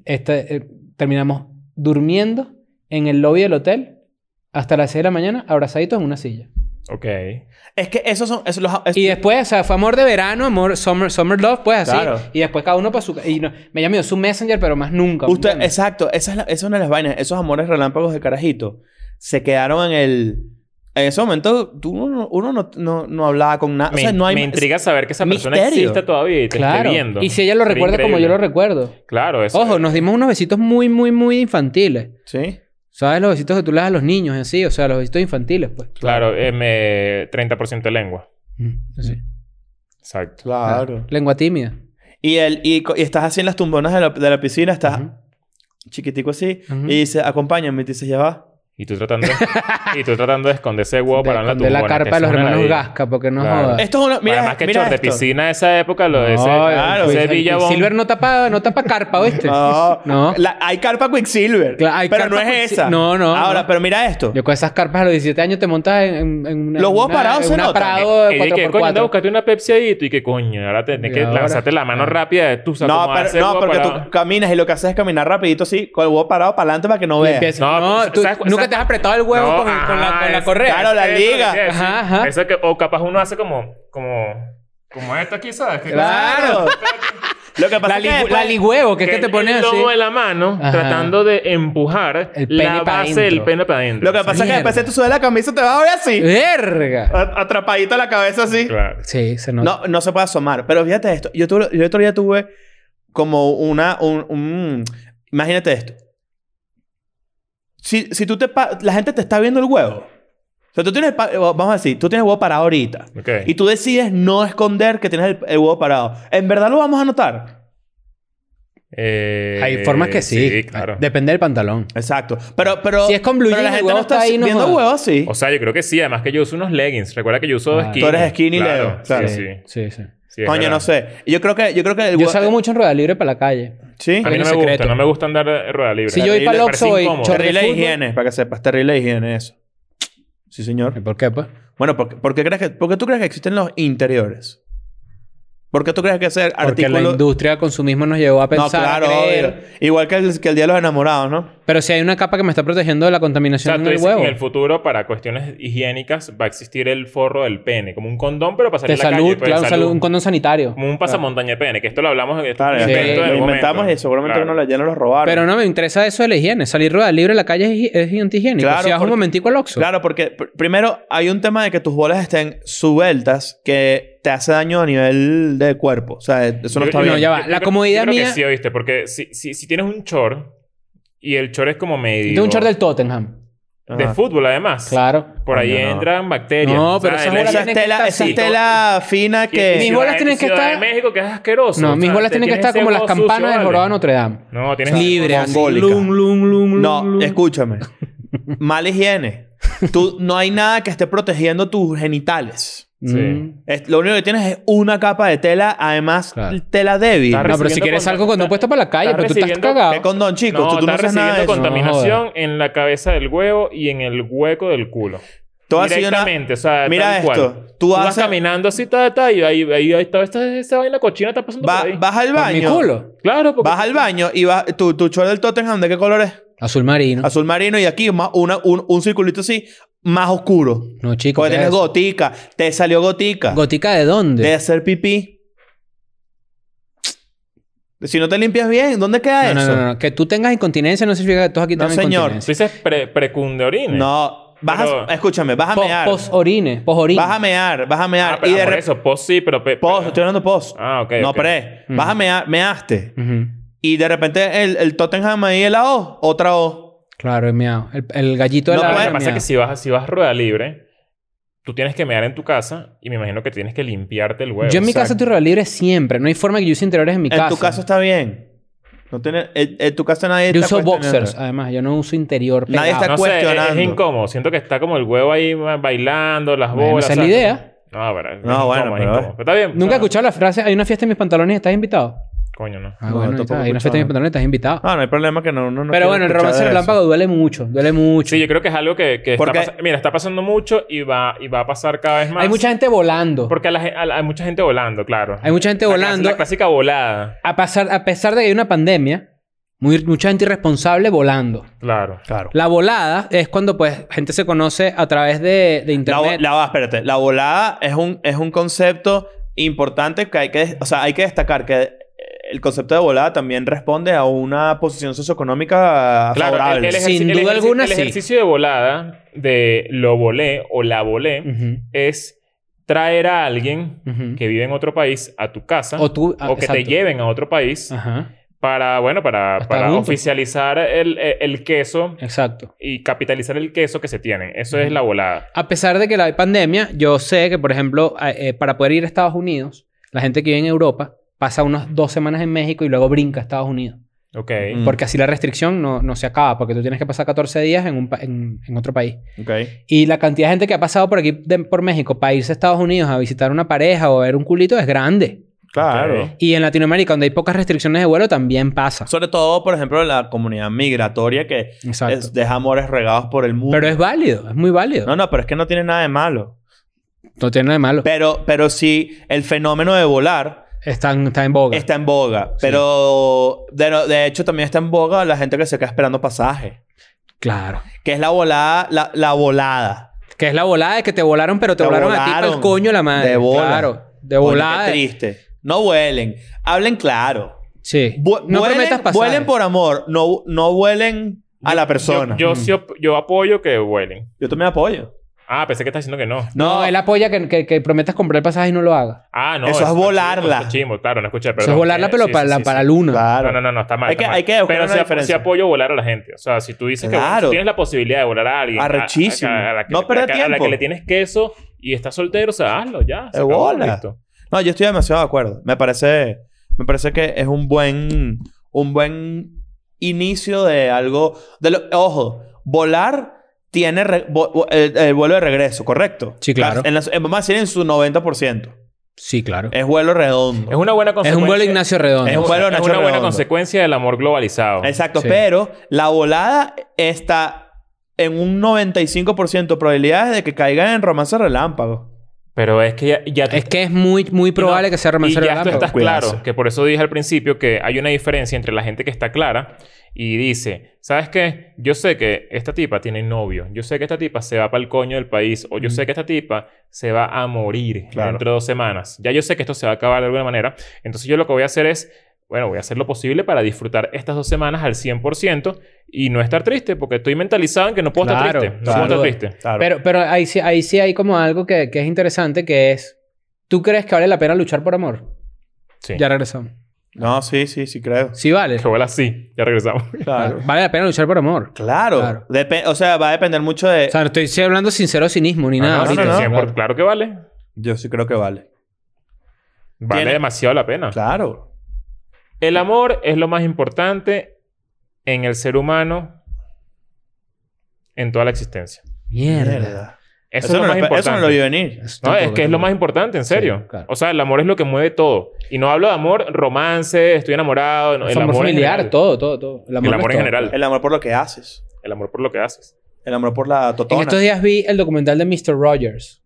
Speaker 3: este, eh, terminamos durmiendo en el lobby del hotel hasta las 6 de la mañana, abrazaditos en una silla.
Speaker 1: Ok.
Speaker 2: Es que esos son. esos los, es-
Speaker 3: Y después, o sea, fue amor de verano, amor summer, summer love, pues así.
Speaker 2: Claro.
Speaker 3: Y después cada uno para su... Y no, me llamó su messenger, pero más nunca. ¿me
Speaker 2: usted-
Speaker 3: entiendes?
Speaker 2: exacto. Esa es, la- esa es una de las vainas. Esos amores relámpagos de carajito se quedaron en el. en ese momento tú, uno, uno no, no, no hablaba con nada. O
Speaker 1: me,
Speaker 2: sea, no hay...
Speaker 1: me intriga saber que esa persona
Speaker 2: misterio.
Speaker 1: exista todavía y te esté
Speaker 3: Claro.
Speaker 1: viendo.
Speaker 3: Y si ella lo
Speaker 1: Sería
Speaker 3: recuerda como yo
Speaker 1: increíble.
Speaker 3: lo recuerdo.
Speaker 1: Claro, eso.
Speaker 3: Ojo, nos dimos unos besitos muy, muy, muy infantiles.
Speaker 2: eh, Sí.
Speaker 3: ¿Sabes los besitos que tú le das a los niños en sí? O sea, los besitos infantiles, pues.
Speaker 1: Claro, eh, me- 30% de lengua.
Speaker 3: Mm, así.
Speaker 1: Exacto.
Speaker 2: Claro.
Speaker 3: Lengua tímida.
Speaker 2: Y, el, y, co- y estás así en las tumbonas de la, de la piscina, estás
Speaker 3: Ujú.
Speaker 2: chiquitico así,
Speaker 3: Ujú.
Speaker 2: y dices, acompáñame, y te dices, ya va.
Speaker 1: Y tú tratando de, y tú tratando de esconder ese huevo para no
Speaker 3: de, de la carpa de los hermanos Gasca, porque no
Speaker 1: Claro.
Speaker 3: jodas.
Speaker 2: Esto es una. Mira,
Speaker 1: Además que
Speaker 2: mira
Speaker 1: short de
Speaker 2: esto.
Speaker 1: piscina de esa época, lo de ese,
Speaker 3: No,
Speaker 2: claro,
Speaker 1: ese
Speaker 3: el- el
Speaker 1: Villabón.
Speaker 3: Silver no tapa, no tapa carpa, ¿oíste?
Speaker 2: No.
Speaker 3: No.
Speaker 2: La- hay carpa Quicksilver.
Speaker 3: Cla- hay
Speaker 2: pero
Speaker 3: carpa
Speaker 2: no es
Speaker 3: Quicksil-
Speaker 2: esa.
Speaker 3: No, no,
Speaker 2: Ahora,
Speaker 3: no.
Speaker 2: pero mira esto.
Speaker 3: Yo con esas carpas a los 17 años te montas en, en, en una...
Speaker 2: Los huevos
Speaker 3: en una-
Speaker 2: parados
Speaker 3: en
Speaker 2: se
Speaker 3: una
Speaker 2: notan. Eh,
Speaker 3: Prado
Speaker 1: Eh, Y que coño, anda,
Speaker 3: 4x4.
Speaker 1: buscate una Pepsi ahí. Y tú, y que coño, ahora tenés
Speaker 3: Y
Speaker 1: que
Speaker 3: ahora- ah.
Speaker 1: lanzarte la mano rápida de tú. o sea,
Speaker 2: no,
Speaker 1: como
Speaker 2: pero-
Speaker 1: hace
Speaker 2: no,
Speaker 1: huevo
Speaker 2: porque
Speaker 1: parado.
Speaker 2: tú caminas y lo que haces es caminar rapidito así, con el huevo parado para adelante para que no
Speaker 3: Y
Speaker 2: veas.
Speaker 3: empiezas-
Speaker 1: No,
Speaker 3: No,
Speaker 1: pues,
Speaker 3: tú
Speaker 1: ¿sabes-
Speaker 3: nunca
Speaker 1: sabes-
Speaker 3: te has apretado el huevo con,
Speaker 1: ajá,
Speaker 3: con la, con la
Speaker 1: es-
Speaker 3: correa.
Speaker 2: Claro, la
Speaker 1: eso es lo que
Speaker 2: liga.
Speaker 1: quiero decir.
Speaker 3: Ajá, ajá.
Speaker 1: Eso que, o capaz uno hace como, como, como esto aquí, ¿sabes? Que-
Speaker 2: Claro. lo que pasa
Speaker 3: La,
Speaker 2: es que
Speaker 3: ligu-
Speaker 2: después-
Speaker 3: la ligüevo, que es que
Speaker 1: el-
Speaker 3: te pones
Speaker 1: el
Speaker 3: así.
Speaker 1: lomo de la mano
Speaker 3: Ajá.
Speaker 1: tratando de empujar
Speaker 3: El pene
Speaker 1: la
Speaker 3: pa'
Speaker 1: base del
Speaker 3: adentro.
Speaker 1: pene para adentro.
Speaker 2: lo que pasa es que
Speaker 3: Mierda.
Speaker 2: después de tú subes la camisa te vas a ver así.
Speaker 3: ¡Verga!
Speaker 2: a- Atrapadito la cabeza así.
Speaker 1: Claro.
Speaker 3: Sí, se nota.
Speaker 2: No, no se puede asomar. Pero fíjate esto. Yo, tuve, yo otro día tuve como una... Un, un- imagínate esto. Si, si tú te... pa- La gente te está viendo el huevo. O sea, tú tienes... el pa- eh, Vamos a decir, tú tienes el huevo parado ahorita.
Speaker 1: Ok.
Speaker 2: Y tú decides no esconder que tienes el, el huevo parado. ¿En verdad lo vamos a notar?
Speaker 1: Eh,
Speaker 3: Hay formas que sí.
Speaker 1: Sí, claro.
Speaker 3: Depende del pantalón.
Speaker 2: Exacto. Pero... pero
Speaker 3: Si es con blue
Speaker 2: pero la
Speaker 3: jeans, el
Speaker 2: gente
Speaker 3: huevo
Speaker 2: no
Speaker 3: está
Speaker 2: está
Speaker 3: ahí, no
Speaker 2: viendo
Speaker 3: jodas.
Speaker 2: huevo así.
Speaker 1: O sea, yo creo que sí. Además que yo uso unos leggings. Recuerda que yo uso
Speaker 3: Ah.
Speaker 1: skinny.
Speaker 2: Tú eres skinny,
Speaker 1: Claro,
Speaker 2: Leo. Claro.
Speaker 1: Sí, sí.
Speaker 3: Sí, sí.
Speaker 1: Sí, es
Speaker 2: Coño,
Speaker 1: verdad.
Speaker 2: no sé. Yo creo que... Yo creo que el
Speaker 3: Yo
Speaker 2: huevo-
Speaker 3: salgo mucho en rueda libre para la calle.
Speaker 2: Sí.
Speaker 1: A mí no
Speaker 3: Tiene
Speaker 1: me gusta.
Speaker 3: secreto.
Speaker 1: No me gusta andar eh, rueda libre.
Speaker 3: Si yo voy
Speaker 2: Terrible,
Speaker 3: para el
Speaker 1: parece
Speaker 3: Oxxo, voy
Speaker 1: incómodo.
Speaker 3: chorro de
Speaker 2: Terrible
Speaker 3: fútbol.
Speaker 2: higiene, para que sepas. Terrible higiene eso. Sí, señor.
Speaker 3: ¿Y ¿Por qué, pues?
Speaker 2: Bueno, ¿por, qué- por qué crees que, por qué tú crees que existen los interiores? ¿Por qué tú crees que ese
Speaker 3: Porque
Speaker 2: artículo...
Speaker 3: la industria del consumismo nos llevó a
Speaker 2: no,
Speaker 3: pensar. a
Speaker 2: claro,
Speaker 3: creer.
Speaker 2: obvio. Igual que el, que el Día de los Enamorados, ¿no?
Speaker 3: Pero si hay una capa que me está protegiendo de la
Speaker 1: O sea,
Speaker 3: contaminación
Speaker 1: tú
Speaker 3: en el
Speaker 1: dices que
Speaker 3: huevo.
Speaker 1: en el futuro, para cuestiones higiénicas, va a existir el forro del pene. Como un condón, pero para salir
Speaker 3: De
Speaker 1: a la
Speaker 3: salud,
Speaker 1: calle, pues,
Speaker 3: claro,
Speaker 1: de
Speaker 3: un, salud, un condón sanitario.
Speaker 1: Como un pasamontaña de pene. Que esto lo hablamos... esto
Speaker 2: Claro,
Speaker 1: es un
Speaker 3: sí.
Speaker 1: invento del
Speaker 2: lo
Speaker 1: momento.
Speaker 2: inventamos y seguramente
Speaker 1: Claro.
Speaker 2: uno lo- ya no lo robaron.
Speaker 3: Pero no me interesa eso de la higiene. Salir rueda libre a la calle es, hi- es antihigiénico.
Speaker 2: Claro,
Speaker 3: si vas
Speaker 2: porque-
Speaker 3: un momentico al Oxxo.
Speaker 2: Claro, porque pr- primero hay un tema de que tus bolas estén sueltas que te hace daño a nivel de cuerpo. O sea, eso no
Speaker 1: Yo-
Speaker 2: está
Speaker 1: yo-
Speaker 2: bien.
Speaker 3: No, ya va.
Speaker 1: yo- yo
Speaker 3: La
Speaker 1: creo-
Speaker 3: comodidad
Speaker 1: yo creo que
Speaker 3: mía-
Speaker 1: sí, oíste. Porque si, si, si tienes un short y el short es como medio...
Speaker 3: de un short del Tottenham.
Speaker 1: De
Speaker 2: Ajá.
Speaker 1: fútbol, además.
Speaker 3: Claro.
Speaker 1: Por ahí
Speaker 2: Coño, no.
Speaker 1: entran bacterias.
Speaker 3: No, pero esas bolas
Speaker 2: Esa
Speaker 3: tienen que
Speaker 2: tela,
Speaker 3: estar
Speaker 2: esa
Speaker 3: así.
Speaker 2: tela fina
Speaker 3: Mis
Speaker 2: que...
Speaker 3: Ni- bolas tienen que
Speaker 1: Ciudad de
Speaker 3: estar-
Speaker 1: México, que es asqueroso.
Speaker 3: No,
Speaker 1: O
Speaker 3: mis
Speaker 1: sea,
Speaker 3: bolas
Speaker 1: te
Speaker 3: tienen que
Speaker 1: tienes
Speaker 3: estar
Speaker 1: ese
Speaker 3: como las
Speaker 1: huevo
Speaker 3: campanas
Speaker 1: sucio,
Speaker 3: del
Speaker 1: vale.
Speaker 3: jorobado de Notre Dame.
Speaker 1: No, tienes...
Speaker 3: Libres, así.
Speaker 2: mongólica.
Speaker 3: Lum, lum, lum, lum,
Speaker 2: No,
Speaker 3: lum.
Speaker 2: escúchame. Mala higiene. Tú, no hay nada que esté protegiendo tus genitales.
Speaker 3: Mm.
Speaker 1: Sí.
Speaker 2: Es- lo único que tienes es una capa de tela, además
Speaker 3: Claro.
Speaker 2: tela débil.
Speaker 1: Está
Speaker 3: No, pero si
Speaker 1: recibiendo
Speaker 3: quieres algo
Speaker 1: contacto-
Speaker 3: con no puesto para la calle,
Speaker 1: estás
Speaker 3: pero tú estás
Speaker 1: recibiendo-
Speaker 3: cagado.
Speaker 2: ¿Qué condón, chico?
Speaker 1: no,
Speaker 2: tú, tú no
Speaker 1: estás
Speaker 2: haces nada de
Speaker 1: recibiendo
Speaker 2: eso.
Speaker 3: contam-
Speaker 1: contaminación en la cabeza del huevo y en el hueco del culo.
Speaker 2: Tú haces una-
Speaker 1: Directamente, o sea,
Speaker 2: Mira
Speaker 1: tal
Speaker 2: esto.
Speaker 1: cual.
Speaker 2: Tú
Speaker 1: Tú vas
Speaker 2: haces-
Speaker 1: caminando así, ta, ta, y ahí, ahí, ahí toda esta, esa vaina cochina está pasando
Speaker 2: Va-
Speaker 1: por ahí.
Speaker 2: vas al
Speaker 3: Por mi
Speaker 2: baño.
Speaker 3: culo.
Speaker 1: Claro, porque...
Speaker 2: Vas al baño y vas... Tu, tu short del Tottenham, ¿de qué color es?
Speaker 3: Azul marino.
Speaker 2: Azul marino. Y aquí más una- un, un circulito así, más oscuro.
Speaker 3: No, chico.
Speaker 2: Porque
Speaker 3: ¿qué
Speaker 2: tienes
Speaker 3: es?
Speaker 2: gotica. Te salió gotica.
Speaker 3: ¿Gotica de dónde?
Speaker 2: de hacer pipí. Si no te limpias bien, ¿dónde queda
Speaker 3: no, no,
Speaker 2: eso?
Speaker 3: no, no, no. Que tú tengas incontinencia no significa que todos aquí
Speaker 2: No,
Speaker 3: tengan
Speaker 2: señor.
Speaker 1: Tú
Speaker 3: incontinencia.
Speaker 1: dices pre precum de orines.
Speaker 2: No, vas a-
Speaker 1: Pero-
Speaker 2: escúchame, vas a
Speaker 3: Po-
Speaker 2: mear.
Speaker 3: Pos-orine. Pos-orine.
Speaker 2: Vas a mear, vas a mear.
Speaker 1: Ah, pero-
Speaker 2: y
Speaker 1: ah,
Speaker 2: de
Speaker 1: por
Speaker 2: re-
Speaker 1: eso, post sí, pero... pe-
Speaker 2: Post, estoy hablando post.
Speaker 1: Ah, ok,
Speaker 2: No,
Speaker 1: ok.
Speaker 2: pre. Vas a mear, measte.
Speaker 3: Ujú.
Speaker 2: Y de repente el, el Tottenham ahí en la O, otra O.
Speaker 3: Claro, el miau. El, el gallito de
Speaker 2: No
Speaker 3: la...
Speaker 2: pues,
Speaker 1: Lo
Speaker 2: puede-
Speaker 1: que pasa es que
Speaker 3: miau.
Speaker 1: si vas, si vas rueda libre, tú tienes que mear en tu casa y me imagino que tienes que limpiarte el huevo.
Speaker 3: Yo en mi
Speaker 2: Exacto.
Speaker 3: casa estoy rueda libre siempre. No hay forma que yo use interiores en mi casa.
Speaker 2: En tu caso está bien. No tiene, en, en tu casa nadie
Speaker 3: Yo
Speaker 2: está
Speaker 3: uso
Speaker 2: cuestionando.
Speaker 3: boxers, además. Yo no uso interior pegado.
Speaker 2: Nadie está
Speaker 1: no sé, es- es,
Speaker 2: cuestionando.
Speaker 1: incómodo. Siento que está como el huevo ahí ma- bailando, las bolas.
Speaker 3: Bueno, esa es la
Speaker 1: ¿sabes?
Speaker 3: idea.
Speaker 1: No, pero, es
Speaker 2: No,
Speaker 1: incómodo,
Speaker 2: bueno,
Speaker 1: es
Speaker 2: pero-
Speaker 1: incómodo. está bien.
Speaker 3: Nunca he
Speaker 1: o sea,
Speaker 3: escuchado la frase, hay una fiesta en mis pantalones y estás invitado.
Speaker 1: Coño, no.
Speaker 3: Ah,
Speaker 2: No,
Speaker 3: bueno, ahí
Speaker 2: tampoco
Speaker 3: está,
Speaker 2: he
Speaker 3: hay una fiesta en
Speaker 2: escuchado.
Speaker 3: mis pantalones y estás invitado.
Speaker 2: Ah, No, no hay problema que no. no, no
Speaker 3: Pero
Speaker 2: quiero
Speaker 3: bueno, el
Speaker 2: escuchar
Speaker 3: romance
Speaker 2: de eso.
Speaker 3: relámpago duele mucho, duele mucho.
Speaker 1: Sí, yo creo que es algo que, que está
Speaker 2: Porque-
Speaker 1: pasando... Mira, está pasando mucho y va, y va a pasar cada vez más.
Speaker 3: hay mucha gente volando.
Speaker 1: Porque a la ge- a la- hay mucha gente volando, claro.
Speaker 3: Hay mucha gente
Speaker 1: La clas-
Speaker 3: volando.
Speaker 1: La clásica volada.
Speaker 3: A, pasar, a pesar de que hay una pandemia, muy- mucha gente irresponsable volando.
Speaker 1: Claro.
Speaker 2: Claro.
Speaker 3: La volada es cuando pues gente se conoce a través de, de
Speaker 2: La, vo-
Speaker 3: internet.
Speaker 2: la- espérate. La volada es un, es un concepto importante que hay que... O sea, hay que destacar que eh, el concepto de volada también responde a una posición socioeconómica
Speaker 1: Claro, el,
Speaker 2: favorable.
Speaker 1: el ejerci-
Speaker 3: Sin
Speaker 1: el
Speaker 3: duda
Speaker 1: ejerci-
Speaker 3: alguna,
Speaker 1: el
Speaker 3: sí.
Speaker 1: ejercicio de volada de lo volé o la volé
Speaker 3: Ujú,
Speaker 1: es traer a alguien
Speaker 3: ujú.
Speaker 1: que vive en otro país a tu casa
Speaker 3: O tú... ah,
Speaker 1: o que te
Speaker 3: exacto.
Speaker 1: lleven a otro país
Speaker 3: Ajá,
Speaker 1: para, bueno, para,
Speaker 3: Hasta
Speaker 1: para
Speaker 3: juntos.
Speaker 1: oficializar el, el- el queso
Speaker 3: exacto.
Speaker 1: y capitalizar el queso que se tiene. Eso es la volada.
Speaker 3: A pesar de que la pandemia, yo sé que, por ejemplo, a- eh, para poder ir a Estados Unidos, la gente que vive en Europa pasa unas dos semanas en México y luego brinca a Estados Unidos.
Speaker 1: Ok.
Speaker 2: Mm.
Speaker 3: Porque así la restricción no, no se acaba, porque tú tienes que pasar 14 días en, un pa- en- en otro país.
Speaker 2: Ok.
Speaker 3: Y la cantidad de gente que ha pasado por aquí, de- por México, para irse a Estados Unidos a visitar una pareja o a ver un culito es grande.
Speaker 2: Claro.
Speaker 1: Ok.
Speaker 3: Y en Latinoamérica, donde hay pocas restricciones de vuelo, también pasa.
Speaker 2: Sobre todo, por ejemplo, la comunidad migratoria que
Speaker 3: Exacto.
Speaker 2: es- deja amores regados por el mundo.
Speaker 3: Pero es válido, es muy válido.
Speaker 2: No, no, pero es que no tiene nada de malo.
Speaker 3: No tiene nada de malo.
Speaker 2: Pero, pero sí, el fenómeno de volar
Speaker 3: Está en, está en boga.
Speaker 2: está en boga. Pero de, no- de hecho también está en boga la gente que se queda esperando pasaje.
Speaker 3: Claro.
Speaker 2: Que es la volada, la, la volada.
Speaker 3: Que es la volada de que te volaron, pero te,
Speaker 2: Te
Speaker 3: volaron, a ti
Speaker 2: volaron.
Speaker 3: al coño la madre.
Speaker 2: De bola.
Speaker 3: Claro. De
Speaker 2: Coño,
Speaker 3: volada.
Speaker 2: qué triste. No vuelen. Hablen claro.
Speaker 3: Sí.
Speaker 2: Vu-
Speaker 3: no
Speaker 2: vuelen,
Speaker 3: prometas pasar.
Speaker 2: vuelen por amor. No, no vuelen a la persona. Yo,
Speaker 1: Yo, yo, sí op- yo apoyo que vuelen.
Speaker 2: también apoyo.
Speaker 1: Ah, pensé que estás diciendo que no.
Speaker 3: No, él apoya que, que, que prometas comprar el pasaje y no lo haga.
Speaker 1: Ah, no.
Speaker 2: Eso es
Speaker 1: está chimbo, está
Speaker 2: volarla.
Speaker 1: chimbo. Claro, no escuché,
Speaker 3: Eso
Speaker 1: perdón.
Speaker 3: es volar la
Speaker 1: Eh,
Speaker 3: pelota
Speaker 1: sí,
Speaker 3: para,
Speaker 1: sí,
Speaker 3: la,
Speaker 1: sí,
Speaker 3: para
Speaker 1: sí.
Speaker 3: la luna.
Speaker 2: Claro.
Speaker 1: No, no, no, no, está mal.
Speaker 2: Hay
Speaker 1: está
Speaker 2: que-
Speaker 1: mal.
Speaker 2: hay que buscar
Speaker 1: Pero
Speaker 2: una
Speaker 1: sí,
Speaker 2: diferencia.
Speaker 1: sí apoyo volar a la gente. O sea, si tú dices que
Speaker 2: Claro.
Speaker 1: si tienes la posibilidad de volar a alguien. a- a-
Speaker 2: Arrechísimo.
Speaker 1: A, a la que,
Speaker 2: No
Speaker 1: a la
Speaker 2: perder
Speaker 1: que- a la
Speaker 2: tiempo.
Speaker 1: que le tienes queso y estás soltero, o sea, hazlo ya. se
Speaker 2: De
Speaker 1: acabó,
Speaker 2: bola.
Speaker 1: listo.
Speaker 2: No, yo estoy demasiado de acuerdo. Me parece, me parece que es un buen, un buen inicio de algo. De lo- ojo, volar tiene re- vo- vo- el, el vuelo de regreso, ¿correcto?
Speaker 3: Sí, claro.
Speaker 2: En las- en- vamos a decir en su 90%.
Speaker 3: Sí, claro.
Speaker 2: Es vuelo redondo.
Speaker 1: Es una buena
Speaker 3: Es
Speaker 1: consecuencia.
Speaker 3: un vuelo Ignacio Redondo.
Speaker 2: Es un vuelo
Speaker 1: Es
Speaker 2: Nacho
Speaker 1: una buena
Speaker 2: Redondo.
Speaker 1: consecuencia del amor globalizado.
Speaker 2: Exacto,
Speaker 3: Sí.
Speaker 2: pero la volada está en un 95% de probabilidades de que caigan en romance relámpago.
Speaker 1: Pero es que ya, ya tú
Speaker 3: Es que es muy, muy probable
Speaker 1: No,
Speaker 3: que sea
Speaker 1: Y
Speaker 3: romancero
Speaker 1: ya
Speaker 3: de
Speaker 1: tú
Speaker 3: Lampo.
Speaker 1: estás
Speaker 2: Cuidarse.
Speaker 1: claro, que por eso dije al principio que hay una diferencia entre la gente que está clara y dice, ¿sabes qué? Yo sé que esta tipa tiene novio, yo sé que esta tipa se va para el coño del país, o yo
Speaker 3: Mm.
Speaker 1: sé que esta tipa se va a morir
Speaker 2: Claro.
Speaker 1: dentro de dos semanas. Ya yo sé que esto se va a acabar de alguna manera, entonces yo lo que voy a hacer es, bueno, voy a hacer lo posible para disfrutar estas dos semanas al 100% y no estar triste, porque estoy mentalizado en que no puedo
Speaker 3: Claro,
Speaker 1: estar triste. No
Speaker 2: claro.
Speaker 1: puedo estar triste.
Speaker 2: Claro.
Speaker 3: Pero, pero ahí, sí, ahí sí hay como algo que, que es interesante que es... ¿Tú crees que vale la pena luchar por amor?
Speaker 1: Sí.
Speaker 3: Ya regresamos.
Speaker 2: no, sí, sí, sí creo.
Speaker 3: Sí vale.
Speaker 1: Que vuela así. Ya regresamos.
Speaker 2: Claro.
Speaker 3: Vale la pena luchar por amor.
Speaker 2: Claro.
Speaker 3: Claro.
Speaker 2: Depe- o sea, va a depender mucho de...
Speaker 3: O sea, no estoy sí, hablando sincero de cinismo ni
Speaker 1: No,
Speaker 3: nada.
Speaker 1: no,
Speaker 3: ahorita.
Speaker 1: no,
Speaker 2: no,
Speaker 1: cien por- Claro que vale.
Speaker 2: Yo sí creo que vale.
Speaker 1: Vale
Speaker 2: Tiene-
Speaker 1: demasiado la pena.
Speaker 2: Claro.
Speaker 1: El amor es lo más importante en el ser humano en toda la existencia.
Speaker 3: Mierda.
Speaker 2: Mierda.
Speaker 1: Eso,
Speaker 2: Eso,
Speaker 1: es lo
Speaker 2: no,
Speaker 1: más
Speaker 2: lo- eso
Speaker 1: importante.
Speaker 2: no
Speaker 1: No,
Speaker 2: lo vi venir.
Speaker 3: Eso
Speaker 1: es
Speaker 3: tampoco,
Speaker 1: que es lo
Speaker 3: tampoco.
Speaker 1: más importante, en serio.
Speaker 3: Sí, claro.
Speaker 1: O sea, el amor es lo que mueve todo. Y no hablo de amor, romance, estoy enamorado. no,
Speaker 3: El
Speaker 1: el amor en
Speaker 3: familiar,
Speaker 1: general.
Speaker 3: todo, todo, todo.
Speaker 1: El
Speaker 3: es
Speaker 1: amor en
Speaker 3: todo.
Speaker 1: general.
Speaker 2: El amor por lo que haces.
Speaker 1: El amor por lo que haces.
Speaker 2: El amor por la
Speaker 3: En
Speaker 2: totona.
Speaker 3: estos días vi el documental de Mr. Rogers.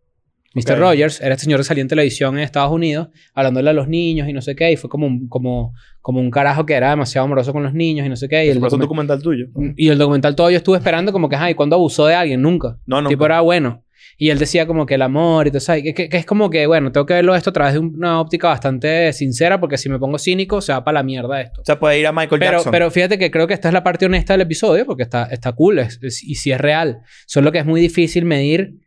Speaker 3: Mr.
Speaker 2: Ok.
Speaker 3: Rogers era este señor que salía en televisión en Estados Unidos hablándole a los niños y no sé qué. Y fue como un, como, como un carajo que era demasiado amoroso con los niños y no sé qué. Y el,
Speaker 2: ¿Por eso un
Speaker 3: documental,
Speaker 2: documental tuyo?
Speaker 3: y el documental todo yo estuve esperando como que, ay, ¿cuándo abusó de alguien? Nunca.
Speaker 2: No,
Speaker 3: El
Speaker 2: no.
Speaker 3: tipo era bueno. Y él decía como que el amor y todo eso. y Que, que- que es como que, bueno, tengo que verlo esto a través de una óptica bastante sincera porque si me pongo cínico se va para la mierda esto.
Speaker 2: O sea, puede ir a Michael
Speaker 3: Pero,
Speaker 2: Jackson.
Speaker 3: pero fíjate que creo que esta es la parte honesta del episodio porque está, está cool es- es- y si es real. Solo que es muy difícil medir.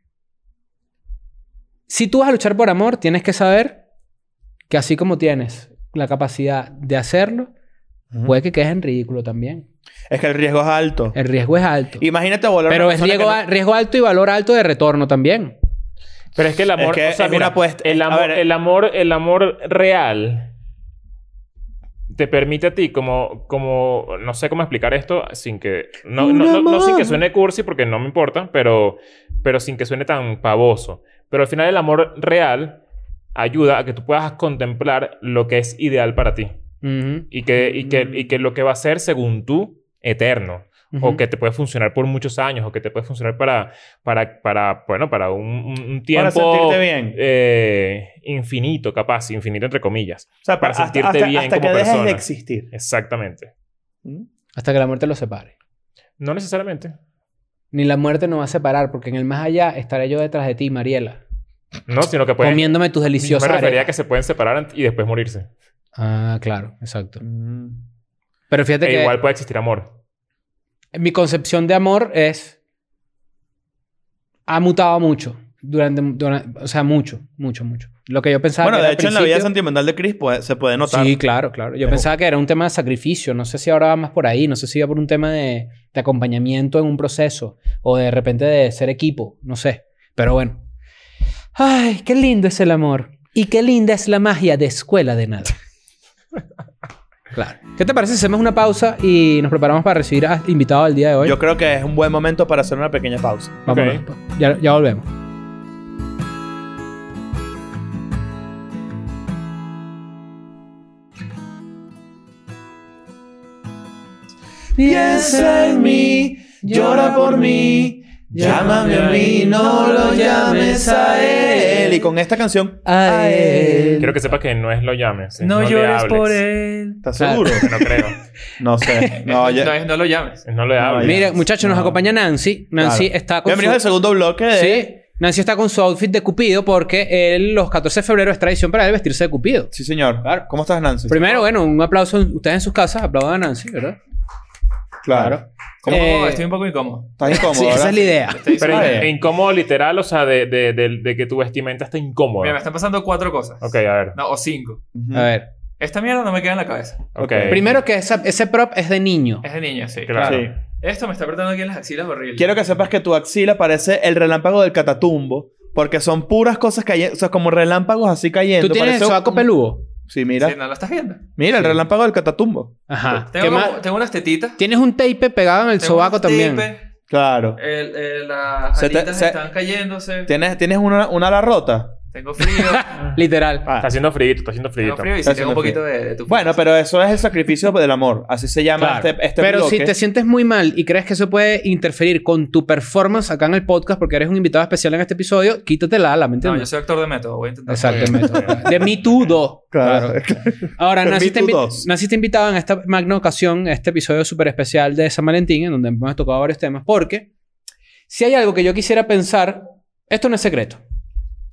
Speaker 3: Si tú vas a luchar por amor, tienes que saber que así como tienes la capacidad de hacerlo,
Speaker 2: Ujú.
Speaker 3: puede que quedes en ridículo también.
Speaker 2: Es que el riesgo es alto.
Speaker 3: El riesgo es alto.
Speaker 2: Imagínate volar
Speaker 3: Pero
Speaker 2: una
Speaker 3: es
Speaker 2: persona que
Speaker 3: riesgo,
Speaker 2: no-
Speaker 3: a- riesgo alto y valor alto de retorno también.
Speaker 1: Pero es que el amor...
Speaker 2: que
Speaker 1: o sea,
Speaker 2: es
Speaker 1: mira,
Speaker 2: una apuesta.
Speaker 1: El
Speaker 2: A
Speaker 1: amor,
Speaker 2: ver.
Speaker 1: el, amor, el amor real te permite a ti como... como no sé cómo explicar esto sin que... No,
Speaker 2: Un
Speaker 1: no, no- no sin
Speaker 2: amor.
Speaker 1: que suene cursi porque no me importa, pero, pero sin que suene tan pavoso. Pero al final el amor real ayuda a que tú puedas contemplar lo que es ideal para ti.
Speaker 3: Ujú,
Speaker 1: Y que, y que, y que lo que va a ser, según tú, eterno
Speaker 3: ujú.
Speaker 1: o que te puede funcionar por muchos años o que te puede funcionar para para para bueno para un, un- un tiempo
Speaker 2: sentirte bien.
Speaker 1: eh, infinito capaz infinito entre comillas
Speaker 2: O sea,
Speaker 1: para
Speaker 2: hasta-
Speaker 1: sentirte
Speaker 2: hasta,
Speaker 1: bien
Speaker 2: hasta
Speaker 1: como
Speaker 2: que dejes
Speaker 1: persona.
Speaker 2: de existir.
Speaker 1: exactamente
Speaker 2: ¿Mm?
Speaker 3: Hasta que la muerte los separe.
Speaker 1: no necesariamente
Speaker 3: Ni la muerte nos va a separar porque en el más allá estaré yo detrás de ti, Mariela.
Speaker 1: No, sino que pueden...
Speaker 3: comiéndome tus
Speaker 1: yo
Speaker 3: deliciosas
Speaker 1: me refería a
Speaker 3: arepas.
Speaker 1: que se pueden separar ant- y después morirse.
Speaker 3: Ah, claro, exacto.
Speaker 2: Mm.
Speaker 3: Pero fíjate
Speaker 1: E
Speaker 3: que
Speaker 1: igual puede existir amor.
Speaker 3: mi concepción de amor es. Ha mutado mucho. Durante, dura- o sea, mucho, mucho, mucho. Lo que yo pensaba
Speaker 2: Bueno,
Speaker 3: que
Speaker 2: de
Speaker 3: era
Speaker 2: hecho, en la
Speaker 3: al
Speaker 2: vida
Speaker 3: principio-
Speaker 2: sentimental de Chris pues, se puede notar.
Speaker 3: Sí, claro, claro. Yo
Speaker 2: Pero-
Speaker 3: pensaba que era un tema de sacrificio. No sé si ahora va más por ahí. No sé si va por un tema de, de acompañamiento en un proceso. O de repente de ser equipo. No sé. Pero bueno. Ay, qué lindo es el amor. Y qué linda es la magia de escuela de nada. Claro. ¿Qué te parece si hacemos una pausa y nos preparamos para recibir al invitado del día de hoy?
Speaker 2: Yo creo que es un buen momento para hacer una pequeña pausa.
Speaker 3: Vámonos. Ya, ya volvemos.
Speaker 2: Piensa en mí, llora por mí, llámame a mí, no lo llames a él. Y con esta canción,
Speaker 3: A él.
Speaker 1: Quiero que sepas que no es lo llames. es
Speaker 4: No,
Speaker 1: le
Speaker 4: llores
Speaker 1: hables.
Speaker 4: por él.
Speaker 2: ¿estás
Speaker 3: Claro.
Speaker 2: seguro?
Speaker 1: No creo.
Speaker 2: No sé.
Speaker 4: No,
Speaker 2: No, ya-
Speaker 4: es no lo llames.
Speaker 1: Es No le
Speaker 2: No,
Speaker 1: hables.
Speaker 2: Ah, ya.
Speaker 3: Mira, muchachos, nos
Speaker 2: No.
Speaker 3: acompaña Nancy. Nancy
Speaker 2: Claro.
Speaker 3: está con su-
Speaker 2: Bienvenidos al segundo bloque de...
Speaker 3: Sí. Nancy está con su outfit de Cupido porque él, los 14 de febrero es tradición para él vestirse de Cupido.
Speaker 2: Sí, señor.
Speaker 3: Claro.
Speaker 2: ¿Cómo estás, Nancy?
Speaker 3: Primero, bueno, un aplauso. en- Ustedes en sus casas aplaudan a Nancy, ¿verdad?
Speaker 2: Claro.
Speaker 4: ¿Cómo?
Speaker 3: Eh,
Speaker 4: Estoy un poco incómodo.
Speaker 2: Estás incómodo,
Speaker 3: Sí,
Speaker 2: ¿verdad?
Speaker 3: esa es la idea.
Speaker 4: Estoy
Speaker 1: Pero
Speaker 4: incómodo.
Speaker 2: Ah,
Speaker 1: in-
Speaker 2: eh.
Speaker 1: incómodo literal, o sea, de, de, de- de que tu vestimenta está incómoda.
Speaker 4: Mira, me están pasando cuatro cosas.
Speaker 1: Ok, a ver.
Speaker 4: No, o cinco.
Speaker 2: Ujú.
Speaker 3: A ver.
Speaker 4: Esta mierda no me queda en la cabeza.
Speaker 1: Ok.
Speaker 2: Eh.
Speaker 3: Primero que esa- ese prop es de niño.
Speaker 4: Es de niña, sí.
Speaker 1: Claro.
Speaker 2: Sí.
Speaker 4: Esto me está apretando aquí en las axilas horrible.
Speaker 2: Quiero que sepas que tu axila parece el relámpago del catatumbo. Porque son puras cosas cayendo. O sea, como relámpagos así cayendo.
Speaker 3: ¿Tú tienes el
Speaker 2: Parece
Speaker 3: sobaco
Speaker 2: un-
Speaker 3: peludo?
Speaker 2: Sí, mira.
Speaker 4: Sí, no lo estás viendo.
Speaker 2: Mira, el relámpago del catatumbo.
Speaker 3: Ajá. ¿Qué
Speaker 4: Tengo, como-
Speaker 3: más?
Speaker 4: tengo unas tetitas.
Speaker 3: Tienes un tape pegado en el
Speaker 4: tengo
Speaker 3: sobaco
Speaker 4: unos
Speaker 3: también.
Speaker 4: tapes,
Speaker 2: Claro.
Speaker 4: el- el- las
Speaker 2: Se te-
Speaker 4: alitas
Speaker 2: se-
Speaker 4: están cayéndose.
Speaker 2: ¿Tienes, tienes una, una ala rota? Ah.
Speaker 4: Tengo frío.
Speaker 3: Literal.
Speaker 1: Está haciendo frío, está haciendo frío.
Speaker 4: tengo frío y
Speaker 2: Está
Speaker 4: sí tengo un
Speaker 2: haciendo
Speaker 4: poquito de, de tu
Speaker 2: Bueno, pero eso es el sacrificio del amor. Así se llama
Speaker 3: Claro.
Speaker 2: este, este
Speaker 3: Pero
Speaker 2: bloque.
Speaker 3: si te sientes muy mal y crees que eso puede interferir con tu performance acá en el podcast porque eres un invitado especial en este episodio, quítate la ala, ¿me
Speaker 4: No,
Speaker 3: entiendes?
Speaker 4: yo soy actor de método. Voy a intentar.
Speaker 3: Exactamente. De Me Too 2.
Speaker 2: Claro.
Speaker 3: Ahora,
Speaker 2: Me
Speaker 3: Nancy está,
Speaker 2: Too
Speaker 3: invi-
Speaker 2: 2.
Speaker 3: Nancy está invitada en esta magna ocasión, este episodio súper especial de San Valentín, en donde hemos tocado varios temas, porque si hay algo que yo quisiera pensar, esto no es secreto.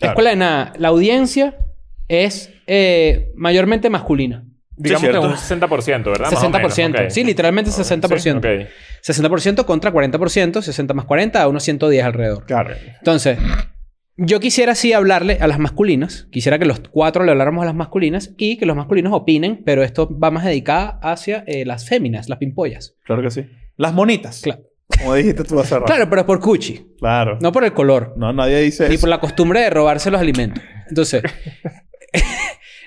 Speaker 3: La
Speaker 1: Claro.
Speaker 3: escuela de nada, la audiencia es eh, mayormente masculina.
Speaker 1: Digamos
Speaker 2: Sí,
Speaker 1: que
Speaker 2: cierto.
Speaker 1: un 60%, ¿verdad? Más o
Speaker 3: 60%.
Speaker 1: menos, ok.
Speaker 3: Sí, literalmente 60%.
Speaker 1: Sí, ok.
Speaker 3: 60% contra 40%, 60 más 40, a unos 110 alrededor.
Speaker 2: Claro.
Speaker 3: Entonces, yo quisiera sí hablarle a las masculinas. Quisiera que los cuatro le habláramos a las masculinas y que los masculinos opinen, pero esto va más dedicada hacia eh, las féminas, las pimpollas.
Speaker 2: Claro que sí. Las monitas.
Speaker 3: Claro.
Speaker 2: Como dijiste tú hace rato.
Speaker 3: Claro, pero por cuchi,
Speaker 2: Claro. No,
Speaker 3: no por el color,
Speaker 2: nadie dice
Speaker 3: ni
Speaker 2: eso.
Speaker 3: por la costumbre de robarse los alimentos. Entonces,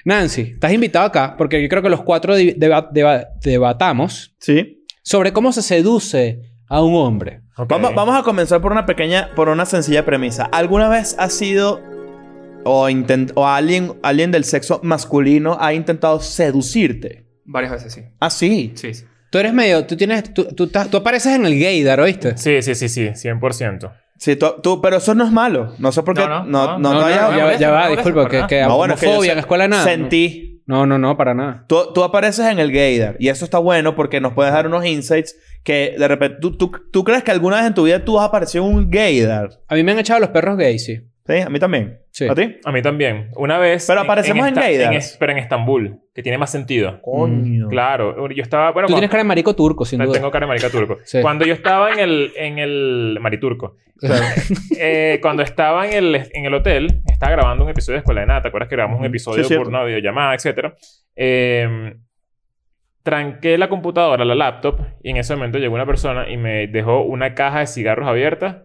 Speaker 3: Nancy, estás invitado acá porque yo creo que los cuatro di- deba- deba- debatamos
Speaker 2: Sí.
Speaker 3: sobre cómo se seduce a un hombre.
Speaker 1: Ok.
Speaker 2: Vamos, vamos a comenzar por una pequeña, por una sencilla premisa. ¿Alguna vez has sido o, intent- o alguien, alguien del sexo masculino ha intentado seducirte?
Speaker 4: Varias veces, sí.
Speaker 2: Ah, sí.
Speaker 4: Sí, sí.
Speaker 3: Tú eres medio, tú tienes, tú, tú, estás- tú apareces en el gaydar, ¿oíste?
Speaker 1: Sí, sí, sí, sí, 100%.
Speaker 2: Sí, tú, tú- pero eso no es malo. No sé por qué. No,
Speaker 4: No, no,
Speaker 2: no, no,
Speaker 4: no,
Speaker 3: No, no,
Speaker 2: hayas-
Speaker 4: no,
Speaker 3: ya,
Speaker 4: molesta,
Speaker 3: ya
Speaker 4: no
Speaker 3: va,
Speaker 4: molesta,
Speaker 3: disculpa, que,
Speaker 4: para
Speaker 3: que
Speaker 2: No, bueno, que yo
Speaker 3: homofobia en
Speaker 2: se-
Speaker 3: la escuela nada.
Speaker 2: Sentí.
Speaker 3: No, no, no, para nada.
Speaker 2: Tú, tú apareces en el gaydar y eso está bueno porque nos puedes dar unos insights que de repente tú, tú, tú crees que alguna vez en tu vida tú has aparecido en un gaydar.
Speaker 3: A mí me han echado los perros gays, sí.
Speaker 2: ¿Sí? A mí también.
Speaker 3: Sí.
Speaker 2: ¿A ti?
Speaker 1: A mí también. Una vez.
Speaker 2: Pero aparecemos en
Speaker 1: Esta-
Speaker 2: Gaydar.
Speaker 1: es- pero en Estambul, que tiene más sentido. Mm,
Speaker 2: Coño.
Speaker 1: Claro, yo estaba. Bueno,
Speaker 3: Tú tienes
Speaker 1: cuando,
Speaker 3: cara de marico turco, sin duda.
Speaker 1: tengo cara de marica turco.
Speaker 3: Sí.
Speaker 1: Cuando yo estaba en el. En el mariturco. Eh, cuando estaba en el, en el hotel, estaba grabando un episodio de Escuela de Nada. ¿Te acuerdas que grabamos un
Speaker 2: Ujú. Sí,
Speaker 1: episodio
Speaker 2: es cierto.
Speaker 1: por una videollamada, etcétera? Eh, tranqué la computadora, la laptop, y en ese momento llegó una persona y me dejó una caja de cigarros abierta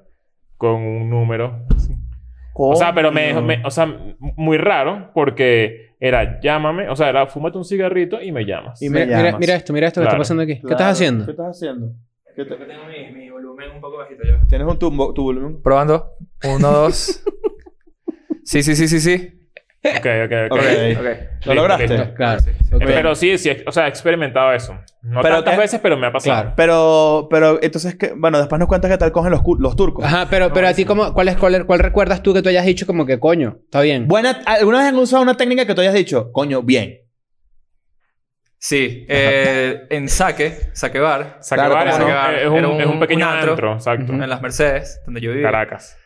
Speaker 1: con un número. así. O sea, pero me dejó, me- o sea, m- muy raro porque era llámame, o sea, era fúmate un cigarrito y me llamas.
Speaker 2: Y me
Speaker 3: Mira, mira,
Speaker 2: llamas.
Speaker 3: mira esto, mira esto que está
Speaker 1: Claro.
Speaker 3: pasando aquí. ¿Qué
Speaker 2: Claro.
Speaker 3: estás haciendo?
Speaker 2: ¿Qué estás haciendo? ¿Qué
Speaker 4: Creo que
Speaker 2: te-
Speaker 4: tengo mi, mi volumen un poco bajito yo.
Speaker 2: ¿Tienes un tumbo, tu volumen?
Speaker 4: Probando. Uno, dos. sí, sí, sí, sí, sí.
Speaker 1: Ok, ok, ok.
Speaker 2: Ok.
Speaker 4: Ok.
Speaker 2: ¿Lo lograste?
Speaker 1: listo.
Speaker 3: Claro.
Speaker 4: Sí, sí.
Speaker 3: Ok.
Speaker 1: Eh, Pero sí, sí, o sea, he experimentado eso. No
Speaker 2: Pero
Speaker 1: tantas
Speaker 2: que-
Speaker 1: veces, pero me ha pasado.
Speaker 2: Pero, pero, entonces, ¿qué? bueno, después nos cuentas qué tal cogen los, cu- los turcos.
Speaker 3: Ajá, pero, pero a ti, cómo, ¿cuál, es, cuál, es- cuál recuerdas tú que tú hayas dicho como que coño? Está bien.
Speaker 2: Buena, ¿Alguna vez han usado una técnica que tú hayas dicho, coño, bien?
Speaker 4: Sí, eh, en Saque, Saque Bar,
Speaker 1: Saquebar
Speaker 2: Claro,
Speaker 1: es,
Speaker 4: como
Speaker 1: un-
Speaker 4: Saquebar.
Speaker 1: es un,
Speaker 4: Era un-
Speaker 1: es un pequeño
Speaker 4: un antro.
Speaker 1: antro, exacto.
Speaker 3: Ujú.
Speaker 4: en las Mercedes, donde yo vivía.
Speaker 1: Caracas.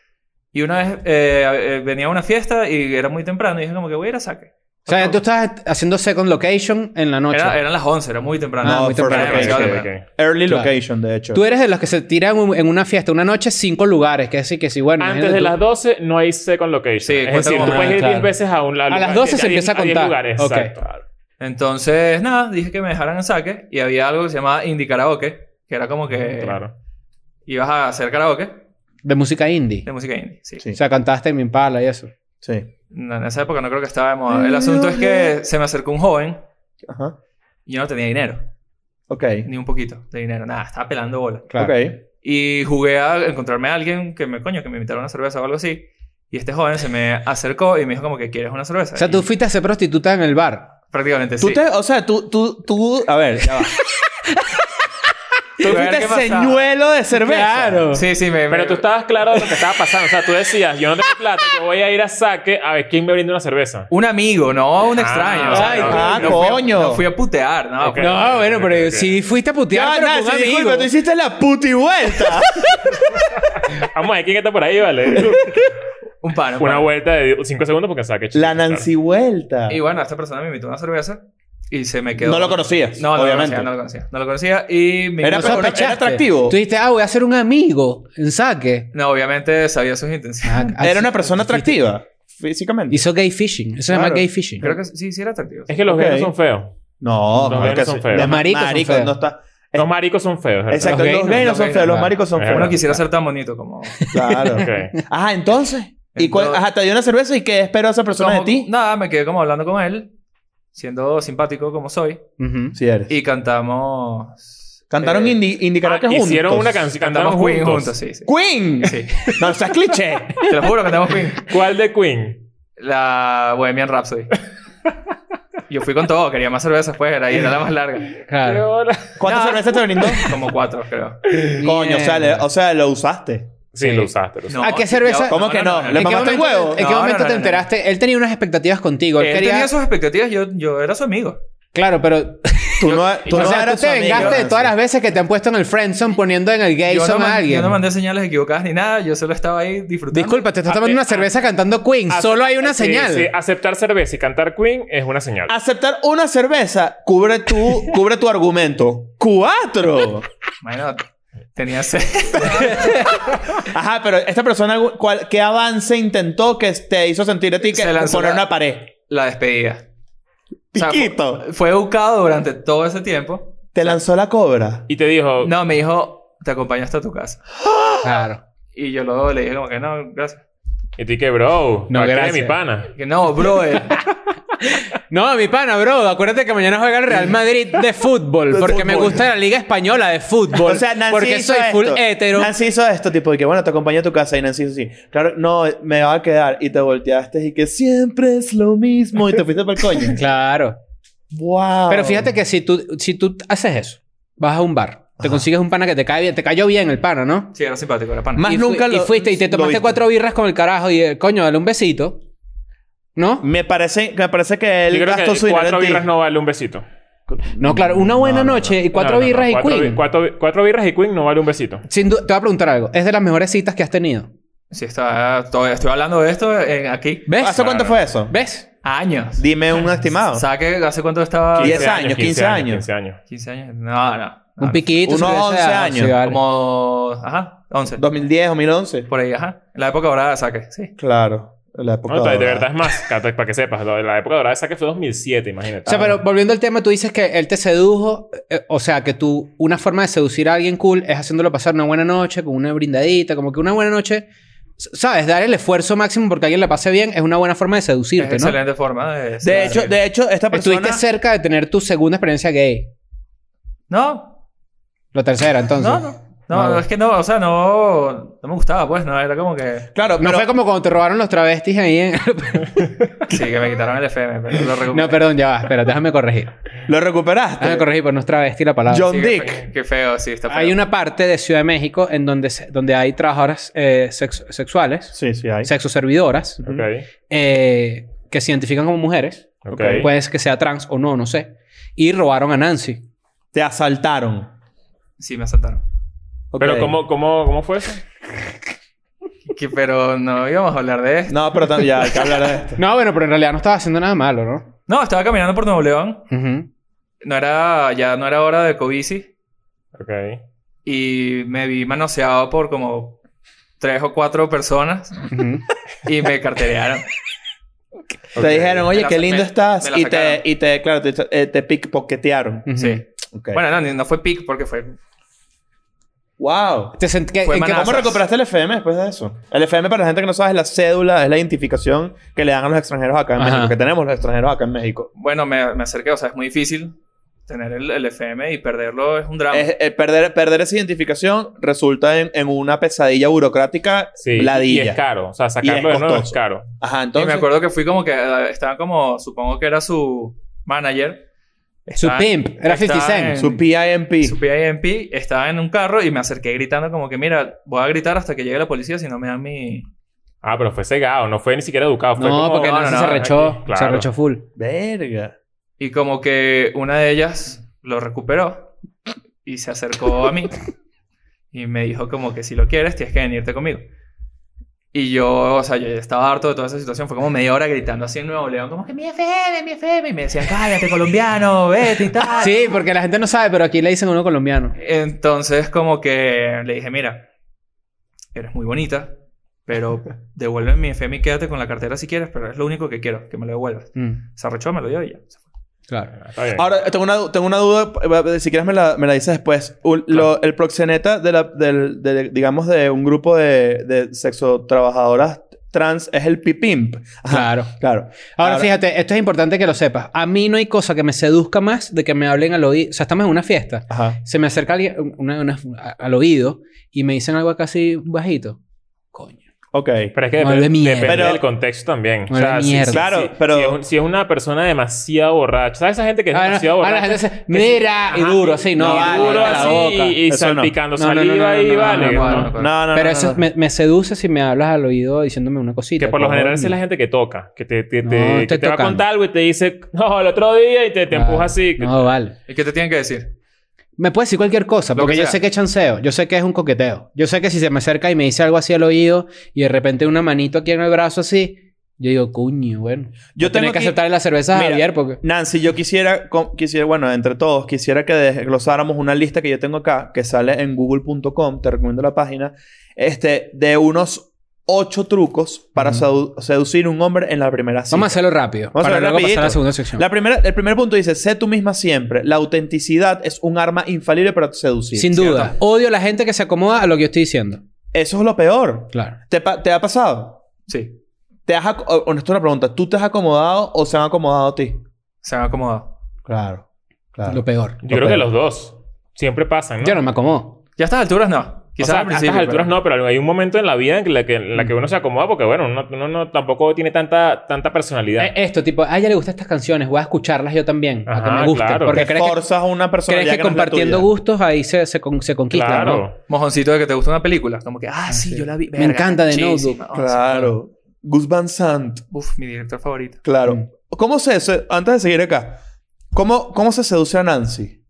Speaker 4: Y una vez eh, a- eh, venía a una fiesta y era muy temprano y dije como que voy a ir a saque.
Speaker 3: O sea, tú estabas haciendo second location en la noche.
Speaker 4: Era- eran las 11, era muy temprano.
Speaker 3: Ah, muy
Speaker 4: Era
Speaker 3: temprano,
Speaker 1: Ok,
Speaker 4: demasiado
Speaker 1: ok,
Speaker 4: temprano.
Speaker 1: ok.
Speaker 2: Early
Speaker 3: Claro.
Speaker 2: location, de hecho.
Speaker 3: Tú eres de los que se tiran un- en una fiesta una noche cinco lugares. Que sí, que sí, bueno.
Speaker 1: Antes
Speaker 3: imagínate
Speaker 1: de
Speaker 3: tú.
Speaker 1: las 12 no hay second location.
Speaker 4: Sí,
Speaker 1: es
Speaker 4: cuenta
Speaker 1: decir,
Speaker 4: como-
Speaker 1: tú puedes
Speaker 3: Ah,
Speaker 1: ir 10
Speaker 3: claro.
Speaker 1: veces a un a
Speaker 3: las
Speaker 1: lugar-
Speaker 3: 12 se
Speaker 1: diez-
Speaker 3: empieza a
Speaker 1: diez
Speaker 3: contar.
Speaker 1: lugares,
Speaker 3: Ok.
Speaker 1: exacto.
Speaker 4: Entonces, nada, dije que me dejaran en saque y había algo que se llamaba Indie Karaoke, que era como que
Speaker 1: Claro.
Speaker 4: ibas a hacer karaoke
Speaker 3: De música indie.
Speaker 4: de música indie. Sí.
Speaker 2: Sí.
Speaker 3: O sea, cantaste en mi impala y eso.
Speaker 2: Sí.
Speaker 4: No, en esa época no creo que estaba de moda. El asunto es que se me acercó un joven
Speaker 2: Ajá.
Speaker 4: y yo no tenía dinero,
Speaker 2: Ok.
Speaker 4: ni un poquito de dinero, nada, estaba pelando bola.
Speaker 3: Claro.
Speaker 2: Ok.
Speaker 4: Y jugué a encontrarme a alguien que me coño, que me invitara a una cerveza o algo así. Y este joven se me acercó y me dijo como que quieres una cerveza.
Speaker 3: O sea,
Speaker 4: Y
Speaker 3: tú fuiste a ser prostituta en el bar.
Speaker 4: prácticamente
Speaker 2: Tú
Speaker 4: sí.
Speaker 2: te... O sea, tú... tú, tú a ver, ya va. tú
Speaker 4: A ver,
Speaker 2: fuiste
Speaker 4: ¿qué pasa?
Speaker 2: señuelo de cerveza.
Speaker 4: Sí, sí, me,
Speaker 1: Pero
Speaker 4: me-
Speaker 1: tú estabas claro de lo que estaba pasando. O sea, tú decías, yo no tengo plata, yo voy a ir a saque a ver quién me brinda una cerveza.
Speaker 4: un amigo, no un extraño. o sea,
Speaker 1: ay,
Speaker 4: no,
Speaker 2: ah,
Speaker 4: no fui a-
Speaker 2: coño.
Speaker 4: no fui a putear, no.
Speaker 1: Ok.
Speaker 3: No, bueno, pero
Speaker 1: ok, ok.
Speaker 3: si fuiste a putear,
Speaker 2: Ya,
Speaker 3: pero
Speaker 2: nada,
Speaker 3: con
Speaker 2: sí,
Speaker 3: amigos.
Speaker 2: disculpa, tú hiciste la puti vuelta.
Speaker 1: Vamos a ver quién está por ahí, ¿vale?
Speaker 4: Un pan. un
Speaker 1: Una
Speaker 4: pan.
Speaker 1: vuelta de 5 segundos porque saque. chico,
Speaker 2: la
Speaker 1: claro.
Speaker 2: Nancy vuelta.
Speaker 3: Eh,
Speaker 4: Y bueno, esta persona me invitó a una cerveza y se me quedó.
Speaker 2: Ah. No lo conocías,
Speaker 4: No, no
Speaker 2: obviamente.
Speaker 4: lo conocía, no lo conocía. No lo conocía y me
Speaker 2: Era
Speaker 3: No
Speaker 4: invitó-
Speaker 2: pero-
Speaker 3: sospechaste.
Speaker 2: era atractivo.
Speaker 3: Tú dijiste, ah, voy a ser un amigo en saque.
Speaker 4: No, obviamente sabía sus intenciones.
Speaker 3: Ah, ah,
Speaker 2: Era una
Speaker 3: sí.
Speaker 2: persona atractiva. Físicamente.
Speaker 3: Hizo gay fishing. Eso se llama
Speaker 2: Claro.
Speaker 3: gay fishing.
Speaker 4: Creo que sí, sí era atractivo.
Speaker 1: Es que los
Speaker 2: Ok.
Speaker 1: gays no son feos.
Speaker 2: No,
Speaker 1: Los
Speaker 2: claro
Speaker 1: gays
Speaker 2: que
Speaker 1: no son
Speaker 2: sí.
Speaker 1: feos.
Speaker 2: De
Speaker 3: Los maricos son
Speaker 2: maricos
Speaker 3: feos.
Speaker 2: no está.
Speaker 1: Los maricos son feos, ¿verdad?
Speaker 2: Exacto,
Speaker 3: Los gays
Speaker 2: los
Speaker 3: no,
Speaker 2: gays no
Speaker 4: los
Speaker 2: son
Speaker 4: gays
Speaker 2: feos,
Speaker 4: no,
Speaker 2: los
Speaker 4: claro.
Speaker 2: maricos son
Speaker 1: Es
Speaker 2: feos. Ah.
Speaker 4: Uno
Speaker 1: verdad.
Speaker 4: quisiera ser tan bonito como.
Speaker 2: Claro.
Speaker 1: Ok.
Speaker 2: Ajá, entonces. ¿Y cuál-
Speaker 4: Entonces-
Speaker 2: ajá, te dio una cerveza y qué esperó esa persona
Speaker 4: como-
Speaker 2: de ti?
Speaker 4: Nada, me quedé como hablando con él, siendo simpático como soy.
Speaker 3: Ujú.
Speaker 2: Sí eres.
Speaker 4: Y cantamos.
Speaker 2: Cantaron
Speaker 4: eh,
Speaker 2: indi indicaron que
Speaker 1: Ah,
Speaker 2: juntos.
Speaker 1: Hicieron una canción,
Speaker 4: Cantamos
Speaker 1: cantamos
Speaker 4: Queen
Speaker 1: juntos.
Speaker 4: juntos, sí, sí.
Speaker 2: ¡Queen!
Speaker 4: Sí.
Speaker 2: No, seas cliché.
Speaker 4: Te lo juro, cantamos Queen.
Speaker 1: ¿Cuál de Queen?
Speaker 4: La Bohemian Rhapsody. Yo fui con todo, quería más cerveza pues, era, y era la más larga.
Speaker 1: Qué
Speaker 3: Claro.
Speaker 1: bola.
Speaker 2: ¿Cuántas
Speaker 4: No.
Speaker 2: cervezas te brindó?
Speaker 4: Como cuatro, creo.
Speaker 2: Coño, o sea, le- o sea, lo usaste.
Speaker 1: Sí,
Speaker 3: Sí.
Speaker 1: lo usaste. Lo usaste.
Speaker 3: ¿A Ah, qué cerveza?
Speaker 2: ¿Cómo que no? ¿Le
Speaker 3: ¿En qué
Speaker 2: mamaste el
Speaker 3: momento,
Speaker 2: huevo?
Speaker 3: en qué
Speaker 4: No,
Speaker 3: momento
Speaker 4: no, no,
Speaker 3: te
Speaker 4: no.
Speaker 3: enteraste? Él tenía unas expectativas contigo. Él,
Speaker 4: Él
Speaker 3: quería...
Speaker 4: tenía sus expectativas, yo, yo era su amigo.
Speaker 3: Claro, pero...
Speaker 2: Tú no, tú
Speaker 3: o
Speaker 2: no
Speaker 3: sea,
Speaker 2: eras
Speaker 3: tú te
Speaker 2: su amigo,
Speaker 3: vengaste de
Speaker 2: Nancy.
Speaker 3: todas las veces que te han puesto en el friendzone poniendo en el gay
Speaker 4: Yo no,
Speaker 3: zone
Speaker 4: man-
Speaker 3: a alguien.
Speaker 4: yo no mandé señales equivocadas ni nada, yo solo estaba ahí disfrutando.
Speaker 3: Disculpa, te estás
Speaker 1: Ace-
Speaker 3: tomando una
Speaker 1: ace-
Speaker 3: cerveza cantando Queen.
Speaker 1: Ace-
Speaker 3: Solo hay una
Speaker 1: sí, eh,
Speaker 3: señal.
Speaker 1: ah, sí, aceptar cerveza y cantar Queen es una señal.
Speaker 2: Aceptar una cerveza cubre tu, cubre tu argumento. ¡Cuatro!
Speaker 4: Bueno, tenía sed.
Speaker 2: Ajá, pero esta persona, ¿cuál- ¿qué avance intentó que te hizo sentir a ti que
Speaker 4: Se lanzó
Speaker 2: poner
Speaker 4: la-
Speaker 2: una pared?
Speaker 4: la despedida. O sea,
Speaker 2: Piquito.
Speaker 4: fu- fue educado durante todo ese tiempo.
Speaker 2: Te lanzó la cobra.
Speaker 1: Y te dijo,
Speaker 4: No, me dijo, te acompaño hasta tu casa.
Speaker 3: ¡Ah! Claro.
Speaker 4: Y yo luego le dije como que no, gracias.
Speaker 1: y te dije, bro,
Speaker 3: No,
Speaker 1: no, eres
Speaker 3: gracias.
Speaker 1: mi pana.
Speaker 4: Que no, eh. brother.
Speaker 3: No, mi pana, bro. Acuérdate que mañana juega el Real Madrid de fútbol.
Speaker 2: De
Speaker 3: porque me
Speaker 2: fútbol.
Speaker 3: gusta la Liga Española de fútbol.
Speaker 2: O sea, Nancy
Speaker 3: porque
Speaker 2: hizo
Speaker 3: soy
Speaker 2: esto.
Speaker 3: full hetero.
Speaker 2: Nancy hizo esto, tipo, de que bueno, te acompañé a tu casa. Y Nancy hizo así. Claro, no, me va a quedar. Y te volteaste y que siempre es lo mismo. Y te fuiste para el coño.
Speaker 3: Claro.
Speaker 2: wow.
Speaker 3: Pero fíjate que si tú, si tú haces eso, vas a un bar, te
Speaker 2: Ajá.
Speaker 3: consigues un pana que te cae bien, te cayó bien el pana, ¿no?
Speaker 4: Sí, era simpático, era pana.
Speaker 2: Ma- Más
Speaker 3: y
Speaker 2: nunca
Speaker 3: Y
Speaker 2: lo-
Speaker 3: fuiste y te
Speaker 2: lo
Speaker 3: tomaste
Speaker 2: viste.
Speaker 3: cuatro birras con el carajo y eh, coño, dale un besito. ¿No?
Speaker 2: Me parece, me parece que él
Speaker 1: Yo creo
Speaker 2: gastó su
Speaker 1: que
Speaker 2: dinero
Speaker 1: cuatro
Speaker 2: en ti.
Speaker 1: birras no vale un besito.
Speaker 3: No, claro, una buena
Speaker 2: no, no.
Speaker 3: noche y cuatro
Speaker 1: No, no, no,
Speaker 3: birras
Speaker 1: cuatro
Speaker 3: y
Speaker 1: bi-
Speaker 3: Queen.
Speaker 1: Cuatro, cuatro birras y Queen no vale un besito.
Speaker 3: Sin du- te voy a preguntar algo. ¿Es de las mejores citas que has tenido?
Speaker 4: Sí, estaba, todavía estoy hablando de esto en- aquí.
Speaker 3: ¿Ves?
Speaker 2: ¿Hace cuánto
Speaker 1: Claro.
Speaker 2: fue eso?
Speaker 3: ¿Ves?
Speaker 4: Años.
Speaker 2: Dime un estimado.
Speaker 4: ¿Sabes qué? ¿Hace cuánto estaba?
Speaker 2: Diez
Speaker 1: 15
Speaker 2: años, 15 años.
Speaker 1: 15 años.
Speaker 4: 15 años. No, no. no.
Speaker 3: Un piquito.
Speaker 2: Unos
Speaker 3: se hubiese
Speaker 2: 11
Speaker 3: dado,
Speaker 2: años.
Speaker 3: sí, vale.
Speaker 4: Como... Ajá, 11.
Speaker 2: 2010, 2011.
Speaker 4: Por ahí, ajá. En la época dorada de saque, sí.
Speaker 2: Claro. La época
Speaker 1: No, de
Speaker 2: dorada.
Speaker 1: verdad es más, Cata, para que sepas, lo de la época dorada esa que fue 2007, imagínate. Ah,
Speaker 3: O sea, pero volviendo al tema, tú dices que él te sedujo. eh, o sea, que tú, una forma de seducir a alguien cool es haciéndolo pasar una buena noche, con una brindadita, como que una buena noche. s- ¿Sabes? Dar el esfuerzo máximo porque alguien la pase bien es una buena forma de
Speaker 4: Es
Speaker 3: seducirte, ¿no?
Speaker 4: excelente forma de...
Speaker 2: De hecho, de hecho, esta persona...
Speaker 3: Estuviste cerca de tener tu segunda experiencia gay.
Speaker 4: No,
Speaker 3: La tercera, entonces.
Speaker 4: no, no. No,
Speaker 3: Ah, bueno.
Speaker 4: es que no, o sea, no... No me gustaba, pues. No, era como que...
Speaker 2: Claro,
Speaker 3: No
Speaker 2: pero-
Speaker 3: fue como cuando te robaron los travestis ahí en...
Speaker 4: Sí, que me quitaron el FM, pero lo recuperé.
Speaker 3: no, perdón, ya va. Espera, déjame corregir.
Speaker 2: Lo recuperaste.
Speaker 3: Déjame corregir, pues no es travesti la palabra.
Speaker 2: John
Speaker 4: Sí, qué
Speaker 2: Dick.
Speaker 4: fe- Qué feo, sí, está feo.
Speaker 3: Hay una parte de Ciudad de México en donde, se- donde hay trabajadoras eh, sex- sexuales,
Speaker 2: Sí, sí, hay.
Speaker 3: sexo servidoras,
Speaker 1: Ok.
Speaker 3: eh, que se identifican como mujeres.
Speaker 1: Ok.
Speaker 3: Puede ser que sea trans o no, no sé. Y robaron a Nancy.
Speaker 2: Te asaltaron.
Speaker 4: Sí, me asaltaron.
Speaker 1: Pero
Speaker 2: Ok.
Speaker 1: ¿cómo, cómo, ¿cómo fue eso?
Speaker 4: que- pero no íbamos a hablar de esto.
Speaker 2: No, pero tam- ya hay que hablar de esto.
Speaker 3: No, bueno, pero en realidad no estaba haciendo nada malo, ¿no?
Speaker 4: No, estaba caminando por Nuevo León.
Speaker 3: Ujú.
Speaker 4: No era, ya no era hora de cobici.
Speaker 1: Ok.
Speaker 4: Y me vi manoseado por como tres o cuatro personas
Speaker 3: Ujú.
Speaker 4: y me carterearon.
Speaker 1: Ok.
Speaker 2: Te dijeron,
Speaker 4: Me
Speaker 2: oye,
Speaker 4: la-
Speaker 2: qué lindo
Speaker 4: me-
Speaker 2: estás.
Speaker 4: me la
Speaker 2: Y te,
Speaker 4: sacaron.
Speaker 2: y te, claro, te, eh, te pickpocketearon.
Speaker 3: Ujú.
Speaker 4: Sí.
Speaker 2: Ok.
Speaker 4: Bueno, no, ni- no fue pic porque fue.
Speaker 2: wow.
Speaker 3: Te sent- que-
Speaker 4: Fue
Speaker 3: en que-
Speaker 4: manaza.
Speaker 2: ¿Cómo recuperaste el FM después de eso? El FM, para la gente que no sabe, es la cédula, es la identificación que le dan a los extranjeros acá en
Speaker 3: Ajá.
Speaker 2: México, que tenemos los extranjeros acá en México.
Speaker 4: Bueno, me, me acerqué, o sea, es muy difícil tener el, el FM y perderlo es un drama.
Speaker 2: Es- eh, perder, perder esa identificación resulta en, en una pesadilla burocrática
Speaker 1: Sí.
Speaker 2: ladilla.
Speaker 1: Y es caro. O sea, sacarlo de nuevo es
Speaker 2: costoso.
Speaker 1: caro.
Speaker 2: Ajá,
Speaker 4: y me
Speaker 2: entonces.
Speaker 4: acuerdo que fui como que eh, estaba como, supongo que era su manager.
Speaker 3: Su
Speaker 4: Estaba-
Speaker 3: pimp. Era 50
Speaker 4: estaba
Speaker 3: Cent.
Speaker 4: en-
Speaker 2: Su PIMP.
Speaker 4: Su PIMP estaba en un carro y me acerqué gritando como que, mira, voy a gritar hasta que llegue la policía si no me dan mi...
Speaker 1: Ah, pero fue cegado. No fue ni siquiera educado. Fue
Speaker 3: No,
Speaker 1: como,
Speaker 3: porque
Speaker 4: no,
Speaker 3: Nancy
Speaker 4: no,
Speaker 3: se
Speaker 4: no,
Speaker 3: rechó.
Speaker 1: aquí, claro.
Speaker 3: Se rechó full.
Speaker 2: Verga.
Speaker 4: Y como que una de ellas lo recuperó y se acercó a mí y me dijo como que si lo quieres tienes que venirte conmigo. Y yo, o sea, yo ya estaba harto de toda esa situación. Fue como media hora gritando así en Nuevo León, como que mi FM, mi FM. Y me decían, cállate, colombiano, vete y tal.
Speaker 3: Sí, porque la gente no sabe, pero aquí le dicen uno colombiano.
Speaker 4: Entonces, como que le dije, mira, eres muy bonita, pero devuélveme mi FM y quédate con la cartera si quieres, pero es lo único que quiero, que me lo devuelvas.
Speaker 3: Mm,
Speaker 4: Se arrechó, me lo dio y ya. se fue.
Speaker 3: claro.
Speaker 1: Está bien.
Speaker 2: Ahora, tengo una, du- tengo una duda, eh, si quieres me la, me la dices después. Un- lo- el proxeneta, de la, del, de- digamos, de un grupo de, de sexotrabajadoras trans es el pipimp. Ajá,
Speaker 3: Claro.
Speaker 2: claro.
Speaker 3: Ahora,
Speaker 2: Ahora-
Speaker 3: fíjate, esto es importante que lo sepas. A mí no hay cosa que me seduzca más de que me hablen al oído. O sea, estamos en una fiesta.
Speaker 2: Ajá.
Speaker 3: Se me acerca alguien una- una- a- al oído y me dicen algo casi bajito. Coño.
Speaker 2: Ok.
Speaker 1: Pero es que
Speaker 3: Mueve
Speaker 1: depende,
Speaker 3: mierda.
Speaker 1: depende
Speaker 2: Pero-
Speaker 1: del contexto también. O
Speaker 3: Mueve
Speaker 1: sea, si-
Speaker 3: mierda.
Speaker 1: si-
Speaker 2: Claro,
Speaker 1: si-
Speaker 2: pero-
Speaker 1: Si es, un- si es una persona demasiado borracha. ¿Sabes esa gente que es
Speaker 3: Ahora,
Speaker 1: demasiado
Speaker 3: ahora
Speaker 1: borracha?
Speaker 3: la gente dice,
Speaker 1: Que sí.
Speaker 3: ah, mira, y
Speaker 1: Ajá.
Speaker 3: duro, así, no,
Speaker 2: Y
Speaker 3: vale,
Speaker 1: duro
Speaker 3: la
Speaker 1: así
Speaker 3: boca.
Speaker 1: y
Speaker 2: Eso no.
Speaker 1: salpicando
Speaker 3: No, no, no,
Speaker 1: saliva
Speaker 3: no, no,
Speaker 1: y
Speaker 3: no,
Speaker 1: vale.
Speaker 3: no, no,
Speaker 1: ¿no?
Speaker 2: No, no, no.
Speaker 3: Pero
Speaker 2: no,
Speaker 3: eso
Speaker 2: no.
Speaker 3: me, me seduce si me hablas al oído diciéndome una cosita.
Speaker 1: Que por lo general esa es la
Speaker 3: coño.
Speaker 2: Coño.
Speaker 1: gente que toca, que te, te,
Speaker 3: No,
Speaker 1: te- que
Speaker 3: estoy
Speaker 1: te va a
Speaker 3: tocando.
Speaker 1: contar algo y te dice, no, el otro día y te, te
Speaker 3: Claro.
Speaker 1: empuja así.
Speaker 3: No, vale.
Speaker 4: ¿Y qué te tienen que decir?
Speaker 3: Me puede decir cualquier cosa,
Speaker 4: Lo
Speaker 3: porque
Speaker 4: que
Speaker 3: yo
Speaker 4: sea.
Speaker 3: sé que es chanceo, yo sé que es un coqueteo. Yo sé que si se me acerca y me dice algo así al oído y de repente una manito aquí en el brazo así, yo digo, cuño, bueno.
Speaker 2: Yo
Speaker 3: Yo
Speaker 2: tengo
Speaker 3: tengo que
Speaker 2: aquí-
Speaker 3: aceptar la cerveza a
Speaker 2: Mira.
Speaker 3: Javier porque...
Speaker 2: Nancy, yo quisiera, com- quisiera, bueno, entre todos, quisiera que desglosáramos una lista que yo tengo acá, que sale en google.com, te recomiendo la página, este, de unos ocho trucos para sedu- seducir un hombre en la primera cita.
Speaker 3: Vamos a hacerlo rápido.
Speaker 2: Vamos a
Speaker 3: para
Speaker 2: hacerlo
Speaker 3: luego pasar a la
Speaker 2: rapidito.
Speaker 3: segunda sección.
Speaker 2: La primera, el primer punto dice, sé tú misma siempre. La autenticidad es un arma infalible para seducir.
Speaker 3: Sin
Speaker 4: cierto.
Speaker 3: duda. Odio a la gente que se acomoda a lo que yo estoy diciendo.
Speaker 2: Eso es lo peor.
Speaker 3: Claro.
Speaker 2: ¿Te, pa- te ha pasado?
Speaker 4: Sí,
Speaker 2: ¿Te has ac- o- o- esto es una pregunta. ¿Tú te has acomodado o se han acomodado a ti?
Speaker 4: se me ha acomodado.
Speaker 2: Claro. Claro.
Speaker 3: Lo peor.
Speaker 1: Yo creo
Speaker 2: Ok.
Speaker 1: que los dos siempre pasan, ¿no?
Speaker 3: Yo no me acomodo.
Speaker 4: Ya a estas alturas no.
Speaker 1: O
Speaker 4: Quizás
Speaker 1: sea,
Speaker 4: al
Speaker 1: a
Speaker 4: principio.
Speaker 1: estas alturas
Speaker 4: pero-
Speaker 1: no, pero hay un momento en la vida en la que, en la que uno se acomoda porque, bueno, uno, uno no- tampoco tiene tanta, tanta personalidad.
Speaker 3: Eh, Esto, tipo, a ella le gustan estas canciones, voy a escucharlas yo también. a que
Speaker 1: Ajá,
Speaker 3: me gusten.
Speaker 1: claro.
Speaker 3: Porque
Speaker 2: Te
Speaker 3: crees que,
Speaker 2: forzas a una persona
Speaker 3: crees que compartiendo gustos ahí se, se, con- se conquista,
Speaker 1: claro.
Speaker 3: ¿no?
Speaker 4: Mojoncito de que te gusta una película. Como que, ah, sí,
Speaker 3: sí.
Speaker 4: yo la vi.
Speaker 3: Me encanta The
Speaker 4: muchísima.
Speaker 3: Notebook.
Speaker 4: Oh, sí.
Speaker 2: Claro. Gus Van Sant.
Speaker 4: Uf, mi director favorito.
Speaker 2: Claro.
Speaker 3: Mm.
Speaker 2: ¿Cómo se... se- Antes de seguir acá. ¿Cómo, cómo se seduce a Nancy?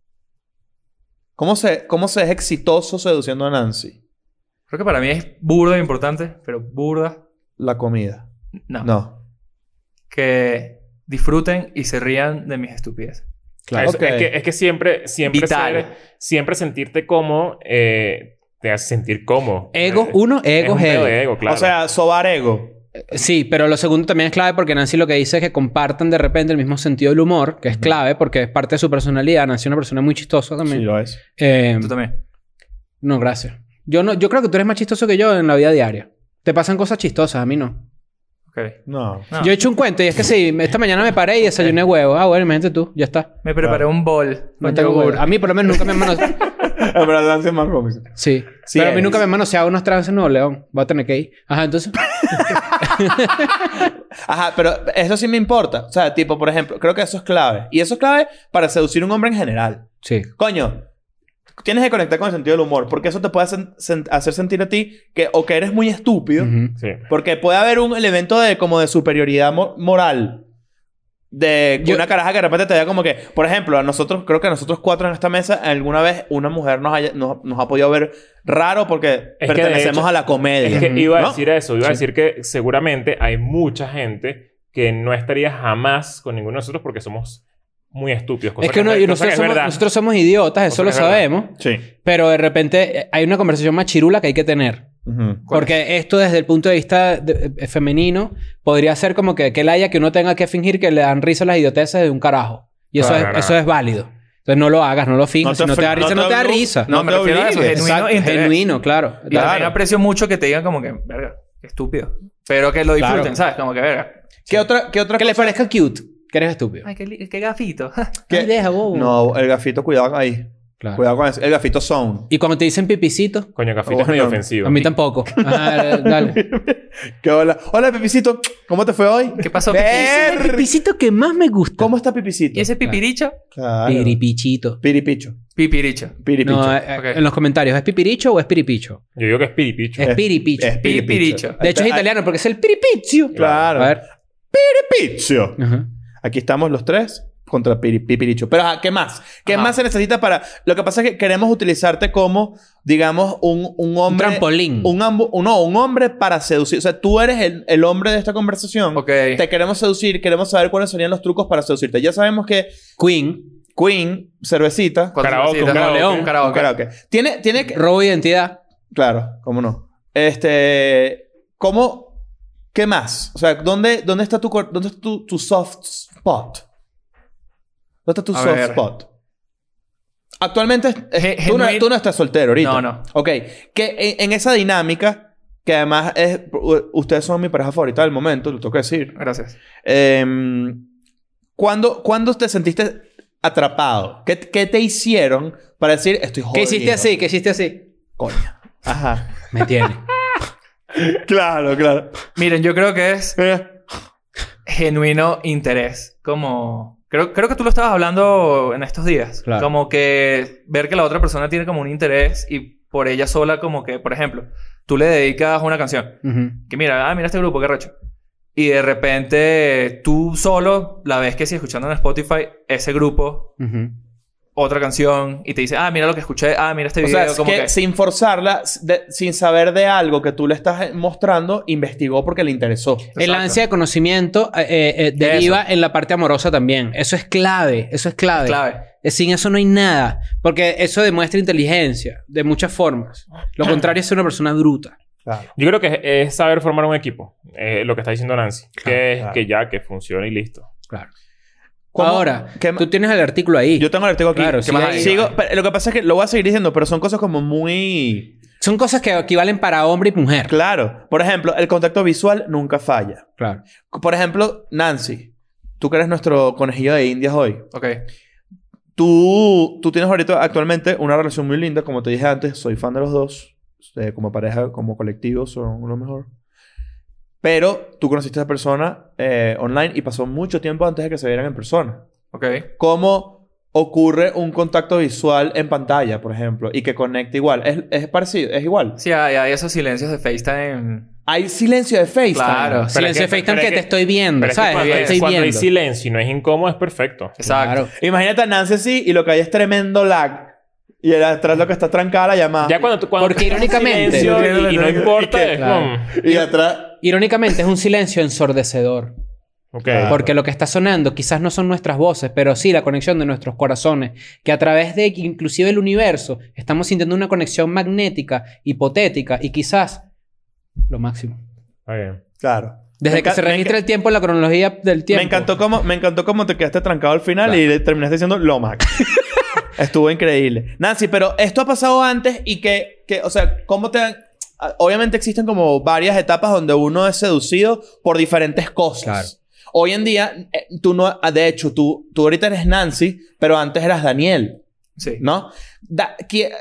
Speaker 2: ¿Cómo se, ¿Cómo se es exitoso seduciendo a Nancy?
Speaker 4: Creo que para mí es burda e importante, pero burda.
Speaker 2: La comida.
Speaker 4: No.
Speaker 2: No.
Speaker 4: Que disfruten y se rían de mis estupideces.
Speaker 2: Claro.
Speaker 1: Es,
Speaker 2: Ok.
Speaker 1: es que, es que siempre, siempre,
Speaker 4: Vital.
Speaker 1: ser- siempre sentirte cómodo eh, te hace sentir cómodo.
Speaker 3: Ego,
Speaker 1: Eh,
Speaker 3: uno,
Speaker 1: es
Speaker 3: ego,
Speaker 1: un pedo
Speaker 3: heavy. Eh,
Speaker 1: de ego, claro.
Speaker 2: O sea, sobar ego.
Speaker 3: Sí, pero lo segundo también es clave porque Nancy lo que dice es que compartan de repente el mismo sentido del humor, que es clave porque es parte de su personalidad. Nancy es una persona muy chistosa también.
Speaker 2: lo es.
Speaker 3: Eh,
Speaker 4: Tú también.
Speaker 3: no, gracias. Yo no, yo creo que tú eres más chistoso que yo en la vida diaria. Te pasan cosas chistosas, a mí no.
Speaker 4: Ok.
Speaker 2: No.
Speaker 4: No.
Speaker 3: Yo he hecho un cuento y es que sí, me- esta mañana me paré y desayuné huevo. Ah, bueno, imagínate tú, ya está.
Speaker 4: Me preparé
Speaker 2: Claro.
Speaker 4: un bol.
Speaker 3: No
Speaker 4: con
Speaker 3: tengo
Speaker 4: yogur.
Speaker 3: huevo. A mí por lo menos nunca me han manoseado.
Speaker 2: En verdad, Nancy es más cómico.
Speaker 3: Sí.
Speaker 2: Sí
Speaker 3: pero a mí
Speaker 2: eres.
Speaker 3: nunca me han manoseado unos trans en Nuevo León. Voy a tener que ir. Ajá, entonces.
Speaker 2: Ajá, pero eso sí me importa. O sea, tipo, por ejemplo, creo que eso es clave. Y eso es clave para seducir a un hombre en general.
Speaker 3: Sí.
Speaker 2: Coño, tienes que conectar con el sentido del humor. Porque eso te puede hacer, sen- hacer sentir a ti que o que eres muy estúpido.
Speaker 3: Ujú.
Speaker 1: Sí.
Speaker 2: Porque puede haber un elemento de como de superioridad mo- moral. de
Speaker 3: Yo-
Speaker 2: una caraja que de repente te vea como que, por ejemplo, a nosotros, creo que a nosotros cuatro en esta mesa, alguna vez una mujer nos, haya- nos, nos ha podido ver raro porque
Speaker 1: Es que de
Speaker 2: pertenecemos
Speaker 1: hecho-
Speaker 2: a la comedia.
Speaker 1: Es que
Speaker 4: Ujú.
Speaker 1: iba a
Speaker 2: ¿no?
Speaker 1: decir eso, iba a decir que seguramente hay mucha gente que no estaría jamás con ninguno de nosotros porque somos muy estúpidos. cosa
Speaker 3: Es que, uno-
Speaker 1: cosa
Speaker 3: y nosotros,
Speaker 1: es
Speaker 3: somos,
Speaker 1: verdad.
Speaker 3: nosotros somos idiotas, eso
Speaker 1: Cosa
Speaker 3: lo
Speaker 1: que es verdad.
Speaker 3: sabemos.
Speaker 2: Sí.
Speaker 3: Pero de repente eh, hay una conversación más chirula que hay que tener.
Speaker 2: Ujú.
Speaker 4: ¿Cuál
Speaker 3: Porque esto desde el punto de vista de- eh, femenino podría ser como que, que la haya que uno tenga que fingir que le dan risa las idioteces de un carajo. Y eso,
Speaker 1: Claro,
Speaker 3: es,
Speaker 1: no.
Speaker 3: eso es válido. Entonces no lo hagas, no lo finjas. si no te da
Speaker 2: ofre-
Speaker 3: risa, no te, da
Speaker 2: obli-
Speaker 3: risa.
Speaker 2: No,
Speaker 4: No, me
Speaker 2: te
Speaker 4: refiero a eso,
Speaker 2: obligues.
Speaker 4: genuino
Speaker 3: Exacto,
Speaker 4: interés.
Speaker 3: genuino, claro.
Speaker 4: Y
Speaker 2: Claro.
Speaker 4: también aprecio mucho que te digan como que, verga, qué estúpido. Pero que lo disfruten,
Speaker 3: Claro.
Speaker 4: ¿sabes? Como que, verga.
Speaker 3: ¿Qué otra, qué otra que le parezca cute? Que eres estúpido.
Speaker 4: Ay, qué, li- qué gafito.
Speaker 2: ¿Qué?
Speaker 3: Ay, deja, bobo.
Speaker 2: No, el gafito, cuidado ahí.
Speaker 3: Claro.
Speaker 2: Cuidado con eso. El gafito Oh, sound.
Speaker 3: Y cuando te dicen pipicito,
Speaker 1: Coño, Cafita es
Speaker 2: Bueno,
Speaker 1: medio
Speaker 3: a
Speaker 1: ofensivo.
Speaker 3: mí tampoco. Ajá, dale.
Speaker 2: ¿Qué hola? Hola, Pipicito. ¿Cómo te fue hoy?
Speaker 4: ¿Qué pasó,
Speaker 2: Ver-
Speaker 3: El pipicito que más me gusta.
Speaker 2: ¿Cómo está Pipicito?
Speaker 4: ¿Y ese pipiricho?
Speaker 2: Claro.
Speaker 3: Piripichito.
Speaker 2: Piripicho.
Speaker 4: Pipiricho.
Speaker 2: Piripicho.
Speaker 3: No, eh, eh,
Speaker 4: Ok.
Speaker 3: en los comentarios, ¿es pipiricho o es piripicho?
Speaker 1: Yo digo que es piripicho.
Speaker 3: Es piripicho.
Speaker 2: es
Speaker 4: Pipiricho.
Speaker 3: De hecho es
Speaker 2: Ay,
Speaker 3: italiano porque es el piripizio.
Speaker 2: Claro.
Speaker 3: A ver.
Speaker 2: Piripicho.
Speaker 3: Ajá.
Speaker 2: Aquí estamos los tres contra Piri- Pipiricho. Pero, ajá, ¿qué más? ¿Qué
Speaker 4: Ajá.
Speaker 2: más se necesita para...? Lo que pasa es que queremos utilizarte como, digamos, un, un hombre...
Speaker 3: Un trampolín.
Speaker 2: Un, ambu- un- no, un hombre para seducir. O sea, tú eres el, el hombre de esta conversación.
Speaker 4: Ok.
Speaker 2: Te queremos seducir. Queremos saber cuáles serían los trucos para seducirte. Ya sabemos que
Speaker 3: Queen.
Speaker 2: Queen, cervecita...
Speaker 4: Cuatro
Speaker 1: Karaoke, un
Speaker 4: cositas.
Speaker 1: karaoke.
Speaker 4: León, un
Speaker 2: un
Speaker 4: karaoke.
Speaker 2: karaoke. Tiene, tiene... que-
Speaker 3: Robo de identidad.
Speaker 2: Claro, cómo no. Este, ¿cómo? ¿Qué más? O sea, ¿dónde, dónde está tu, cor- dónde está tu, tu soft spot? ¿Dónde está tu
Speaker 4: A
Speaker 2: soft
Speaker 4: ver.
Speaker 2: spot? Actualmente
Speaker 4: Ge-
Speaker 2: eh, tú, no,
Speaker 4: genuin-
Speaker 2: tú no estás soltero ahorita.
Speaker 4: No, no.
Speaker 2: Ok, que en, en esa dinámica, que además es, u- ustedes son mi pareja favorita del momento, lo tengo que decir.
Speaker 4: Gracias.
Speaker 2: Em, ¿cuándo, cuándo te sentiste atrapado? ¿Qué, qué te hicieron para decir, estoy jodido?
Speaker 3: ¿Qué hiciste así? ¿Qué hiciste así?
Speaker 2: Coño. Ajá.
Speaker 3: Me tiene.
Speaker 2: Claro, claro.
Speaker 4: Miren, yo creo que es
Speaker 2: Eh.
Speaker 4: genuino interés. Como... Creo, creo que tú lo estabas hablando en estos días.
Speaker 3: Claro.
Speaker 4: Como que ver que la otra persona tiene como un interés y por ella sola como que, por ejemplo, tú le dedicas una canción.
Speaker 3: Ujú.
Speaker 4: que mira, ah, mira este grupo, qué recho. Y de repente tú solo la ves que si escuchando en Spotify ese grupo,
Speaker 3: Ujú.
Speaker 4: otra canción, y te dice, ah, mira lo que escuché, ah, mira este
Speaker 2: O
Speaker 4: video,
Speaker 2: sea, es
Speaker 4: como
Speaker 2: que,
Speaker 4: que...
Speaker 2: sin forzarla, s- de- sin saber de algo que tú le estás eh, mostrando, investigó porque le interesó.
Speaker 3: El
Speaker 4: Exacto.
Speaker 3: ansia de conocimiento eh, eh, eh, deriva en la parte amorosa también. Eso es clave. Eso es clave.
Speaker 4: Clave.
Speaker 3: Eh, Sin eso no hay nada. Porque eso demuestra inteligencia de muchas formas. Lo contrario es ser una persona bruta.
Speaker 1: Yo creo que es, eh, es saber formar un equipo. eh, lo que está diciendo Nancy. que es
Speaker 2: claro.
Speaker 1: que ya, que funcione y listo.
Speaker 3: Claro.
Speaker 2: ¿Cómo-
Speaker 3: Ahora,
Speaker 2: qué ma-
Speaker 3: tú tienes el artículo ahí.
Speaker 2: yo tengo el artículo aquí.
Speaker 3: Claro,
Speaker 2: ¿Qué
Speaker 3: sí,
Speaker 2: más
Speaker 3: ahí
Speaker 2: hay?
Speaker 3: va.
Speaker 2: Sigo- pero lo que pasa es que lo voy a seguir diciendo, pero son cosas como muy...
Speaker 3: Son cosas que equivalen para hombre y mujer.
Speaker 2: Claro. Por ejemplo, el contacto visual nunca falla.
Speaker 3: Claro.
Speaker 2: Por ejemplo, Nancy, tú que eres nuestro conejillo de indias hoy.
Speaker 4: Ok.
Speaker 2: Tú, tú tienes ahorita actualmente una relación muy linda, como te dije antes, soy fan de los dos, Eh, como pareja, como colectivo, son lo mejor. Pero tú conociste a esa persona eh, online y pasó mucho tiempo antes de que se vieran en persona.
Speaker 4: Ok.
Speaker 2: ¿Cómo ocurre un contacto visual en pantalla, por ejemplo, y que conecte igual? Es, es parecido, es igual.
Speaker 4: Sí, hay, hay esos silencios de FaceTime.
Speaker 2: Hay silencio de FaceTime.
Speaker 4: Claro.
Speaker 1: Pero es
Speaker 3: Silencio
Speaker 1: que-
Speaker 3: de FaceTime
Speaker 1: pero
Speaker 3: que,
Speaker 1: es
Speaker 3: te
Speaker 1: que-
Speaker 3: estoy viendo,
Speaker 1: Pero es que
Speaker 3: ¿sabes?
Speaker 1: cuando,
Speaker 3: Te
Speaker 1: hay,
Speaker 3: estoy
Speaker 1: cuando hay
Speaker 3: viendo.
Speaker 1: silencio y no es incómodo, es perfecto.
Speaker 4: Exacto.
Speaker 3: Claro.
Speaker 2: Imagínate a Nancy así y lo que hay es tremendo lag. Y era atrás lo que está trancada la llamada.
Speaker 1: Ya cuando tú- cuando
Speaker 3: Porque
Speaker 1: tú estás en
Speaker 3: irónicamente-
Speaker 1: silencio Y, y no importa.
Speaker 2: Y que-
Speaker 1: es
Speaker 3: claro.
Speaker 1: como,
Speaker 2: y atrás...
Speaker 3: Irónicamente es un silencio ensordecedor.
Speaker 1: ok.
Speaker 2: Claro.
Speaker 3: Porque lo que está sonando quizás no son nuestras voces, pero sí la conexión de nuestros corazones. Que a través de inclusive el universo estamos sintiendo una conexión magnética, hipotética y quizás lo máximo.
Speaker 1: Está bien.
Speaker 2: Claro.
Speaker 3: Desde
Speaker 2: Me
Speaker 3: que
Speaker 2: enca-
Speaker 3: se
Speaker 2: me
Speaker 3: registra
Speaker 2: enca-
Speaker 3: el tiempo en la cronología del tiempo.
Speaker 2: Me encantó cómo, me encantó cómo te quedaste trancado al final
Speaker 3: Claro.
Speaker 2: y le- terminaste diciendo lo Mac. Estuvo increíble. Nancy, pero esto ha pasado antes y que, que o sea, ¿cómo te han- ah, Obviamente existen como varias etapas donde uno es seducido por diferentes cosas.
Speaker 3: Claro.
Speaker 2: Hoy en día, eh, tú no, ah, de hecho, tú, tú ahorita eres Nancy, pero antes eras Daniel,
Speaker 4: Sí.
Speaker 2: ¿no? Da- qui- eh,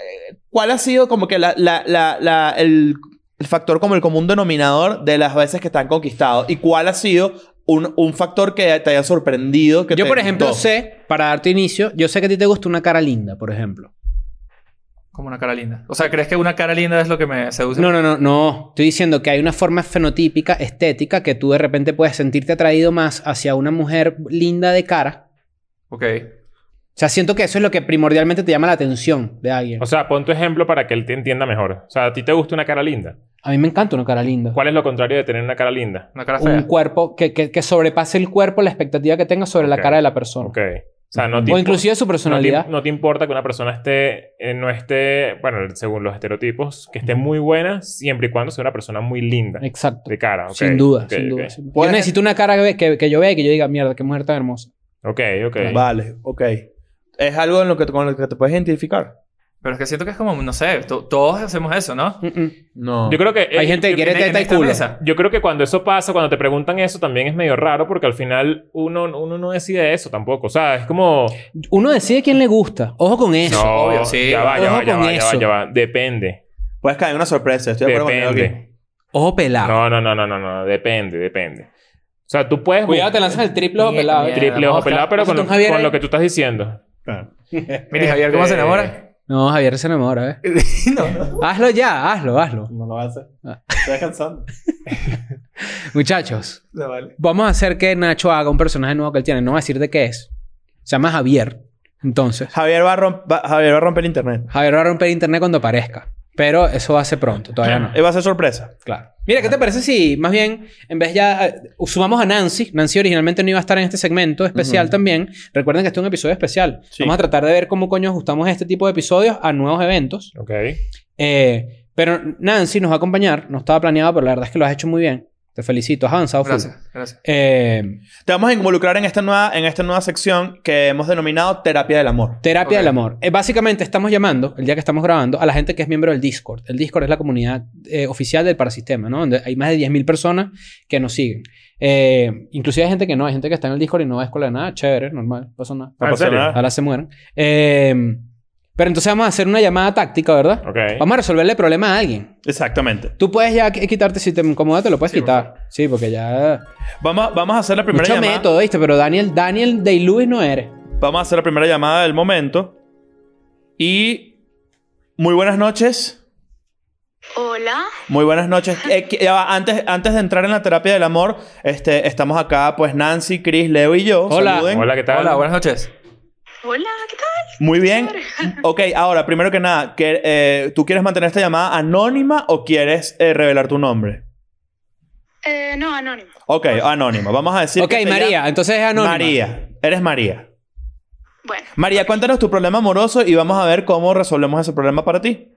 Speaker 2: ¿Cuál ha sido como que la, la, la, la- el, el factor como el común denominador de las veces que te han conquistado? ¿Y cuál ha sido un, un factor que te haya sorprendido? Que
Speaker 3: yo,
Speaker 2: te
Speaker 3: por ejemplo,
Speaker 2: gustó?
Speaker 3: sé, para darte inicio, yo sé que a ti te gusta una cara linda, por ejemplo.
Speaker 4: Como una cara linda. O sea, ¿crees que una cara linda es lo que me seduce?
Speaker 3: No, no, no, no. Estoy diciendo que hay una forma fenotípica, estética, que tú de repente puedes sentirte atraído más hacia una mujer linda de cara.
Speaker 4: Ok.
Speaker 3: O sea, siento que eso es lo que primordialmente te llama la atención de alguien.
Speaker 1: O sea, pon tu ejemplo para que él te entienda mejor. O sea, a ti te gusta una cara linda.
Speaker 3: A mí me encanta una cara linda.
Speaker 1: ¿Cuál es lo contrario de tener una cara linda?
Speaker 4: Una cara
Speaker 3: Un
Speaker 4: fea.
Speaker 3: cuerpo que, que- que sobrepase el cuerpo la expectativa que tenga sobre
Speaker 1: Ok.
Speaker 3: la cara de la persona.
Speaker 1: Ok. O sea, no te
Speaker 3: O
Speaker 1: impo-
Speaker 3: inclusive su
Speaker 1: no te,
Speaker 3: personalidad.
Speaker 1: no te importa que una persona esté, eh, no esté, bueno, según los estereotipos, que esté muy buena siempre y cuando sea una persona muy linda
Speaker 3: Exacto.
Speaker 1: de cara. ok,
Speaker 3: sin duda,
Speaker 1: ok,
Speaker 3: sin duda.
Speaker 1: ok.
Speaker 3: sin duda.
Speaker 2: Puede
Speaker 3: Yo
Speaker 2: ser-
Speaker 3: necesito una cara que, que- que yo vea y que yo diga, mierda, qué mujer tan hermosa.
Speaker 1: Ok, ok.
Speaker 2: Vale, ok. ¿Es algo en lo que, con lo que te puedes identificar?
Speaker 4: Pero es que siento que es como, no sé, to- todos hacemos eso, ¿no?
Speaker 3: Mm, mm.
Speaker 2: No.
Speaker 1: Yo creo que...
Speaker 3: Hay
Speaker 1: eh,
Speaker 3: gente que
Speaker 1: yo-
Speaker 3: quiere
Speaker 4: en- en
Speaker 3: teta y
Speaker 4: esta
Speaker 3: culo.
Speaker 4: mesa.
Speaker 1: Yo creo que cuando eso pasa, cuando te preguntan eso, también es medio raro porque al final uno, uno no decide eso tampoco. O sea, es como...
Speaker 3: Uno decide quién le gusta. Ojo con eso.
Speaker 1: no,
Speaker 4: obvio, sí.
Speaker 1: Ya va, ya
Speaker 3: Ojo
Speaker 1: va, ya
Speaker 3: con
Speaker 1: va, ya va,
Speaker 3: eso.
Speaker 1: ya va. Depende.
Speaker 2: Puedes caer en una sorpresa. Estoy de acuerdo con
Speaker 1: Depende.
Speaker 2: Leo aquí.
Speaker 3: Ojo pelado.
Speaker 1: No, no, no, no, no, no. Depende, depende. O sea, tú puedes...
Speaker 3: Cuidado, te lanzas el triple ojo
Speaker 4: Mierda,
Speaker 3: pelado.
Speaker 4: mierda.
Speaker 1: Triple ojo
Speaker 4: Mosca.
Speaker 1: pelado, pero con,
Speaker 3: Don
Speaker 1: lo-
Speaker 3: Javier
Speaker 1: con
Speaker 3: ahí.
Speaker 1: lo que tú estás diciendo.
Speaker 2: Claro.
Speaker 4: Mire, Javier, ¿cómo se
Speaker 1: Este-
Speaker 4: enamora?
Speaker 3: No, Javier se enamora, ¿eh?
Speaker 4: no, no.
Speaker 3: Hazlo ya, hazlo, hazlo.
Speaker 2: No lo haces.
Speaker 3: Ah.
Speaker 2: Estoy cansando.
Speaker 3: Muchachos,
Speaker 4: No, vale.
Speaker 3: vamos a hacer que Nacho haga un personaje nuevo que él tiene. No va a decir de qué es. Se llama Javier. Entonces,
Speaker 2: Javier va, a romp- va- Javier va a romper el internet.
Speaker 3: Javier va a romper internet cuando aparezca. Pero eso va a ser pronto, todavía no.
Speaker 2: Eh, Va a ser sorpresa.
Speaker 3: Claro. Mira, ¿qué te parece si más bien, en vez ya, eh, sumamos a Nancy? Nancy originalmente no iba a estar en este segmento especial también. Recuerden que este es un episodio especial.
Speaker 2: Sí.
Speaker 3: Vamos a tratar de ver cómo coño ajustamos este tipo de episodios a nuevos eventos.
Speaker 1: Ok.
Speaker 3: Eh, pero Nancy nos va a acompañar. No estaba planeado, pero la verdad es que lo has hecho muy bien. Te felicito. Has avanzado full.
Speaker 4: Gracias, gracias.
Speaker 3: Eh,
Speaker 2: Te vamos a involucrar en esta nueva, en esta nueva sección que hemos denominado terapia del amor.
Speaker 3: terapia
Speaker 4: Ok.
Speaker 3: del amor. Eh, básicamente estamos llamando, el día que estamos grabando, a la gente que es miembro del Discord. El Discord es la comunidad eh, oficial del Parasistema, ¿no? Donde hay más de 10.000 personas que nos siguen. Eh, inclusive hay gente que no. Hay gente que está en el Discord y no va a escuela de nada. Chévere, normal. No pasa nada.
Speaker 2: No
Speaker 1: ¿En
Speaker 2: pasa
Speaker 1: serio?
Speaker 2: nada.
Speaker 3: Ojalá se mueran. Eh, pero entonces vamos a hacer una llamada táctica, ¿verdad?
Speaker 1: Ok.
Speaker 3: Vamos a resolverle el problema a alguien.
Speaker 2: Exactamente.
Speaker 3: Tú puedes ya qu- quitarte, si te incomoda, te lo puedes
Speaker 4: Sí, por
Speaker 3: quitar. sí, porque ya...
Speaker 2: Vamos, vamos a hacer la primera
Speaker 3: Mucho
Speaker 2: llamada.
Speaker 3: método, ¿viste? Pero Daniel, Daniel Day Lewis no eres.
Speaker 2: Vamos a hacer la primera llamada del momento. Y muy buenas noches.
Speaker 5: Hola,
Speaker 2: Muy buenas noches. Eh, que- ya va, antes, antes de entrar en la terapia del amor, este, estamos acá, pues Nancy, Chris, Leo y yo.
Speaker 3: Hola.
Speaker 2: Saluden.
Speaker 1: Hola, ¿qué tal?
Speaker 4: Hola, buenas noches.
Speaker 5: hola, ¿qué tal?
Speaker 2: Muy bien. Ok, ahora, primero que nada, que, eh, ¿tú quieres mantener esta llamada anónima o quieres eh, revelar tu nombre?
Speaker 5: Eh, no, anónimo.
Speaker 2: Ok, anónima. Vamos a decir.
Speaker 3: ok,
Speaker 2: que te
Speaker 3: María.
Speaker 2: llamas-
Speaker 3: Entonces es anónima.
Speaker 2: María. Eres María.
Speaker 5: Bueno,
Speaker 2: María, cuéntanos tu problema amoroso y vamos a ver cómo resolvemos ese problema para ti.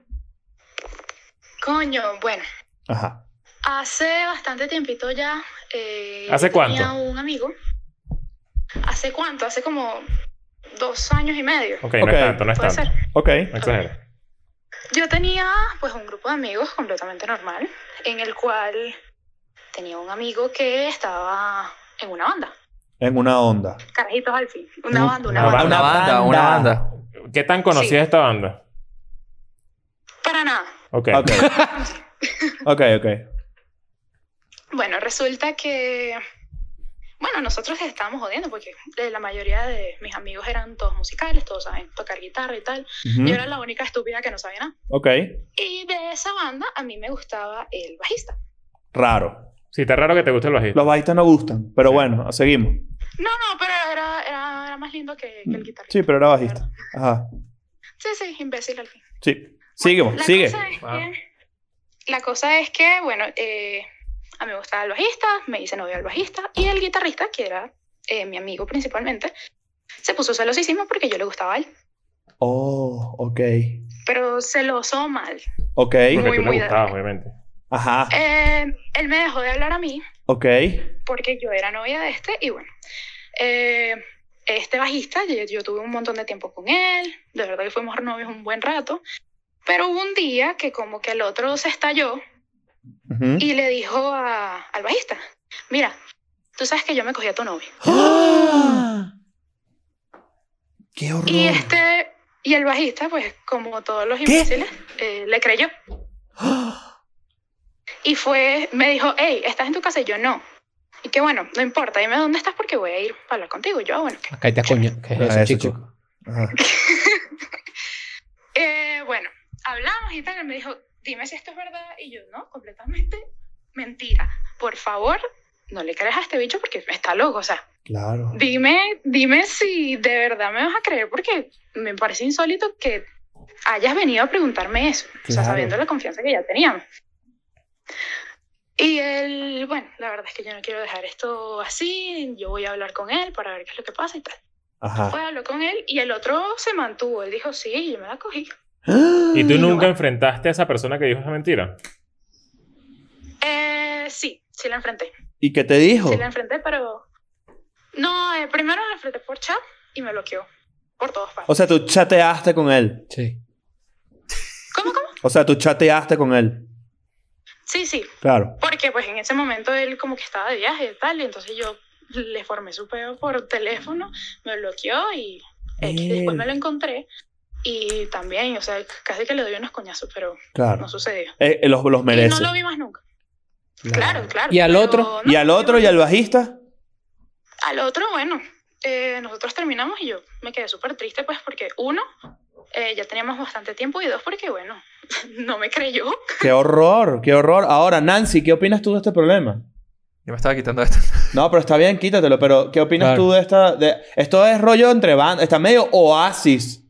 Speaker 5: coño, bueno.
Speaker 2: Ajá.
Speaker 5: Hace bastante tiempito ya. eh,
Speaker 1: ¿Hace
Speaker 5: yo tenía
Speaker 1: cuánto?
Speaker 5: un amigo. ¿Hace cuánto? Hace como dos años y medio.
Speaker 1: Ok, no es
Speaker 2: Ok.
Speaker 1: tanto, no es
Speaker 5: Puede
Speaker 1: tanto.
Speaker 5: ser.
Speaker 2: Ok.
Speaker 1: No exageres.
Speaker 5: Yo tenía pues un grupo de amigos completamente normal, en el cual tenía un amigo que estaba en una banda.
Speaker 2: En una onda.
Speaker 5: Carajitos al fin. Una
Speaker 2: Mm,
Speaker 5: banda, una
Speaker 1: una
Speaker 5: banda.
Speaker 1: banda.
Speaker 4: Una banda, una
Speaker 2: banda.
Speaker 4: banda.
Speaker 1: ¿Qué tan conocida
Speaker 5: Sí.
Speaker 1: es esta banda?
Speaker 5: Para nada.
Speaker 1: Ok.
Speaker 2: Ok. ok, ok.
Speaker 5: Bueno, resulta que. Bueno, nosotros estábamos jodiendo porque eh, la mayoría de mis amigos eran todos musicales, todos saben tocar guitarra y tal. Yo
Speaker 2: Ujú.
Speaker 5: era la única estúpida que no sabía nada.
Speaker 2: Ok.
Speaker 5: Y de esa banda a mí me gustaba el bajista.
Speaker 2: Raro.
Speaker 1: Sí, está raro que te guste el bajista.
Speaker 2: Los bajistas no gustan, pero bueno, seguimos.
Speaker 5: No, no, pero era, era, era más lindo que,
Speaker 2: Mm.
Speaker 5: que el guitarrista.
Speaker 2: Sí, pero era bajista. Ajá.
Speaker 5: Sí, sí, imbécil al fin.
Speaker 2: Sí. Seguimos,
Speaker 5: La
Speaker 2: sigue.
Speaker 5: cosa es
Speaker 4: Wow.
Speaker 5: que, la cosa es que, bueno, eh, a mí me gustaba el bajista, me hice novia del bajista y el guitarrista, que era eh, mi amigo principalmente, se puso celosísimo porque yo le gustaba a él.
Speaker 2: Oh, ok.
Speaker 5: pero se lo osó mal.
Speaker 2: Ok.
Speaker 1: Porque
Speaker 5: Muy,
Speaker 1: tú le
Speaker 5: muy
Speaker 1: gustabas,
Speaker 5: de-
Speaker 1: obviamente.
Speaker 2: Ajá.
Speaker 5: Eh, él me dejó de hablar a mí
Speaker 2: Ok.
Speaker 5: porque yo era novia de este y bueno, eh, este bajista, yo, yo tuve un montón de tiempo con él, de verdad que fuimos novios un buen rato, pero hubo un día que como que el otro se estalló
Speaker 2: Ujú.
Speaker 5: y le dijo a- al bajista, mira, tú sabes que yo me cogí a tu novia.
Speaker 2: ¡Ah! ¡Qué horror!
Speaker 5: Y este, y el bajista, pues como todos los imbéciles, eh, le creyó.
Speaker 2: ¡Ah!
Speaker 5: Y fue, me dijo, hey, ¿estás en tu casa? Y yo no. Y que bueno, no importa, dime dónde estás porque voy a ir a hablar contigo. Y yo, "Ah, bueno. ok".
Speaker 3: Acá te coño. ¿Qué es
Speaker 2: Ah,
Speaker 3: eso,
Speaker 2: eso,
Speaker 3: chico?
Speaker 2: chico. Ajá.
Speaker 5: Eh, bueno, hablamos y tal, él me dijo, dime si esto es verdad, y yo, no, completamente mentira, por favor, no le creas a este bicho porque está loco, o sea,
Speaker 2: Claro.
Speaker 5: Dime, dime si de verdad me vas a creer, porque me parece insólito que hayas venido a preguntarme eso, o sea,
Speaker 2: Claro.
Speaker 5: sabiendo la confianza que ya teníamos. Y él, bueno, la verdad es que yo no quiero dejar esto así, yo voy a hablar con él para ver qué es lo que pasa y tal.
Speaker 2: Ajá.
Speaker 5: Fue, habló con él y el otro se mantuvo, él dijo, sí, yo me la cogí.
Speaker 1: ¿Y tú
Speaker 5: no.
Speaker 1: nunca enfrentaste a esa persona que dijo esa mentira?
Speaker 5: Eh, sí, sí la enfrenté,
Speaker 2: ¿Y qué te dijo?
Speaker 5: sí la enfrenté, pero... No, eh, primero la enfrenté por chat y me bloqueó, por todas partes.
Speaker 2: O sea, tú chateaste con él.
Speaker 3: Sí.
Speaker 5: ¿Cómo, cómo?
Speaker 2: O sea, tú chateaste con él.
Speaker 5: Sí, sí,
Speaker 2: Claro.
Speaker 5: Porque pues en ese momento él como que estaba de viaje y tal, y entonces yo le formé su peo por teléfono, me bloqueó y X. después me lo encontré. Y también, o sea, casi que le doy unos coñazos, pero
Speaker 2: Claro.
Speaker 5: no sucedió.
Speaker 2: Eh, eh, los, los
Speaker 5: Y
Speaker 2: merece.
Speaker 5: no lo vi más nunca. Claro, claro.
Speaker 3: ¿Y al
Speaker 5: pero
Speaker 3: otro?
Speaker 5: no,
Speaker 2: ¿Y al otro y al bajista?
Speaker 5: Al otro, bueno, eh, nosotros terminamos y yo me quedé súper triste, pues porque uno, eh, ya teníamos bastante tiempo, y dos, porque bueno, no me creyó.
Speaker 2: ¡Qué horror! ¡Qué horror! Ahora, Nancy, ¿qué opinas tú de este problema?
Speaker 4: Yo me estaba quitando esto.
Speaker 2: No, pero está bien, quítatelo. Pero, ¿qué opinas
Speaker 3: Claro.
Speaker 2: tú de esta...? de- Esto es rollo entre bandas. Está medio oasis.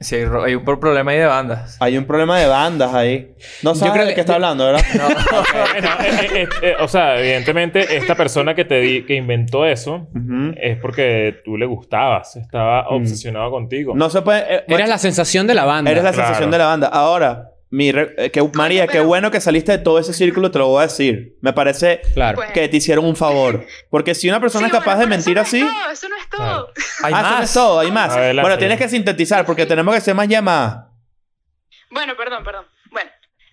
Speaker 4: Sí, hay, ro- hay un por- problema ahí de bandas.
Speaker 2: Hay un problema de bandas ahí. No sabes
Speaker 3: creo
Speaker 2: de
Speaker 3: que-
Speaker 2: qué está hablando, ¿verdad?
Speaker 1: Bueno, eh, eh, eh, o sea, evidentemente esta persona que te di, que inventó eso
Speaker 2: Ujú.
Speaker 1: es porque tú le gustabas, estaba
Speaker 2: Mm.
Speaker 1: obsesionado contigo.
Speaker 2: No se puede... eh,
Speaker 3: Eras la sensación de la banda.
Speaker 2: Eres la
Speaker 1: Claro.
Speaker 2: sensación de la banda. Ahora, mi re- eh, que, María, qué
Speaker 5: pero-
Speaker 2: bueno que saliste de todo ese círculo, te lo voy a decir. Me parece
Speaker 3: Claro.
Speaker 5: Bueno.
Speaker 2: que te hicieron un favor. Porque si una persona
Speaker 5: Pues Sí,
Speaker 2: es capaz
Speaker 5: bueno,
Speaker 2: de
Speaker 5: pero
Speaker 2: mentir
Speaker 5: eso
Speaker 2: así...
Speaker 5: no es todo, eso no es todo.
Speaker 1: Claro.
Speaker 4: Hay
Speaker 2: ah, eso no
Speaker 4: más.
Speaker 2: es todo, hay más.
Speaker 1: Adelante.
Speaker 2: Bueno, tienes que sintetizar porque tenemos que hacer más llamadas.
Speaker 5: Bueno, perdón, perdón. Bueno,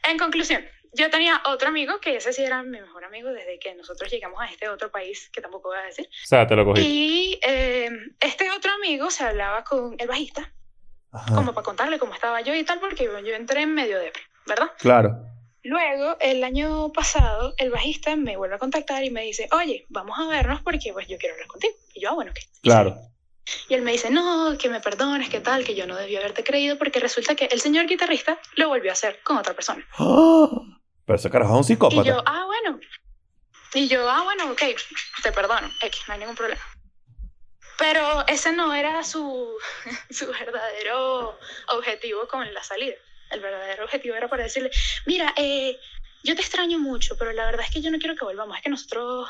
Speaker 5: en conclusión, yo tenía otro amigo que ese sí era mi mejor amigo desde que nosotros llegamos a este otro país, que tampoco voy a decir.
Speaker 1: O sea, te lo cogí.
Speaker 5: Y eh, este otro amigo se hablaba con el bajista,
Speaker 2: Ajá,
Speaker 5: como para contarle cómo estaba yo y tal, porque yo yo entré en medio de, ¿verdad?
Speaker 2: Claro.
Speaker 5: Luego, el año pasado, el bajista me vuelve a contactar y me dice, oye, vamos a vernos porque pues yo quiero hablar contigo. Y yo, ah, bueno, ok.
Speaker 2: Claro.
Speaker 5: Y él me dice, no, que me perdones, que tal, que yo no debía haberte creído, porque resulta que el señor guitarrista lo volvió a hacer con otra persona.
Speaker 2: Pero ese carajo es un
Speaker 5: Y
Speaker 2: psicópata.
Speaker 5: yo, ah, bueno. Y yo, ah, bueno, ok, te perdono, X, no hay ningún problema. Pero ese no era su, su verdadero objetivo con la salida. El verdadero objetivo era para decirle, mira, eh, yo te extraño mucho, pero la verdad es que yo no quiero que volvamos, es que nosotros,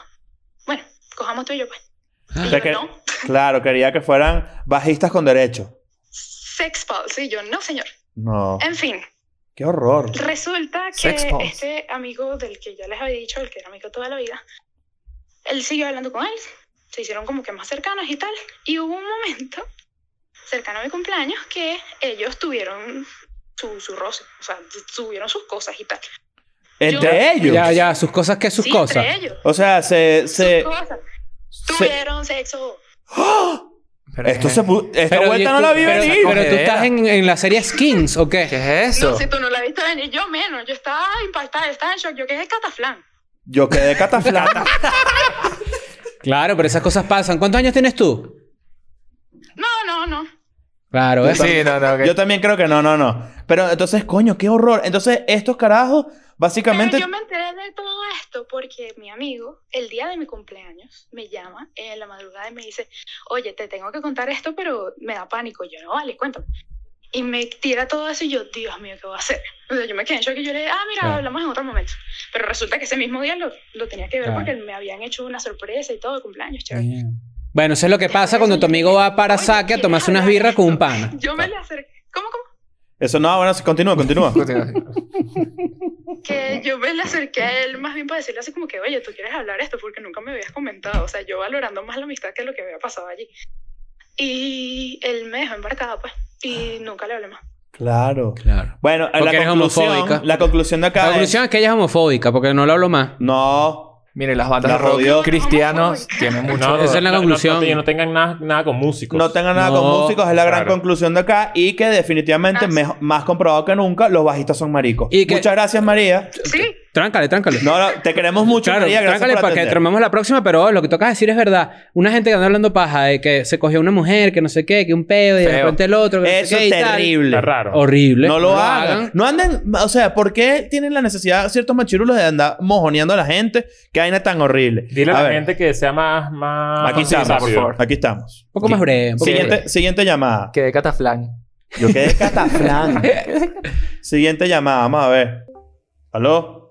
Speaker 5: bueno, cojamos tú y yo, pues. Y
Speaker 2: sea
Speaker 5: yo,
Speaker 2: que-
Speaker 5: no,
Speaker 2: Claro, quería que fueran bajistas con derecho.
Speaker 5: sex pals, y yo, no, señor.
Speaker 2: No.
Speaker 5: En fin,
Speaker 2: Qué horror.
Speaker 5: Resulta que
Speaker 4: Sex Pulse.
Speaker 5: este amigo del que ya les había dicho, el que era amigo toda la vida, él siguió hablando con él, se hicieron como que más cercanos y tal, y hubo un momento cercano a mi cumpleaños que ellos tuvieron su, su roce, o sea, tuvieron sus cosas y tal.
Speaker 2: Entre ellos.
Speaker 3: Ya, ya, sus cosas que sus
Speaker 5: Sí,
Speaker 3: cosas.
Speaker 5: Entre ellos,
Speaker 2: O sea, se.
Speaker 5: sus
Speaker 2: se,
Speaker 5: cosas.
Speaker 2: se-
Speaker 5: Tuvieron sexo.
Speaker 4: ¡Ah! Pero
Speaker 2: esto
Speaker 4: ¿qué-
Speaker 2: se pu- Esta
Speaker 3: Pero,
Speaker 2: vuelta
Speaker 3: oye,
Speaker 2: no
Speaker 3: tú-
Speaker 2: la vi
Speaker 3: pero,
Speaker 2: venir.
Speaker 3: pero tú
Speaker 4: Cogedera.
Speaker 3: estás en, en la serie Skins o qué?
Speaker 4: ¿Qué es eso?
Speaker 5: No, si tú no la viste venir, yo menos. Yo estaba impactada, yo estaba en shock. Yo quedé cataflán.
Speaker 2: Yo quedé cataflán.
Speaker 3: Claro, pero esas cosas pasan. ¿Cuántos años tienes tú?
Speaker 5: No, no, no.
Speaker 3: Claro, ¿eh? ¿ves?
Speaker 4: Sí, no, no. que-
Speaker 2: Yo también creo que no, no, no. Pero entonces, coño, qué horror. Entonces, estos carajos, básicamente.
Speaker 5: Pero yo me enteré de todo esto porque mi amigo, el día de mi cumpleaños, me llama en la madrugada y me dice, oye, te tengo que contar esto, pero me da pánico. Yo, no, vale, cuéntame. Y me tira todo eso y yo, Dios mío, ¿qué voy a hacer? O sea, yo me quedé en shock y yo le dije, ah, mira,
Speaker 3: Claro.
Speaker 5: hablamos en otro momento. Pero resulta que ese mismo día lo, lo tenía que ver
Speaker 3: Claro.
Speaker 5: porque me habían hecho una sorpresa y todo de cumpleaños, chévere.
Speaker 3: Bien. Bueno, eso es lo que pasa cuando tu amigo va para
Speaker 5: Oye,
Speaker 3: saque a
Speaker 5: ¿quieres
Speaker 3: tomarse unas
Speaker 5: hablar de
Speaker 3: birras con un
Speaker 5: esto?
Speaker 3: pana.
Speaker 5: Yo me le acerqué, ¿cómo, cómo?
Speaker 2: Eso no, bueno, sí, continúa, continúa.
Speaker 5: que yo me le acerqué a él más bien para decirle así como que, oye, tú quieres hablar esto porque nunca me habías comentado, o sea, yo valorando más la amistad que lo que había pasado allí. Y él me dejó embarcada, pues, y nunca le hablé más.
Speaker 2: claro.
Speaker 3: Claro.
Speaker 2: Bueno,
Speaker 3: Porque
Speaker 2: la
Speaker 3: eres homofóbica.
Speaker 2: conclusión, la conclusión de acá.
Speaker 3: La
Speaker 2: es-
Speaker 3: conclusión es que ella es homofóbica porque no lo hablo más.
Speaker 2: No.
Speaker 4: Mire, las bandas
Speaker 2: La
Speaker 4: de rock
Speaker 2: jodió.
Speaker 4: cristianos
Speaker 5: No,
Speaker 4: tienen mucho.
Speaker 1: No,
Speaker 3: Esa es la
Speaker 1: no-
Speaker 3: conclusión.
Speaker 1: No, no te- no tengan nada, nada con músicos.
Speaker 2: No tengan nada con
Speaker 3: No,
Speaker 2: músicos, es la gran
Speaker 1: claro.
Speaker 2: conclusión de acá. Y que definitivamente,
Speaker 5: Ah,
Speaker 2: mejo- más comprobado que nunca, los bajistas son maricos.
Speaker 3: Y que-
Speaker 2: Muchas gracias, María.
Speaker 5: Sí,
Speaker 3: Tráncale, tráncale.
Speaker 2: No, no, te queremos mucho,
Speaker 3: Claro,
Speaker 2: María. Gracias
Speaker 3: tráncale
Speaker 2: por
Speaker 3: para que
Speaker 2: atender.
Speaker 3: tromemos la próxima, pero oh, lo que tocas decir es verdad. Una gente que anda hablando paja de que se cogió una mujer, que no sé qué, que un pedo, y de
Speaker 4: Feo.
Speaker 3: repente el otro, que no sé
Speaker 2: Eso
Speaker 3: qué
Speaker 2: es
Speaker 3: y tal.
Speaker 2: terrible.
Speaker 1: Está raro.
Speaker 3: Horrible.
Speaker 2: No lo, hagan. No anden, o sea, ¿por qué tienen la necesidad ciertos machirulos de andar mojoneando a la gente? Qué vaina tan horrible.
Speaker 1: Dile a,
Speaker 2: A
Speaker 1: la
Speaker 2: ver,
Speaker 1: gente que sea más... más
Speaker 2: Aquí
Speaker 1: más
Speaker 2: estamos,
Speaker 4: por
Speaker 1: rápido.
Speaker 4: favor.
Speaker 2: Aquí estamos.
Speaker 3: Un poco más breve. un poco más breve.
Speaker 2: Siguiente, siguiente llamada.
Speaker 4: Que de cataflán.
Speaker 2: Yo quedé cataflán. siguiente llamada, vamos a ver. ¿Aló?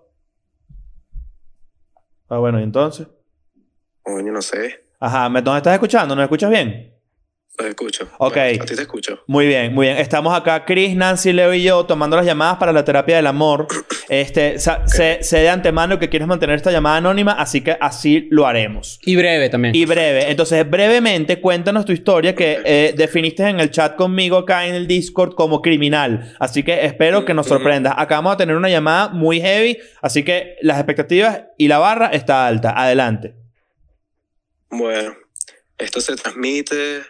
Speaker 2: Ah, bueno, ¿y entonces?
Speaker 6: Coño, no sé.
Speaker 2: Ajá, ¿me nos estás escuchando? ¿Nos escuchas bien?
Speaker 6: Los escucho.
Speaker 2: Ok.
Speaker 6: Bueno, a ti te escucho.
Speaker 2: Muy bien, muy bien. Estamos acá, Chris, Nancy, Leo y yo, tomando las llamadas para la terapia del amor. Este, sa- sé, sé de antemano que quieres mantener esta llamada anónima, así que así lo haremos.
Speaker 3: Y breve también.
Speaker 2: Y breve, entonces brevemente cuéntanos tu historia que eh, definiste en el chat conmigo acá en el Discord como criminal. Así que espero que nos sorprendas. Acá vamos a tener una llamada muy heavy, así que las expectativas y la barra está alta. Adelante.
Speaker 6: Bueno, esto se transmite.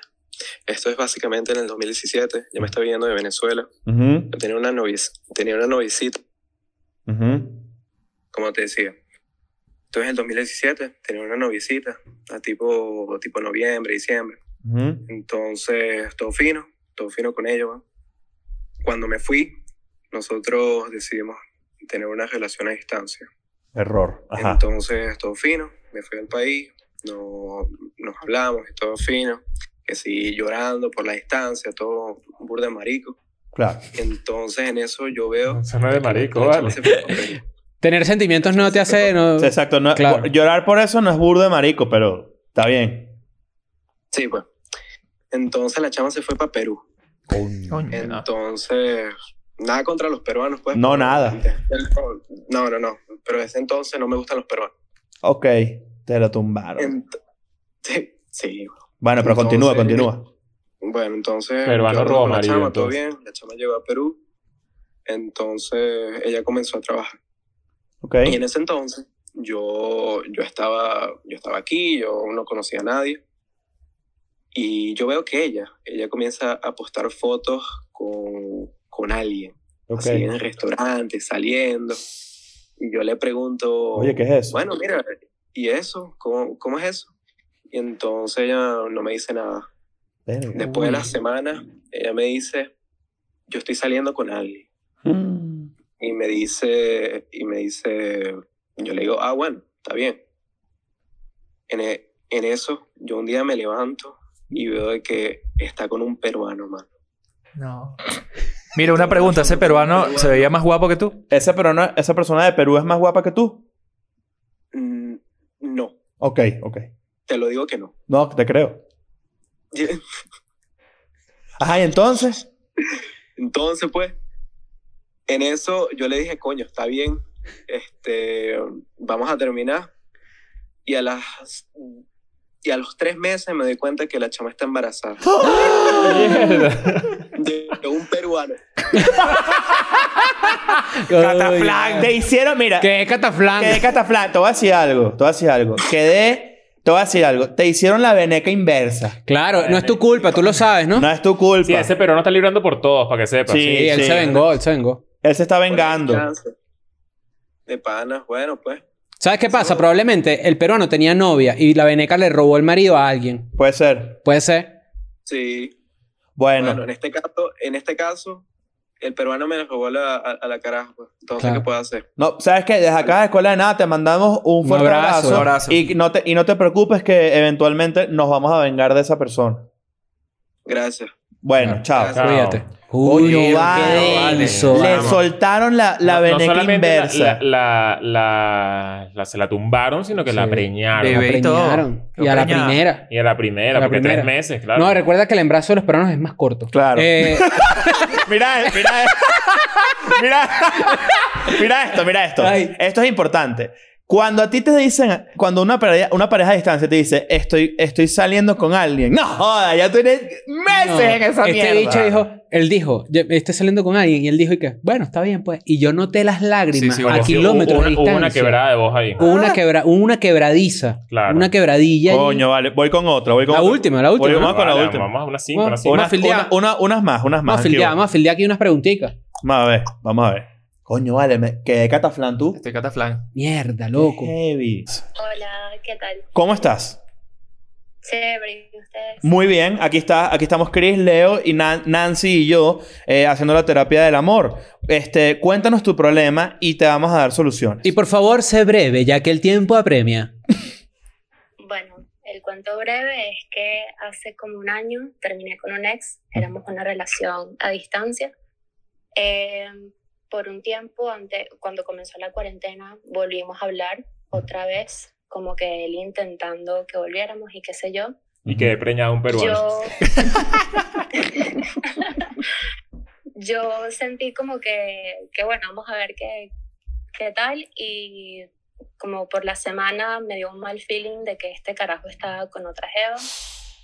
Speaker 6: Esto es básicamente en el 2017. Yo me estaba viniendo de Venezuela.
Speaker 2: Ujú,
Speaker 6: Yo tenía una, novic tenía una novicita,
Speaker 2: ujú.
Speaker 6: como te decía. Entonces en el 2017 tenía una novicita, a tipo, tipo noviembre, diciembre.
Speaker 2: Ujú.
Speaker 6: Entonces, todo fino, todo fino con ello. ¿va? Cuando me fui, nosotros decidimos tener una relación a distancia.
Speaker 2: Error. Ajá.
Speaker 6: Entonces, todo fino, me fui al país, no, nos hablamos, y todo fino, que sí, llorando por la distancia, todo burda de marico.
Speaker 2: Claro.
Speaker 6: Entonces, en eso yo veo...
Speaker 1: Suena de marico,
Speaker 6: que la chama
Speaker 1: vale.
Speaker 6: se fue con él.
Speaker 3: Tener sentimientos no te hace. No...
Speaker 2: Sí, Exacto. no-
Speaker 3: Claro.
Speaker 2: por- llorar por eso no es burdo de marico, pero está bien.
Speaker 6: Sí, pues. Entonces, la chama se fue para Perú.
Speaker 4: Coño, no.
Speaker 6: Entonces, nada contra los peruanos, pues.
Speaker 2: No,
Speaker 6: pero-
Speaker 2: nada.
Speaker 6: No, no, no. Pero desde entonces no me gustan los peruanos.
Speaker 2: Ok, te lo tumbaron.
Speaker 6: Ent- sí, sí,
Speaker 2: Bueno, pero continúa,
Speaker 6: Entonces-
Speaker 2: continúa.
Speaker 6: Bueno, entonces.
Speaker 1: Peruano
Speaker 6: yo hablé
Speaker 1: roba
Speaker 6: con la
Speaker 1: marido,
Speaker 6: chama, todo
Speaker 1: entonces.
Speaker 6: bien. La chama llegó a Perú. Entonces ella comenzó a trabajar.
Speaker 2: Ok.
Speaker 6: Y en ese entonces yo, yo, estaba, yo estaba aquí, yo no conocía a nadie. Y yo veo que ella, ella comienza a postar fotos con, con alguien.
Speaker 2: ok.
Speaker 6: Así en el restaurante, saliendo. Y yo le pregunto.
Speaker 2: Oye, ¿qué es eso?
Speaker 6: Bueno, mira, ¿y eso? ¿Cómo, cómo es eso? Y entonces ella no me dice nada.
Speaker 2: Verga.
Speaker 6: Después de las semanas, ella me dice, yo estoy saliendo con alguien.
Speaker 2: Mm.
Speaker 6: Y me dice, y me dice, yo le digo, ah, bueno, está bien. En, e- en eso, yo un día me levanto y veo de que está con un peruano, man.
Speaker 4: No. Mira, una pregunta. ¿Ese peruano se veía más guapo que tú?
Speaker 2: Esa, perona- esa persona de Perú es más guapa que tú.
Speaker 6: Mm, no,
Speaker 2: Ok, ok.
Speaker 6: te lo digo que no.
Speaker 2: No, te creo. Ajá, y entonces.
Speaker 6: Entonces, pues, en eso yo le dije, coño, está bien, este, vamos a terminar. Y a las y a los tres meses me doy cuenta que la chama está embarazada de, de un peruano.
Speaker 3: Cataflán.
Speaker 2: Te hicieron, mira.
Speaker 3: ¿Qué es cataflán?
Speaker 2: Quedé cataflán. Te voy a decir algo. Te voy a decir algo. Quedé. Te voy a decir algo. Te hicieron la veneca inversa.
Speaker 3: Claro, no es tu culpa, tú lo sabes, ¿no?
Speaker 2: No es tu culpa.
Speaker 1: Sí, ese peruano está librando por todos, para que sepas.
Speaker 2: Sí.
Speaker 3: Sí, él se vengó, él se vengó.
Speaker 2: Él se está vengando.
Speaker 6: De panas, bueno, pues.
Speaker 3: ¿Sabes qué pasa? Probablemente el peruano tenía novia y la veneca le robó el marido a alguien.
Speaker 2: Puede ser.
Speaker 3: Puede ser.
Speaker 6: Sí.
Speaker 2: Bueno.
Speaker 6: Bueno, en este caso, en este caso, el peruano me robó la, a, a la caraja. pues. Entonces,
Speaker 3: Claro.
Speaker 6: ¿qué puedo hacer?
Speaker 2: No, ¿sabes qué? Desde acá de Escuela de Nada te mandamos un
Speaker 3: Un
Speaker 2: fuerte
Speaker 3: abrazo,
Speaker 2: abrazo.
Speaker 4: un abrazo.
Speaker 2: Y, no te, y no te preocupes que eventualmente nos vamos a vengar de esa persona.
Speaker 6: Gracias.
Speaker 2: Bueno,
Speaker 3: Claro.
Speaker 2: chao.
Speaker 1: Chao.
Speaker 3: Cuídate.
Speaker 2: Coño,
Speaker 3: Uy,
Speaker 2: vale.
Speaker 3: qué denso,
Speaker 2: Le
Speaker 3: vamos.
Speaker 2: soltaron la, la
Speaker 1: No- no,
Speaker 2: veneca
Speaker 1: solamente la-
Speaker 2: inversa.
Speaker 1: La, la, la- la- se la tumbaron, sino que la
Speaker 3: Sí.
Speaker 1: preñaron.
Speaker 4: Bebé.
Speaker 3: La
Speaker 4: y todo.
Speaker 3: preñaron.
Speaker 4: Lo
Speaker 3: Y a la
Speaker 4: preñaron.
Speaker 3: primera.
Speaker 1: Y a la primera,
Speaker 3: La
Speaker 1: porque
Speaker 3: primera.
Speaker 1: tres meses, claro.
Speaker 3: No, recuerda que el embarazo de los peruanos es más corto.
Speaker 2: Claro.
Speaker 3: Eh,
Speaker 2: Mira,
Speaker 1: eh,
Speaker 2: mira, mira, mira esto, mira esto.
Speaker 3: Ay.
Speaker 2: Esto es importante. Cuando a ti te dicen, cuando una pareja, una pareja a distancia te dice, estoy, estoy saliendo con alguien. No joda, ya tú eres meses
Speaker 3: no,
Speaker 2: en esa
Speaker 3: este
Speaker 2: mierda.
Speaker 3: bicho dijo, él dijo, yo estoy saliendo con alguien y él dijo y que, bueno, está bien pues. Y yo noté las lágrimas
Speaker 4: Sí, sí,
Speaker 3: a
Speaker 4: hubo-
Speaker 3: kilómetros
Speaker 1: hubo,
Speaker 3: de
Speaker 1: una,
Speaker 3: distancia.
Speaker 1: hubo una quebrada de voz ahí.
Speaker 3: Hubo
Speaker 2: Ah.
Speaker 3: una quebra- hubo una quebradiza.
Speaker 1: Claro.
Speaker 3: Una quebradilla. allí.
Speaker 2: Coño, vale, voy con otra, voy con
Speaker 3: La
Speaker 2: otra.
Speaker 3: última, la última,
Speaker 2: Voy-
Speaker 3: ¿no?
Speaker 2: Vamos con la
Speaker 1: Vale,
Speaker 2: última.
Speaker 1: Vamos a unas cinco,
Speaker 3: Bueno,
Speaker 1: unas cinco.
Speaker 3: una-
Speaker 2: Unas,
Speaker 3: Ah. fildeada.
Speaker 2: una- unas más, unas más.
Speaker 3: Vamos a
Speaker 2: aquí
Speaker 3: fildear,
Speaker 2: voy.
Speaker 3: vamos a fildear aquí unas preguntitas.
Speaker 2: Vamos a ver, vamos a ver. Coño, vale, me quedé cataflán tú.
Speaker 4: Estoy cataflán.
Speaker 3: Mierda, loco.
Speaker 2: Heavy.
Speaker 7: Hola, ¿qué tal?
Speaker 2: ¿Cómo estás?
Speaker 7: Chévere, ¿y ustedes?
Speaker 2: Muy bien, aquí, está, aquí estamos Chris, Leo y Nan- Nancy y yo eh, haciendo la terapia del amor. Este, cuéntanos tu problema y te vamos a dar soluciones.
Speaker 8: Y por favor, sé breve, ya que el tiempo apremia.
Speaker 7: Bueno, el cuento breve es que hace como un año terminé con un ex, éramos una relación a distancia. Eh, por un tiempo, ante, cuando comenzó la cuarentena, volvimos a hablar otra vez, como que él intentando que volviéramos y qué sé yo.
Speaker 1: Y quedé preñado un peruano.
Speaker 7: Yo... Yo sentí como que, que bueno, vamos a ver qué, qué tal y como por la semana me dio un mal feeling de que este carajo estaba con otra jeva.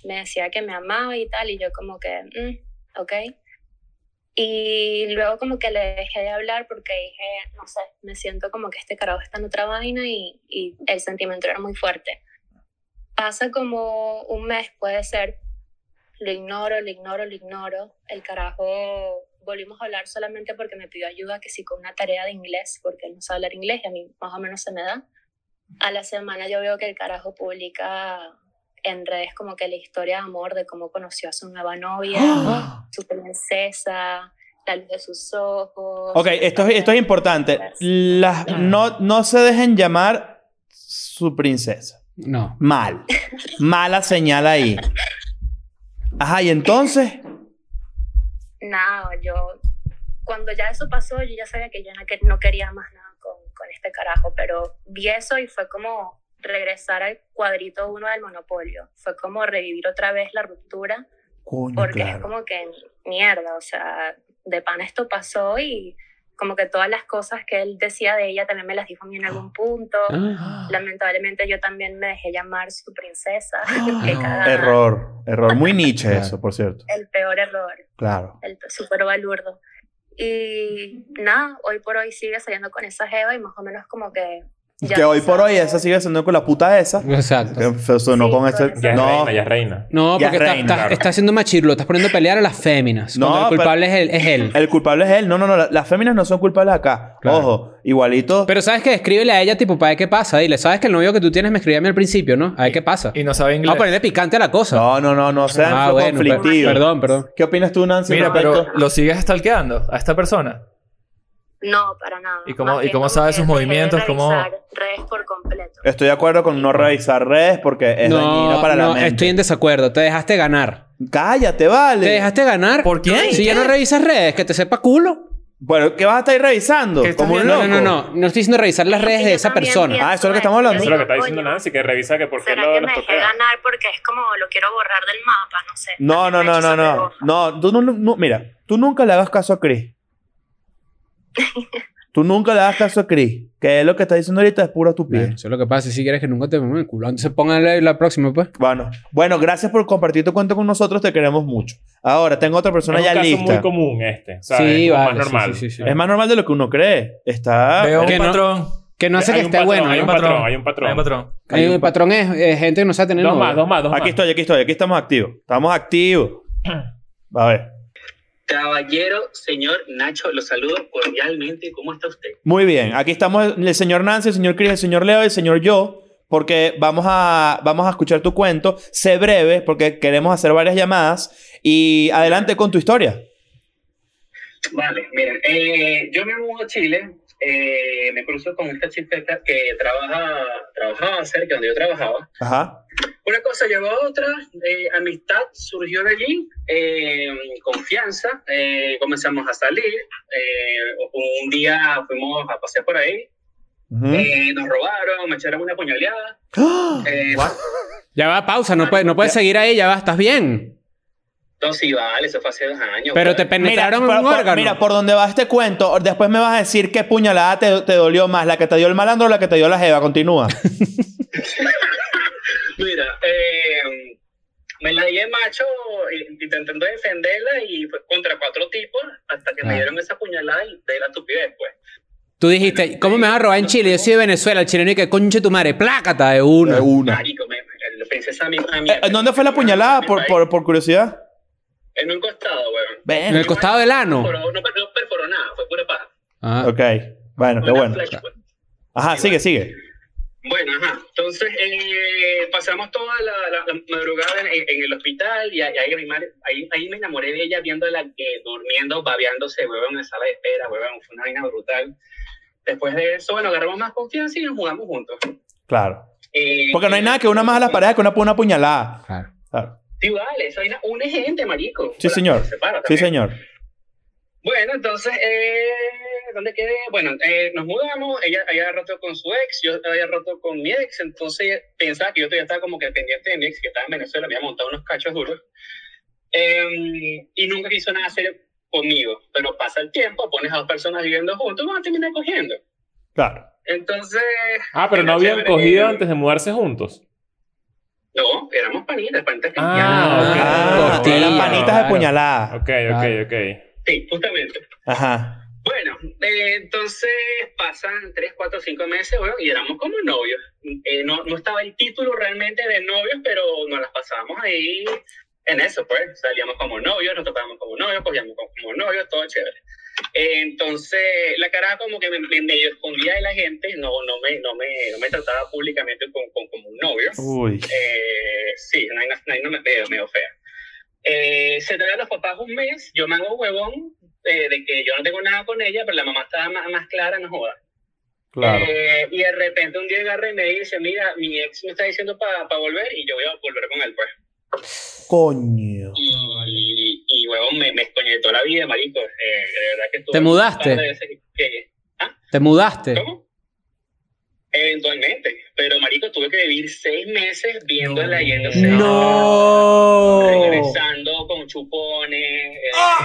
Speaker 7: Me decía que me amaba y tal y yo como que, mm, ok. Y luego como que le dejé de hablar porque dije, no sé, me siento como que este carajo está en otra vaina y, y el sentimiento era muy fuerte. Pasa como un mes, puede ser. Lo ignoro, lo ignoro, lo ignoro. El carajo, volvimos a hablar solamente porque me pidió ayuda, que sí, con una tarea de inglés, porque él no sabe hablar inglés y a mí más o menos se me da. A la semana yo veo que el carajo publica en redes como que la historia de amor de cómo conoció a su nueva novia, su princesa, la luz de sus ojos.
Speaker 2: Ok, esto, es- esto es importante. Las, no, no se dejen llamar su princesa.
Speaker 3: No.
Speaker 2: Mal. Mala señal ahí. Ajá, y entonces.
Speaker 7: nada, yo cuando ya eso pasó, yo ya sabía que yo no, que- no quería más nada con, con este carajo, pero vi eso y fue como regresar al cuadrito uno del monopolio, fue como revivir otra vez la ruptura,
Speaker 2: Coño,
Speaker 7: porque es
Speaker 2: claro.
Speaker 7: como que mierda, o sea, de pan esto pasó y como que todas las cosas que él decía de ella también me las dijo a mí en algún punto. Lamentablemente yo también me dejé llamar su princesa.
Speaker 2: Ah,
Speaker 7: que cada-
Speaker 2: Error, error. Muy Nietzsche eso, por cierto.
Speaker 7: El peor error
Speaker 2: Claro.
Speaker 7: el súper balurdo. Y nada, hoy por hoy sigue saliendo con esa jeva y más o menos como que... ya
Speaker 2: que hoy por
Speaker 7: sabe.
Speaker 2: hoy esa sigue siendo con la puta esa.
Speaker 3: Exacto.
Speaker 2: Que se sonó
Speaker 7: Sí,
Speaker 2: con
Speaker 7: con
Speaker 2: ese.
Speaker 7: esa.
Speaker 1: Ya es
Speaker 2: No,
Speaker 1: reina, ya es reina.
Speaker 3: No,
Speaker 2: Ya
Speaker 3: porque
Speaker 2: es
Speaker 3: está,
Speaker 2: reina,
Speaker 3: está-
Speaker 2: claro.
Speaker 3: está haciendo machirlo, estás poniendo a pelear a las féminas.
Speaker 2: No,
Speaker 3: No, el
Speaker 2: pero-
Speaker 3: culpable es él. Es él.
Speaker 2: el culpable es él. No, no, no. la- Las féminas no son culpables acá.
Speaker 3: Claro.
Speaker 2: Ojo, igualito.
Speaker 3: Pero sabes que escríbele a ella, tipo, para ver qué pasa. Dile, sabes que el novio que tú tienes me escribía a mí al principio, ¿no? A ver qué pasa.
Speaker 4: Y no sabe inglés.
Speaker 3: Vamos a ponerle picante a la cosa.
Speaker 2: No, no, no, no sean
Speaker 3: Ah, bueno, per-
Speaker 2: conflictivos.
Speaker 3: perdón, perdón.
Speaker 2: ¿Qué opinas tú, Nancy?
Speaker 4: Mira, pero
Speaker 2: respecto?
Speaker 4: lo sigues stalkeando a esta persona.
Speaker 7: No, para nada.
Speaker 4: ¿Y cómo-
Speaker 7: Más
Speaker 4: y
Speaker 7: bien
Speaker 4: cómo
Speaker 7: como
Speaker 4: sabe
Speaker 7: que dejé
Speaker 4: sus
Speaker 7: de
Speaker 4: movimientos? ¿Cómo-
Speaker 7: revisar Redes por completo.
Speaker 2: Estoy de acuerdo con no revisar redes porque es dañino para la
Speaker 3: no,
Speaker 2: mente.
Speaker 3: estoy en desacuerdo. Te dejaste ganar.
Speaker 2: Cállate, vale.
Speaker 3: ¿Te dejaste ganar?
Speaker 4: ¿Por quién?
Speaker 3: Si ya no revisas redes, que te sepa culo.
Speaker 2: Bueno, ¿qué vas a estar ahí revisando?
Speaker 4: ¿Qué estás
Speaker 2: Como un
Speaker 4: viendo?
Speaker 2: loco.
Speaker 3: No, no, no. No estoy diciendo revisar las
Speaker 7: Es
Speaker 3: redes
Speaker 7: que
Speaker 3: de
Speaker 7: yo
Speaker 3: esa
Speaker 7: también
Speaker 3: persona.
Speaker 7: pienso
Speaker 2: Ah, eso es lo que estamos
Speaker 7: yo
Speaker 2: hablando.
Speaker 1: Eso es
Speaker 7: digo,
Speaker 1: lo que está diciendo
Speaker 7: coño,
Speaker 1: Nancy, que revisa que por qué
Speaker 7: ¿Será que
Speaker 1: lo los
Speaker 7: me dejé
Speaker 1: toquea.
Speaker 7: ganar porque es como lo quiero borrar del mapa? No sé.
Speaker 2: No, no,
Speaker 7: También me
Speaker 2: no,
Speaker 7: he
Speaker 2: no,
Speaker 7: hecho
Speaker 2: no.
Speaker 7: esa
Speaker 2: No, tú no, no- mira, tú nunca le hagas caso a Chris. tú nunca le hagas caso a Chris. Que es lo que está diciendo ahorita es pura tu
Speaker 3: Bueno, eso es lo que pasa. Si quieres que nunca te pongan el culo. Entonces póngale la próxima, pues.
Speaker 2: Bueno, bueno, gracias por compartir tu cuento con nosotros, te queremos mucho. Ahora, tengo otra persona
Speaker 1: es un
Speaker 2: ya
Speaker 1: caso
Speaker 2: lista.
Speaker 1: muy común este. ¿sabes?
Speaker 3: Sí,
Speaker 1: Es como
Speaker 3: vale,
Speaker 1: Más
Speaker 3: sí,
Speaker 1: normal.
Speaker 3: sí, sí, sí.
Speaker 2: Es más normal de lo que uno cree. Está
Speaker 4: Veo
Speaker 3: que
Speaker 4: un
Speaker 3: no.
Speaker 4: patrón.
Speaker 3: Que no hace
Speaker 1: Hay un
Speaker 3: que esté
Speaker 1: patrón,
Speaker 3: bueno.
Speaker 1: Hay
Speaker 3: ¿no?
Speaker 1: un patrón, hay un patrón.
Speaker 4: Hay un patrón.
Speaker 3: Hay un patrón es eh, gente que no sabe tener
Speaker 1: Dos
Speaker 3: novio.
Speaker 1: más, dos más, dos más.
Speaker 2: Aquí estoy, aquí estoy, aquí estamos activos. Estamos activos. A ver.
Speaker 9: Caballero, señor Nacho, los saludo cordialmente. ¿Cómo está usted?
Speaker 2: Muy bien, aquí estamos el señor Nancy, el señor Chris, el señor Leo y el señor yo, porque vamos a, vamos a escuchar tu cuento. Sé breve, porque queremos hacer varias llamadas. Y adelante con tu historia.
Speaker 9: Vale, miren, eh, yo me mudo a Chile, eh, me cruzo con esta chica que trabaja, trabajaba cerca donde yo trabajaba.
Speaker 2: Ajá.
Speaker 9: Una cosa llevó a otra, eh, amistad surgió de allí, eh, confianza, eh, comenzamos a salir, eh, un día fuimos a pasear por ahí,
Speaker 2: Ujú.
Speaker 9: eh, nos robaron, me echaron una puñaleada. eh,
Speaker 3: Ya va, pausa. No puedes, no puedes seguir ahí. Ya va, estás bien.
Speaker 9: no, sí, vale, eso fue hace dos años.
Speaker 3: Pero te
Speaker 9: pues.
Speaker 2: Mira,
Speaker 3: penetraron
Speaker 2: por,
Speaker 3: en un
Speaker 2: por-
Speaker 3: órgano.
Speaker 2: mira, por donde va este cuento, después me vas a decir qué puñalada te, te dolió más, la que te dio el malandro o la que te dio la jeva. Continúa.
Speaker 9: Mira, eh, me la di de macho eh, intentando defenderla y fue contra cuatro tipos hasta que
Speaker 3: Ah.
Speaker 9: me dieron esa puñalada y de la estupidez, pues.
Speaker 3: Tú dijiste, ¿cómo me vas a robar en Chile? Yo soy de Venezuela, el chileno y que conche tu madre, plácata de una.
Speaker 2: De una.
Speaker 9: Marico, me, me- la princesa a mí, a mí-
Speaker 2: Eh, ¿Dónde fue la puñalada? Por, por, por curiosidad.
Speaker 9: En un costado, weón.
Speaker 3: En el
Speaker 2: Ven.
Speaker 3: costado del
Speaker 9: No
Speaker 3: ano.
Speaker 9: perforó, no, per- no perforó nada, fue pura paja.
Speaker 3: Ah,
Speaker 2: Ok. Bueno, qué
Speaker 9: Una
Speaker 2: bueno.
Speaker 9: flashback.
Speaker 2: Ajá, sigue, sigue.
Speaker 9: Bueno, ajá. Entonces eh, pasamos toda la, la- la madrugada en, en- en el hospital y ahí, ahí mi madre- ahí- ahí me enamoré de ella viéndola que durmiendo, babeándose, huevón, en sala de espera, huevón, fue una vaina brutal. Después de eso, bueno, agarramos más confianza y nos jugamos juntos.
Speaker 2: Claro.
Speaker 9: Eh,
Speaker 2: Porque no hay nada que una más a las parejas que una, una puñalada.
Speaker 3: claro.
Speaker 2: Claro.
Speaker 9: Sí, vale, esa vaina une gente, marico.
Speaker 2: Sí,
Speaker 9: Hola,
Speaker 2: señor.
Speaker 9: se separa
Speaker 2: Sí,
Speaker 9: también.
Speaker 2: señor.
Speaker 9: Bueno, entonces, eh, ¿dónde quedé? Bueno, eh, nos mudamos, ella había roto con su ex, yo había roto con mi ex, entonces pensaba que yo todavía estaba como que pendiente de mi ex, que estaba en Venezuela, me había montado unos cachos duros, Eh, y nunca quiso nada hacer conmigo, pero pasa el tiempo, pones a dos personas viviendo juntos, van a terminar cogiendo.
Speaker 2: Claro.
Speaker 9: Entonces,
Speaker 1: Ah, pero no
Speaker 9: Era
Speaker 1: habían
Speaker 9: chévere.
Speaker 1: cogido antes de mudarse juntos.
Speaker 9: no, éramos panitas, panitas
Speaker 1: Ah,
Speaker 2: Ah,
Speaker 1: ok.
Speaker 2: eran panitas de
Speaker 3: claro.
Speaker 2: puñalada.
Speaker 1: Ok, ok,
Speaker 3: Claro.
Speaker 1: ok.
Speaker 9: Sí, justamente.
Speaker 2: Ajá.
Speaker 9: Bueno, eh, entonces pasan 3, 4, 5 meses, bueno, y éramos como novios. Eh, no, no estaba el título realmente de novios, pero nos las pasábamos ahí en eso, pues. Salíamos como novios, nos tocábamos como novios, cogíamos como, como novios, todo chévere. Eh, entonces, la cara como que me, me medio escondía de la gente, no, no, me, no, me, no me trataba públicamente con- con- como un novio.
Speaker 2: Uy.
Speaker 9: Eh, sí, no hay, no hay- no me veo, medio fea. Eh, se trae a los papás un mes, yo me hago huevón eh, de que yo no tengo nada con ella, pero la mamá estaba más, más clara, no joda.
Speaker 2: Claro.
Speaker 9: Eh, y de repente un día agarra y me dice, mira, mi ex me está diciendo para volver y yo voy a volver con él, pues.
Speaker 2: Coño.
Speaker 9: Y, y, huevón, me, me escoñetó la vida, marico. Eh, de verdad que estuve
Speaker 8: ¿Te mudaste?
Speaker 9: un par de veces que-
Speaker 8: ¿Te mudaste?
Speaker 1: ¿Eh?
Speaker 9: ¿Cómo? Eventualmente, pero marico, tuve que vivir seis meses viéndola yéndose.
Speaker 2: No.
Speaker 9: Regresando con chupones. eh,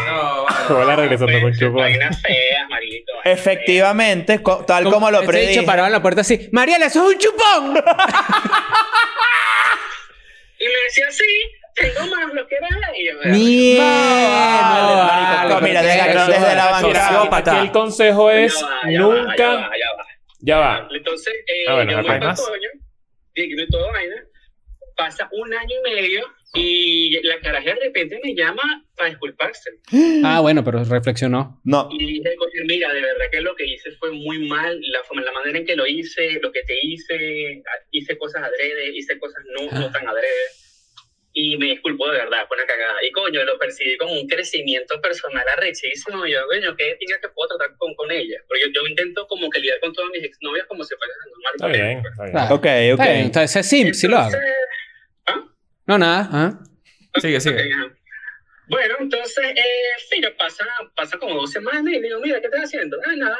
Speaker 4: No, vale.
Speaker 1: Hola, regresando con
Speaker 9: pues,
Speaker 1: chupones.
Speaker 9: Vainas feas, marico. vainas
Speaker 2: Efectivamente, co- tal como lo
Speaker 8: Ese
Speaker 2: predije.
Speaker 8: bicho parado en la puerta así. Mariela, eso es un chupón.
Speaker 9: feas. Y me decía, sí, tengo más lo que era. Y yo,
Speaker 8: Mierda.
Speaker 2: vale, marico,
Speaker 8: vale,
Speaker 2: Ah, mira,
Speaker 8: pero
Speaker 2: desde
Speaker 8: qué
Speaker 2: la-
Speaker 8: asco.
Speaker 2: desde la banquera.
Speaker 1: Aquí el consejo
Speaker 9: ya
Speaker 1: es
Speaker 9: va, ya va, ya
Speaker 1: nunca.
Speaker 9: va, ya va.
Speaker 1: Ya va.
Speaker 9: Entonces, eh,
Speaker 1: Ah, bueno,
Speaker 9: yo
Speaker 1: acá
Speaker 9: voy
Speaker 1: hay
Speaker 9: para
Speaker 1: más.
Speaker 9: Coño, digno y todo vaina. Pasa un año y medio y la caraja de repente me llama para disculparse.
Speaker 8: Ah, bueno, pero reflexionó.
Speaker 2: No.
Speaker 9: Y dije, "Coño, mira, de verdad que lo que hice fue muy mal, la, forma- la manera en que lo hice, lo que te hice, a- hice cosas adrede, hice cosas no,
Speaker 8: Ah.
Speaker 9: no tan adrede. Y me disculpo de verdad, fue una cagada. Y coño, lo percibí como un crecimiento personal arrechísimo. Y yo, coño, ¿qué tenía que puedo tratar con, con ella? Porque yo, yo intento como que lidiar con todas mis exnovias como si fueran normal.
Speaker 1: Está bien, está bien.
Speaker 8: Claro.
Speaker 2: Ok, ok.
Speaker 8: Está bien, entonces es simp, sí lo hago.
Speaker 9: Entonces,
Speaker 8: No, nada. ah.
Speaker 4: Sigue, sigue.
Speaker 9: Ajá. Bueno, entonces, eh, sí, yo pasa, pasa como dos semanas y digo, mira, ¿qué estás haciendo? Ah, nada.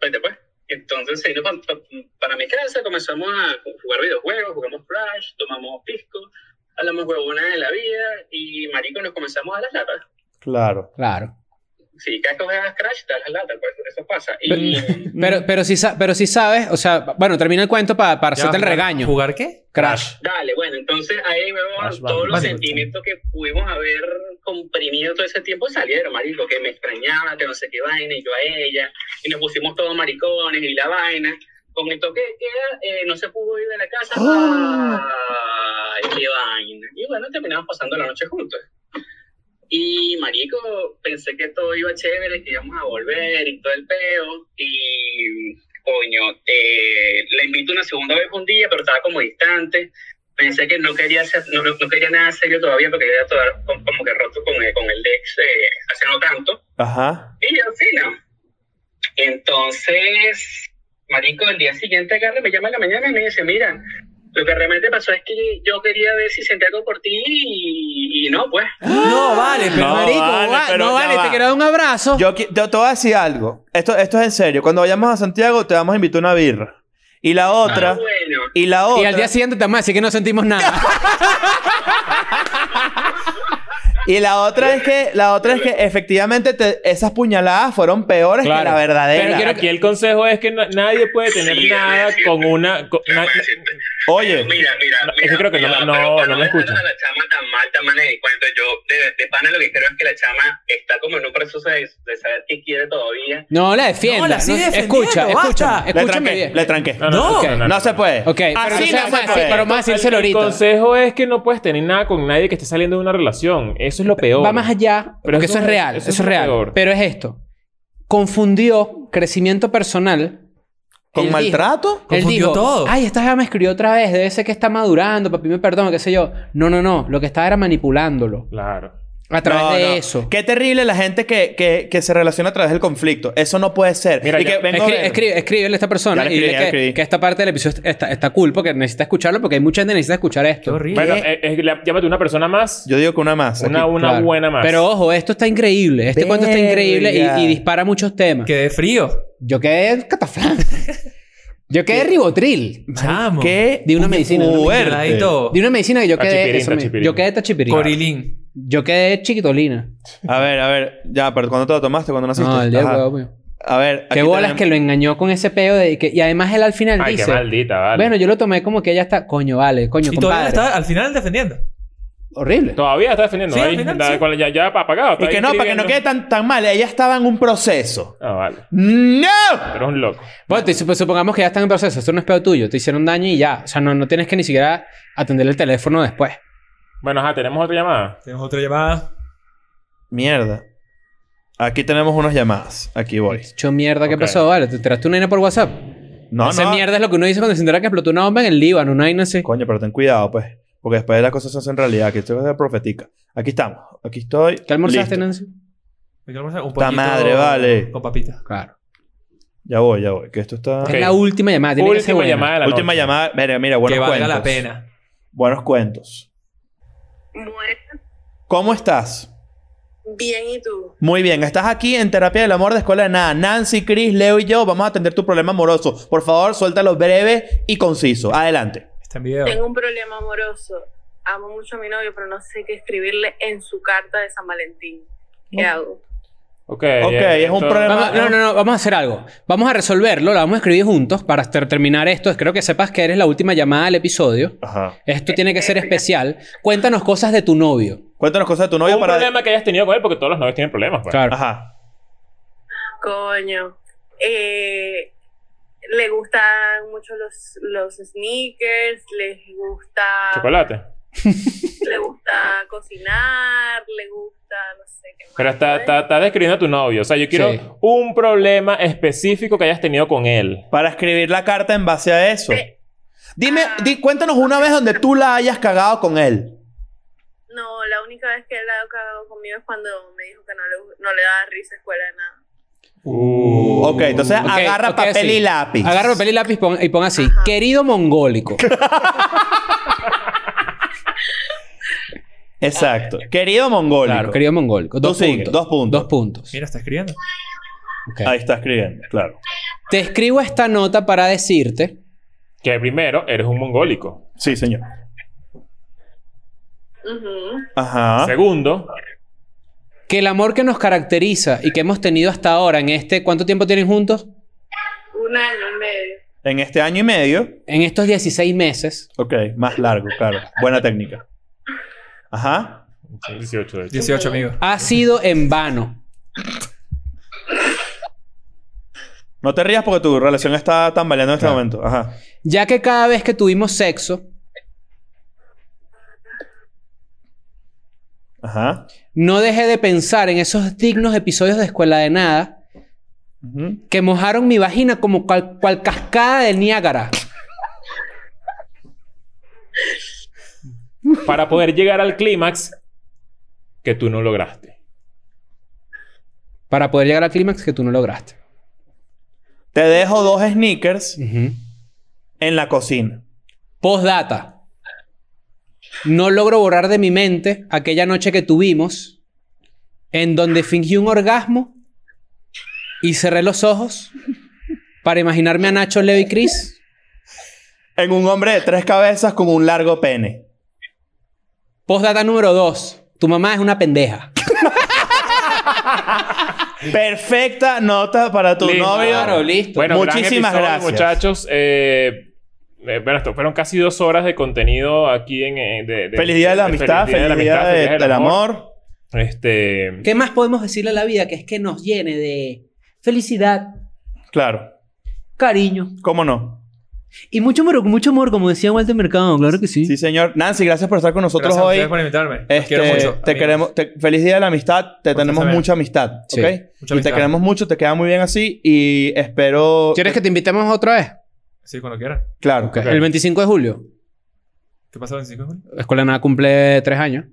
Speaker 9: Vete, pues. Entonces se vino pa- pa- para mi casa, comenzamos a jugar videojuegos, jugamos Flash, tomamos pisco, hablamos huevonas de la vida y marico nos comenzamos a las latas.
Speaker 2: Claro.
Speaker 8: Claro.
Speaker 9: Sí, cada vez que juegas Crash, te das las latas, pues eso pasa. Y
Speaker 8: Pero, pero, si, sa- pero si sabes, o sea, bueno, termina el cuento pa- para
Speaker 4: Ya,
Speaker 8: hacerte el
Speaker 4: jugar-
Speaker 8: regaño.
Speaker 4: ¿Jugar qué?
Speaker 8: Crash.
Speaker 9: dale, bueno, entonces ahí, huevón,
Speaker 1: Crash
Speaker 9: todos los
Speaker 4: Bandicoot.
Speaker 9: sentimientos que pudimos haber comprimido todo ese tiempo salieron, marico, que me extrañaba, que no sé qué vaina, y yo a ella, y nos pusimos todos maricones y la vaina. Con el toque de queda, eh, no se pudo ir de la casa. Ay, qué vaina. Y bueno, terminamos pasando la noche juntos. Y marico, pensé que todo iba chévere, que íbamos a volver y todo el peo. Y coño, eh, la invito una segunda vez un día, pero estaba como distante. Pensé que no quería hacer- no, no- no quería nada serio todavía porque yo había toda- como, como que roto con, el- con el ex eh, hace no tanto.
Speaker 2: Ajá.
Speaker 9: Y yo, sí, no. Entonces, marico, el día siguiente agarra, me llama en la mañana y me dice, mira, lo que realmente pasó es que yo quería ver si sentía algo por ti y, y no, pues.
Speaker 8: No, vale, pero
Speaker 2: No,
Speaker 8: marico,
Speaker 2: vale,
Speaker 8: va-
Speaker 2: pero
Speaker 8: no
Speaker 2: ya
Speaker 8: vale,
Speaker 2: va.
Speaker 8: te quiero dar un abrazo.
Speaker 2: Yo qui- te, te voy a decir algo. Esto, esto es en serio. Cuando vayamos a Santiago, te vamos a invitar una birra. Y la
Speaker 9: Ah,
Speaker 2: otra.
Speaker 9: bueno.
Speaker 2: Y la otra.
Speaker 8: y al día siguiente te vamos a decir que no sentimos nada.
Speaker 2: Y la otra es que, la otra es que efectivamente te- esas puñaladas fueron peores que
Speaker 1: Claro.
Speaker 2: la verdadera.
Speaker 1: Pero quiero- aquí el consejo es que na- nadie puede tener
Speaker 9: Sí,
Speaker 1: nada
Speaker 9: sí, sí.
Speaker 1: con una. con- na-
Speaker 9: Déjame decirte.
Speaker 2: Oye,
Speaker 9: Mira, mira,
Speaker 1: No, es
Speaker 9: mira,
Speaker 1: que creo que no-
Speaker 9: mira,
Speaker 1: no-
Speaker 9: pero para
Speaker 1: no me
Speaker 9: dejar
Speaker 1: escucha.
Speaker 9: A la chama tan mal, tan mal en el cuento. Yo, de, de pana, lo que creo es que la chama está como en un proceso de, de saber qué quiere todavía.
Speaker 8: No, la defienda.
Speaker 10: No, la sigue defendiendo,
Speaker 8: Escucha, escucha,
Speaker 10: basta.
Speaker 2: le
Speaker 8: escúchame
Speaker 2: tranqué,
Speaker 8: bien.
Speaker 2: le tranqué.
Speaker 1: no,
Speaker 2: No,
Speaker 1: no,
Speaker 8: No,
Speaker 1: no, no, no, no.
Speaker 2: se puede.
Speaker 8: Ok, pero,
Speaker 2: Así
Speaker 8: o sea,
Speaker 2: no se
Speaker 8: sí,
Speaker 2: puede.
Speaker 8: pero vamos a decírselo
Speaker 1: El
Speaker 8: ahorita.
Speaker 1: consejo es que no puedes tener nada con nadie que esté saliendo de una relación. Eso es lo peor.
Speaker 8: Va más allá,
Speaker 1: Pero
Speaker 8: porque
Speaker 1: eso
Speaker 8: eso es
Speaker 1: es-
Speaker 8: real, eso,
Speaker 1: eso es
Speaker 8: es
Speaker 1: lo
Speaker 8: real.
Speaker 1: peor.
Speaker 8: Pero es esto.
Speaker 3: confundió crecimiento personal
Speaker 2: ¿Con
Speaker 3: Él
Speaker 2: maltrato?
Speaker 3: Él
Speaker 10: Confundió
Speaker 3: dijo,
Speaker 10: todo.
Speaker 3: ay, esta ya me escribió otra vez, debe ser que está madurando, papi me perdona, qué sé yo. No, no, no, lo que estaba era manipulándolo
Speaker 1: Claro.
Speaker 3: a través
Speaker 2: No,
Speaker 3: de
Speaker 2: no.
Speaker 3: eso.
Speaker 2: Qué terrible la gente que, que, que se relaciona a través del conflicto. Eso no puede ser.
Speaker 1: Mira,
Speaker 2: y
Speaker 1: ya-
Speaker 2: que vengo a
Speaker 3: Escri-
Speaker 2: ver-
Speaker 3: escribe- escríbele a esta persona
Speaker 2: Ya le
Speaker 3: y
Speaker 2: escribí,
Speaker 3: dile
Speaker 2: ya le
Speaker 3: que,
Speaker 2: escribí.
Speaker 3: que esta parte del episodio está, está cool porque necesita escucharlo porque hay mucha gente que necesita escuchar
Speaker 10: Qué
Speaker 3: esto.
Speaker 10: horrible.
Speaker 1: Bueno, eh, eh, la- llámate una persona más.
Speaker 2: Yo digo que una más.
Speaker 1: una
Speaker 2: aquí.
Speaker 1: una
Speaker 3: Claro.
Speaker 1: buena más.
Speaker 3: Pero ojo, esto está increíble. Este cuento está increíble
Speaker 2: Verga.
Speaker 3: y, y dispara muchos temas.
Speaker 10: Quedé frío.
Speaker 3: Yo quedé cataflán. Yo quedé ribotril.
Speaker 10: Chamo.
Speaker 2: ¿Qué?
Speaker 3: De una medicina, de una
Speaker 2: fuerte.
Speaker 10: Lloradito.
Speaker 3: De una medicina que yo quedé.
Speaker 1: Tachipirín,
Speaker 3: eso me-
Speaker 1: tachipirín.
Speaker 3: yo quedé tachipirín.
Speaker 10: Corilín.
Speaker 3: Yo quedé chiquitolina.
Speaker 2: A ver, a ver. Ya, pero ¿cuándo te lo tomaste? ¿Cuándo naciste?
Speaker 3: No, el día
Speaker 2: Ajá.
Speaker 3: huevo pues. mío.
Speaker 2: A ver.
Speaker 3: Qué
Speaker 2: aquí
Speaker 3: bolas
Speaker 2: tenemos-
Speaker 3: que lo engañó con ese peo de que... Y además él al final
Speaker 1: Ay,
Speaker 3: dice...
Speaker 1: qué maldita, vale.
Speaker 3: Bueno, yo lo tomé como que ella está... Coño, vale. Coño,
Speaker 10: Y todavía
Speaker 3: compadre.
Speaker 10: está al final defendiendo.
Speaker 3: Horrible.
Speaker 1: Todavía está defendiendo.
Speaker 10: Sí, al
Speaker 1: ahí,
Speaker 10: final,
Speaker 1: la-
Speaker 10: sí.
Speaker 1: con la- ya, ya apagado. está
Speaker 2: Y que
Speaker 1: ahí
Speaker 2: no, para que no
Speaker 1: escribiendo.
Speaker 2: quede tan, tan mal. Ella estaba en un proceso.
Speaker 1: Ah, vale.
Speaker 2: ¡No!
Speaker 1: Pero es un loco.
Speaker 3: Bueno, te- sup- supongamos que ya están en proceso. Esto no es peo tuyo. Te hicieron daño y ya. O sea, no, no tienes que ni siquiera atender el teléfono después.
Speaker 1: Bueno, ajá, tenemos otra llamada.
Speaker 10: Tenemos otra llamada.
Speaker 2: Mierda. Aquí tenemos unas llamadas. Aquí voy.
Speaker 3: Dicho mierda, ¿qué
Speaker 1: Ok.
Speaker 3: pasó? Vale, te enteraste una vaina por WhatsApp.
Speaker 2: No,
Speaker 3: Esa
Speaker 2: no.
Speaker 3: mierda es lo que uno dice cuando se entera que explotó una bomba en el Líbano. Una vaina así.
Speaker 2: Coño, pero ten cuidado, pues. Porque después las cosas se hacen realidad. Que esto es de profetica. Aquí estamos. Aquí estoy.
Speaker 3: ¿Qué almorzaste,
Speaker 2: Listo.
Speaker 3: Nancy?
Speaker 10: Me quiero mostrar Un
Speaker 2: Puta
Speaker 10: pollito
Speaker 2: madre, vale.
Speaker 10: Con papita.
Speaker 3: Claro.
Speaker 2: Ya voy, ya voy. Que esto está...
Speaker 1: Ok.
Speaker 3: Es la última llamada. Tiene que ser
Speaker 1: Última
Speaker 3: buena.
Speaker 1: llamada de la
Speaker 2: Última
Speaker 1: noche.
Speaker 2: llamada. Mira, mira, buenos
Speaker 10: que valga
Speaker 2: cuentos.
Speaker 10: la pena.
Speaker 2: Buenos cuentos.
Speaker 7: Bueno,
Speaker 2: ¿Cómo estás?
Speaker 7: bien, ¿y tú?
Speaker 2: Muy bien, estás aquí en Terapia del Amor de Escuela de Nada. Nancy, Chris, Leo y yo vamos a atender tu problema amoroso. Por favor, suéltalo breve y conciso. Adelante.
Speaker 10: Está en video.
Speaker 7: Tengo un problema amoroso. Amo mucho a mi novio, pero no sé qué escribirle en su carta de San Valentín. ¿Qué hago?
Speaker 1: Ok,
Speaker 2: Ok,
Speaker 1: ya,
Speaker 2: es un
Speaker 1: entonces-
Speaker 2: problema-
Speaker 3: Vamos- no, no, no, vamos a hacer algo. Vamos a resolverlo, lo vamos a escribir juntos para ter- terminar esto. Creo que sepas que eres la última llamada del episodio.
Speaker 2: Ajá.
Speaker 3: Esto tiene que ser especial. Cuéntanos cosas de tu novio.
Speaker 2: Cuéntanos cosas de tu novio
Speaker 1: Un
Speaker 2: para.
Speaker 1: problema que hayas tenido con él, porque todos los novios tienen problemas. pues.
Speaker 3: Claro.
Speaker 2: Ajá.
Speaker 7: Coño. Eh, le gustan mucho los, los sneakers, les gusta,
Speaker 1: Chocolate.
Speaker 7: le gusta cocinar, le gusta, no sé qué más.
Speaker 1: Pero está, está, está describiendo a tu novio. O sea, yo quiero
Speaker 3: Sí.
Speaker 1: un problema específico que hayas tenido con él.
Speaker 2: Para escribir la carta en base a eso.
Speaker 7: Eh,
Speaker 2: Dime,
Speaker 7: ah.
Speaker 2: di- cuéntanos una vez donde tú la hayas cagado con él.
Speaker 7: No, la única vez que él ha cagado conmigo es cuando me dijo que no le, no le daba risa escuela de nada.
Speaker 2: Uh. ok, entonces
Speaker 3: Ok,
Speaker 2: agarra
Speaker 3: ok,
Speaker 2: papel
Speaker 3: sí.
Speaker 2: y lápiz.
Speaker 3: Agarra papel y lápiz pon- y pon así. Querido mongólico.
Speaker 2: Exacto. Querido mongólico.
Speaker 3: Claro, querido mongólico. Dos
Speaker 2: Tú sigue,
Speaker 3: puntos.
Speaker 2: dos puntos.
Speaker 3: Dos puntos.
Speaker 10: Mira, está escribiendo.
Speaker 3: Ok.
Speaker 2: Ahí está escribiendo, claro.
Speaker 3: Te escribo esta nota para decirte
Speaker 1: Que primero, eres un mongólico.
Speaker 2: Sí, señor.
Speaker 7: Ujú.
Speaker 2: Ajá.
Speaker 1: Segundo,
Speaker 3: que el amor que nos caracteriza y que hemos tenido hasta ahora en este... ¿Cuánto tiempo tienen juntos?
Speaker 7: Un año y medio.
Speaker 2: En este año y medio.
Speaker 3: En estos 16 meses.
Speaker 2: Ok, más largo, claro. Buena técnica. Ajá.
Speaker 1: 18 de hecho.
Speaker 10: 18, amigo.
Speaker 3: Ha sido en vano.
Speaker 2: No te rías porque tu relación está tambaleando en este
Speaker 3: Claro.
Speaker 2: momento. Ajá.
Speaker 3: Ya que cada vez que tuvimos sexo,
Speaker 2: Ajá.
Speaker 3: no dejé de pensar en esos dignos episodios de Escuela de Nada
Speaker 2: Ujú.
Speaker 3: que mojaron mi vagina como cual, cual cascada de Niágara.
Speaker 1: Para poder llegar al clímax que tú no lograste.
Speaker 3: Para poder llegar al clímax que tú no lograste.
Speaker 2: Te dejo dos sneakers
Speaker 3: Ujú.
Speaker 2: en la cocina.
Speaker 3: Postdata. No logro borrar de mi mente aquella noche que tuvimos en donde fingí un orgasmo y cerré los ojos para imaginarme a Nacho, Leo y Chris
Speaker 2: En un hombre de tres cabezas con un largo pene.
Speaker 3: Postdata número 2. Tu mamá es una pendeja.
Speaker 2: Perfecta nota para tu
Speaker 1: Listo.
Speaker 2: novio.
Speaker 1: Claro,
Speaker 3: listo.
Speaker 1: Bueno, gran
Speaker 2: Muchísimas
Speaker 1: episodio,
Speaker 2: gracias.
Speaker 1: muchachos. Eh, eh, bueno, esto fueron casi dos horas de contenido aquí en... eh, de- de-
Speaker 2: Feliz día de la amistad, feliz día,
Speaker 1: amistad,
Speaker 2: de-
Speaker 1: feliz día
Speaker 2: del amor.
Speaker 1: Este...
Speaker 3: ¿Qué más podemos decirle a la vida que es que nos llene de felicidad,
Speaker 2: Claro,
Speaker 3: cariño,
Speaker 2: cómo no.
Speaker 3: Y mucho humor, mucho humor, como decía Walter Mercado, claro que sí.
Speaker 2: Sí, señor. Nancy, gracias por estar con nosotros
Speaker 4: Gracias a
Speaker 2: hoy.
Speaker 4: ustedes por invitarme. Los
Speaker 2: Este,
Speaker 4: quiero mucho.
Speaker 2: Te
Speaker 4: amigos.
Speaker 2: queremos, te- feliz día de la amistad. Te
Speaker 4: Por
Speaker 2: tenemos
Speaker 4: saber.
Speaker 2: mucha amistad,
Speaker 3: Sí,
Speaker 2: ¿ok?
Speaker 4: mucha
Speaker 2: y
Speaker 4: amistad.
Speaker 2: te queremos mucho, te queda muy bien así y espero.
Speaker 3: ¿Quieres que te invitemos otra vez?
Speaker 4: Sí, cuando quieran.
Speaker 2: Claro.
Speaker 1: Ok.
Speaker 3: El 25 de julio.
Speaker 4: ¿Qué pasó el 25 de julio?
Speaker 3: Escuela de Nada cumple tres años.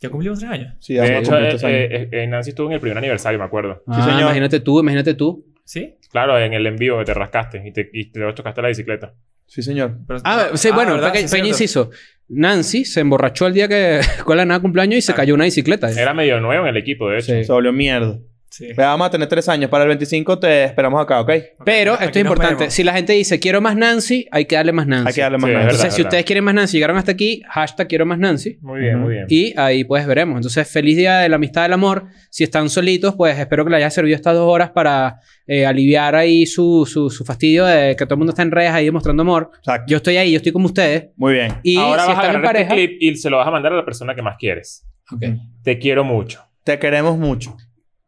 Speaker 4: Ya cumplimos tres años.
Speaker 2: Sí,
Speaker 1: De
Speaker 2: vamos a
Speaker 1: hecho,
Speaker 2: cumplir
Speaker 1: eh,
Speaker 2: estos años.
Speaker 1: eh, eh, Nancy estuvo en el primer aniversario, me acuerdo.
Speaker 3: Ah,
Speaker 2: señor.
Speaker 3: Imagínate tú, imagínate tú.
Speaker 4: ¿Sí?
Speaker 1: Claro, en el envío que te rascaste y te, y te tocaste la bicicleta.
Speaker 2: Sí, señor.
Speaker 4: Pero-
Speaker 3: Ah, sí, bueno,
Speaker 4: ¿verdad?
Speaker 3: peque-
Speaker 4: Sí,
Speaker 3: pequeño
Speaker 4: cierto.
Speaker 3: inciso. Nancy se emborrachó el día que Escuela de Nada cumpleaños y se
Speaker 4: Ah.
Speaker 3: cayó una bicicleta.
Speaker 1: Era medio nuevo en el equipo, de hecho.
Speaker 3: Sí.
Speaker 2: Se volvió mierda.
Speaker 4: Sí.
Speaker 2: Vea, Vamos a tener tres años. Para el 25 te esperamos acá, ¿ok?
Speaker 4: Ok,
Speaker 3: Pero
Speaker 4: aquí
Speaker 3: esto es
Speaker 4: nos
Speaker 3: importante.
Speaker 4: vemos.
Speaker 3: Si la gente dice quiero más Nancy, hay que darle más Nancy.
Speaker 2: Hay que darle más
Speaker 1: Sí, es
Speaker 2: Nancy.
Speaker 3: Entonces,
Speaker 1: verdad,
Speaker 3: si
Speaker 1: verdad.
Speaker 3: ustedes quieren más Nancy, llegaron hasta aquí, hashtag quiero más Nancy.
Speaker 1: Muy bien,
Speaker 2: Ujú.
Speaker 1: muy bien.
Speaker 3: Y ahí pues veremos. Entonces, feliz día de la amistad del amor. Si están solitos, pues espero que les haya servido estas dos horas para eh, aliviar ahí su, su, su fastidio de que todo el mundo está en redes ahí demostrando amor.
Speaker 2: Exacto.
Speaker 3: Yo estoy ahí, yo estoy como ustedes.
Speaker 2: Muy bien.
Speaker 3: Y
Speaker 1: Ahora
Speaker 3: si
Speaker 1: vas a
Speaker 3: están en
Speaker 1: agarrar este
Speaker 3: pareja,
Speaker 1: clip y se lo vas a mandar a la persona que más quieres.
Speaker 3: Ok.
Speaker 1: Te quiero mucho.
Speaker 2: Te queremos mucho.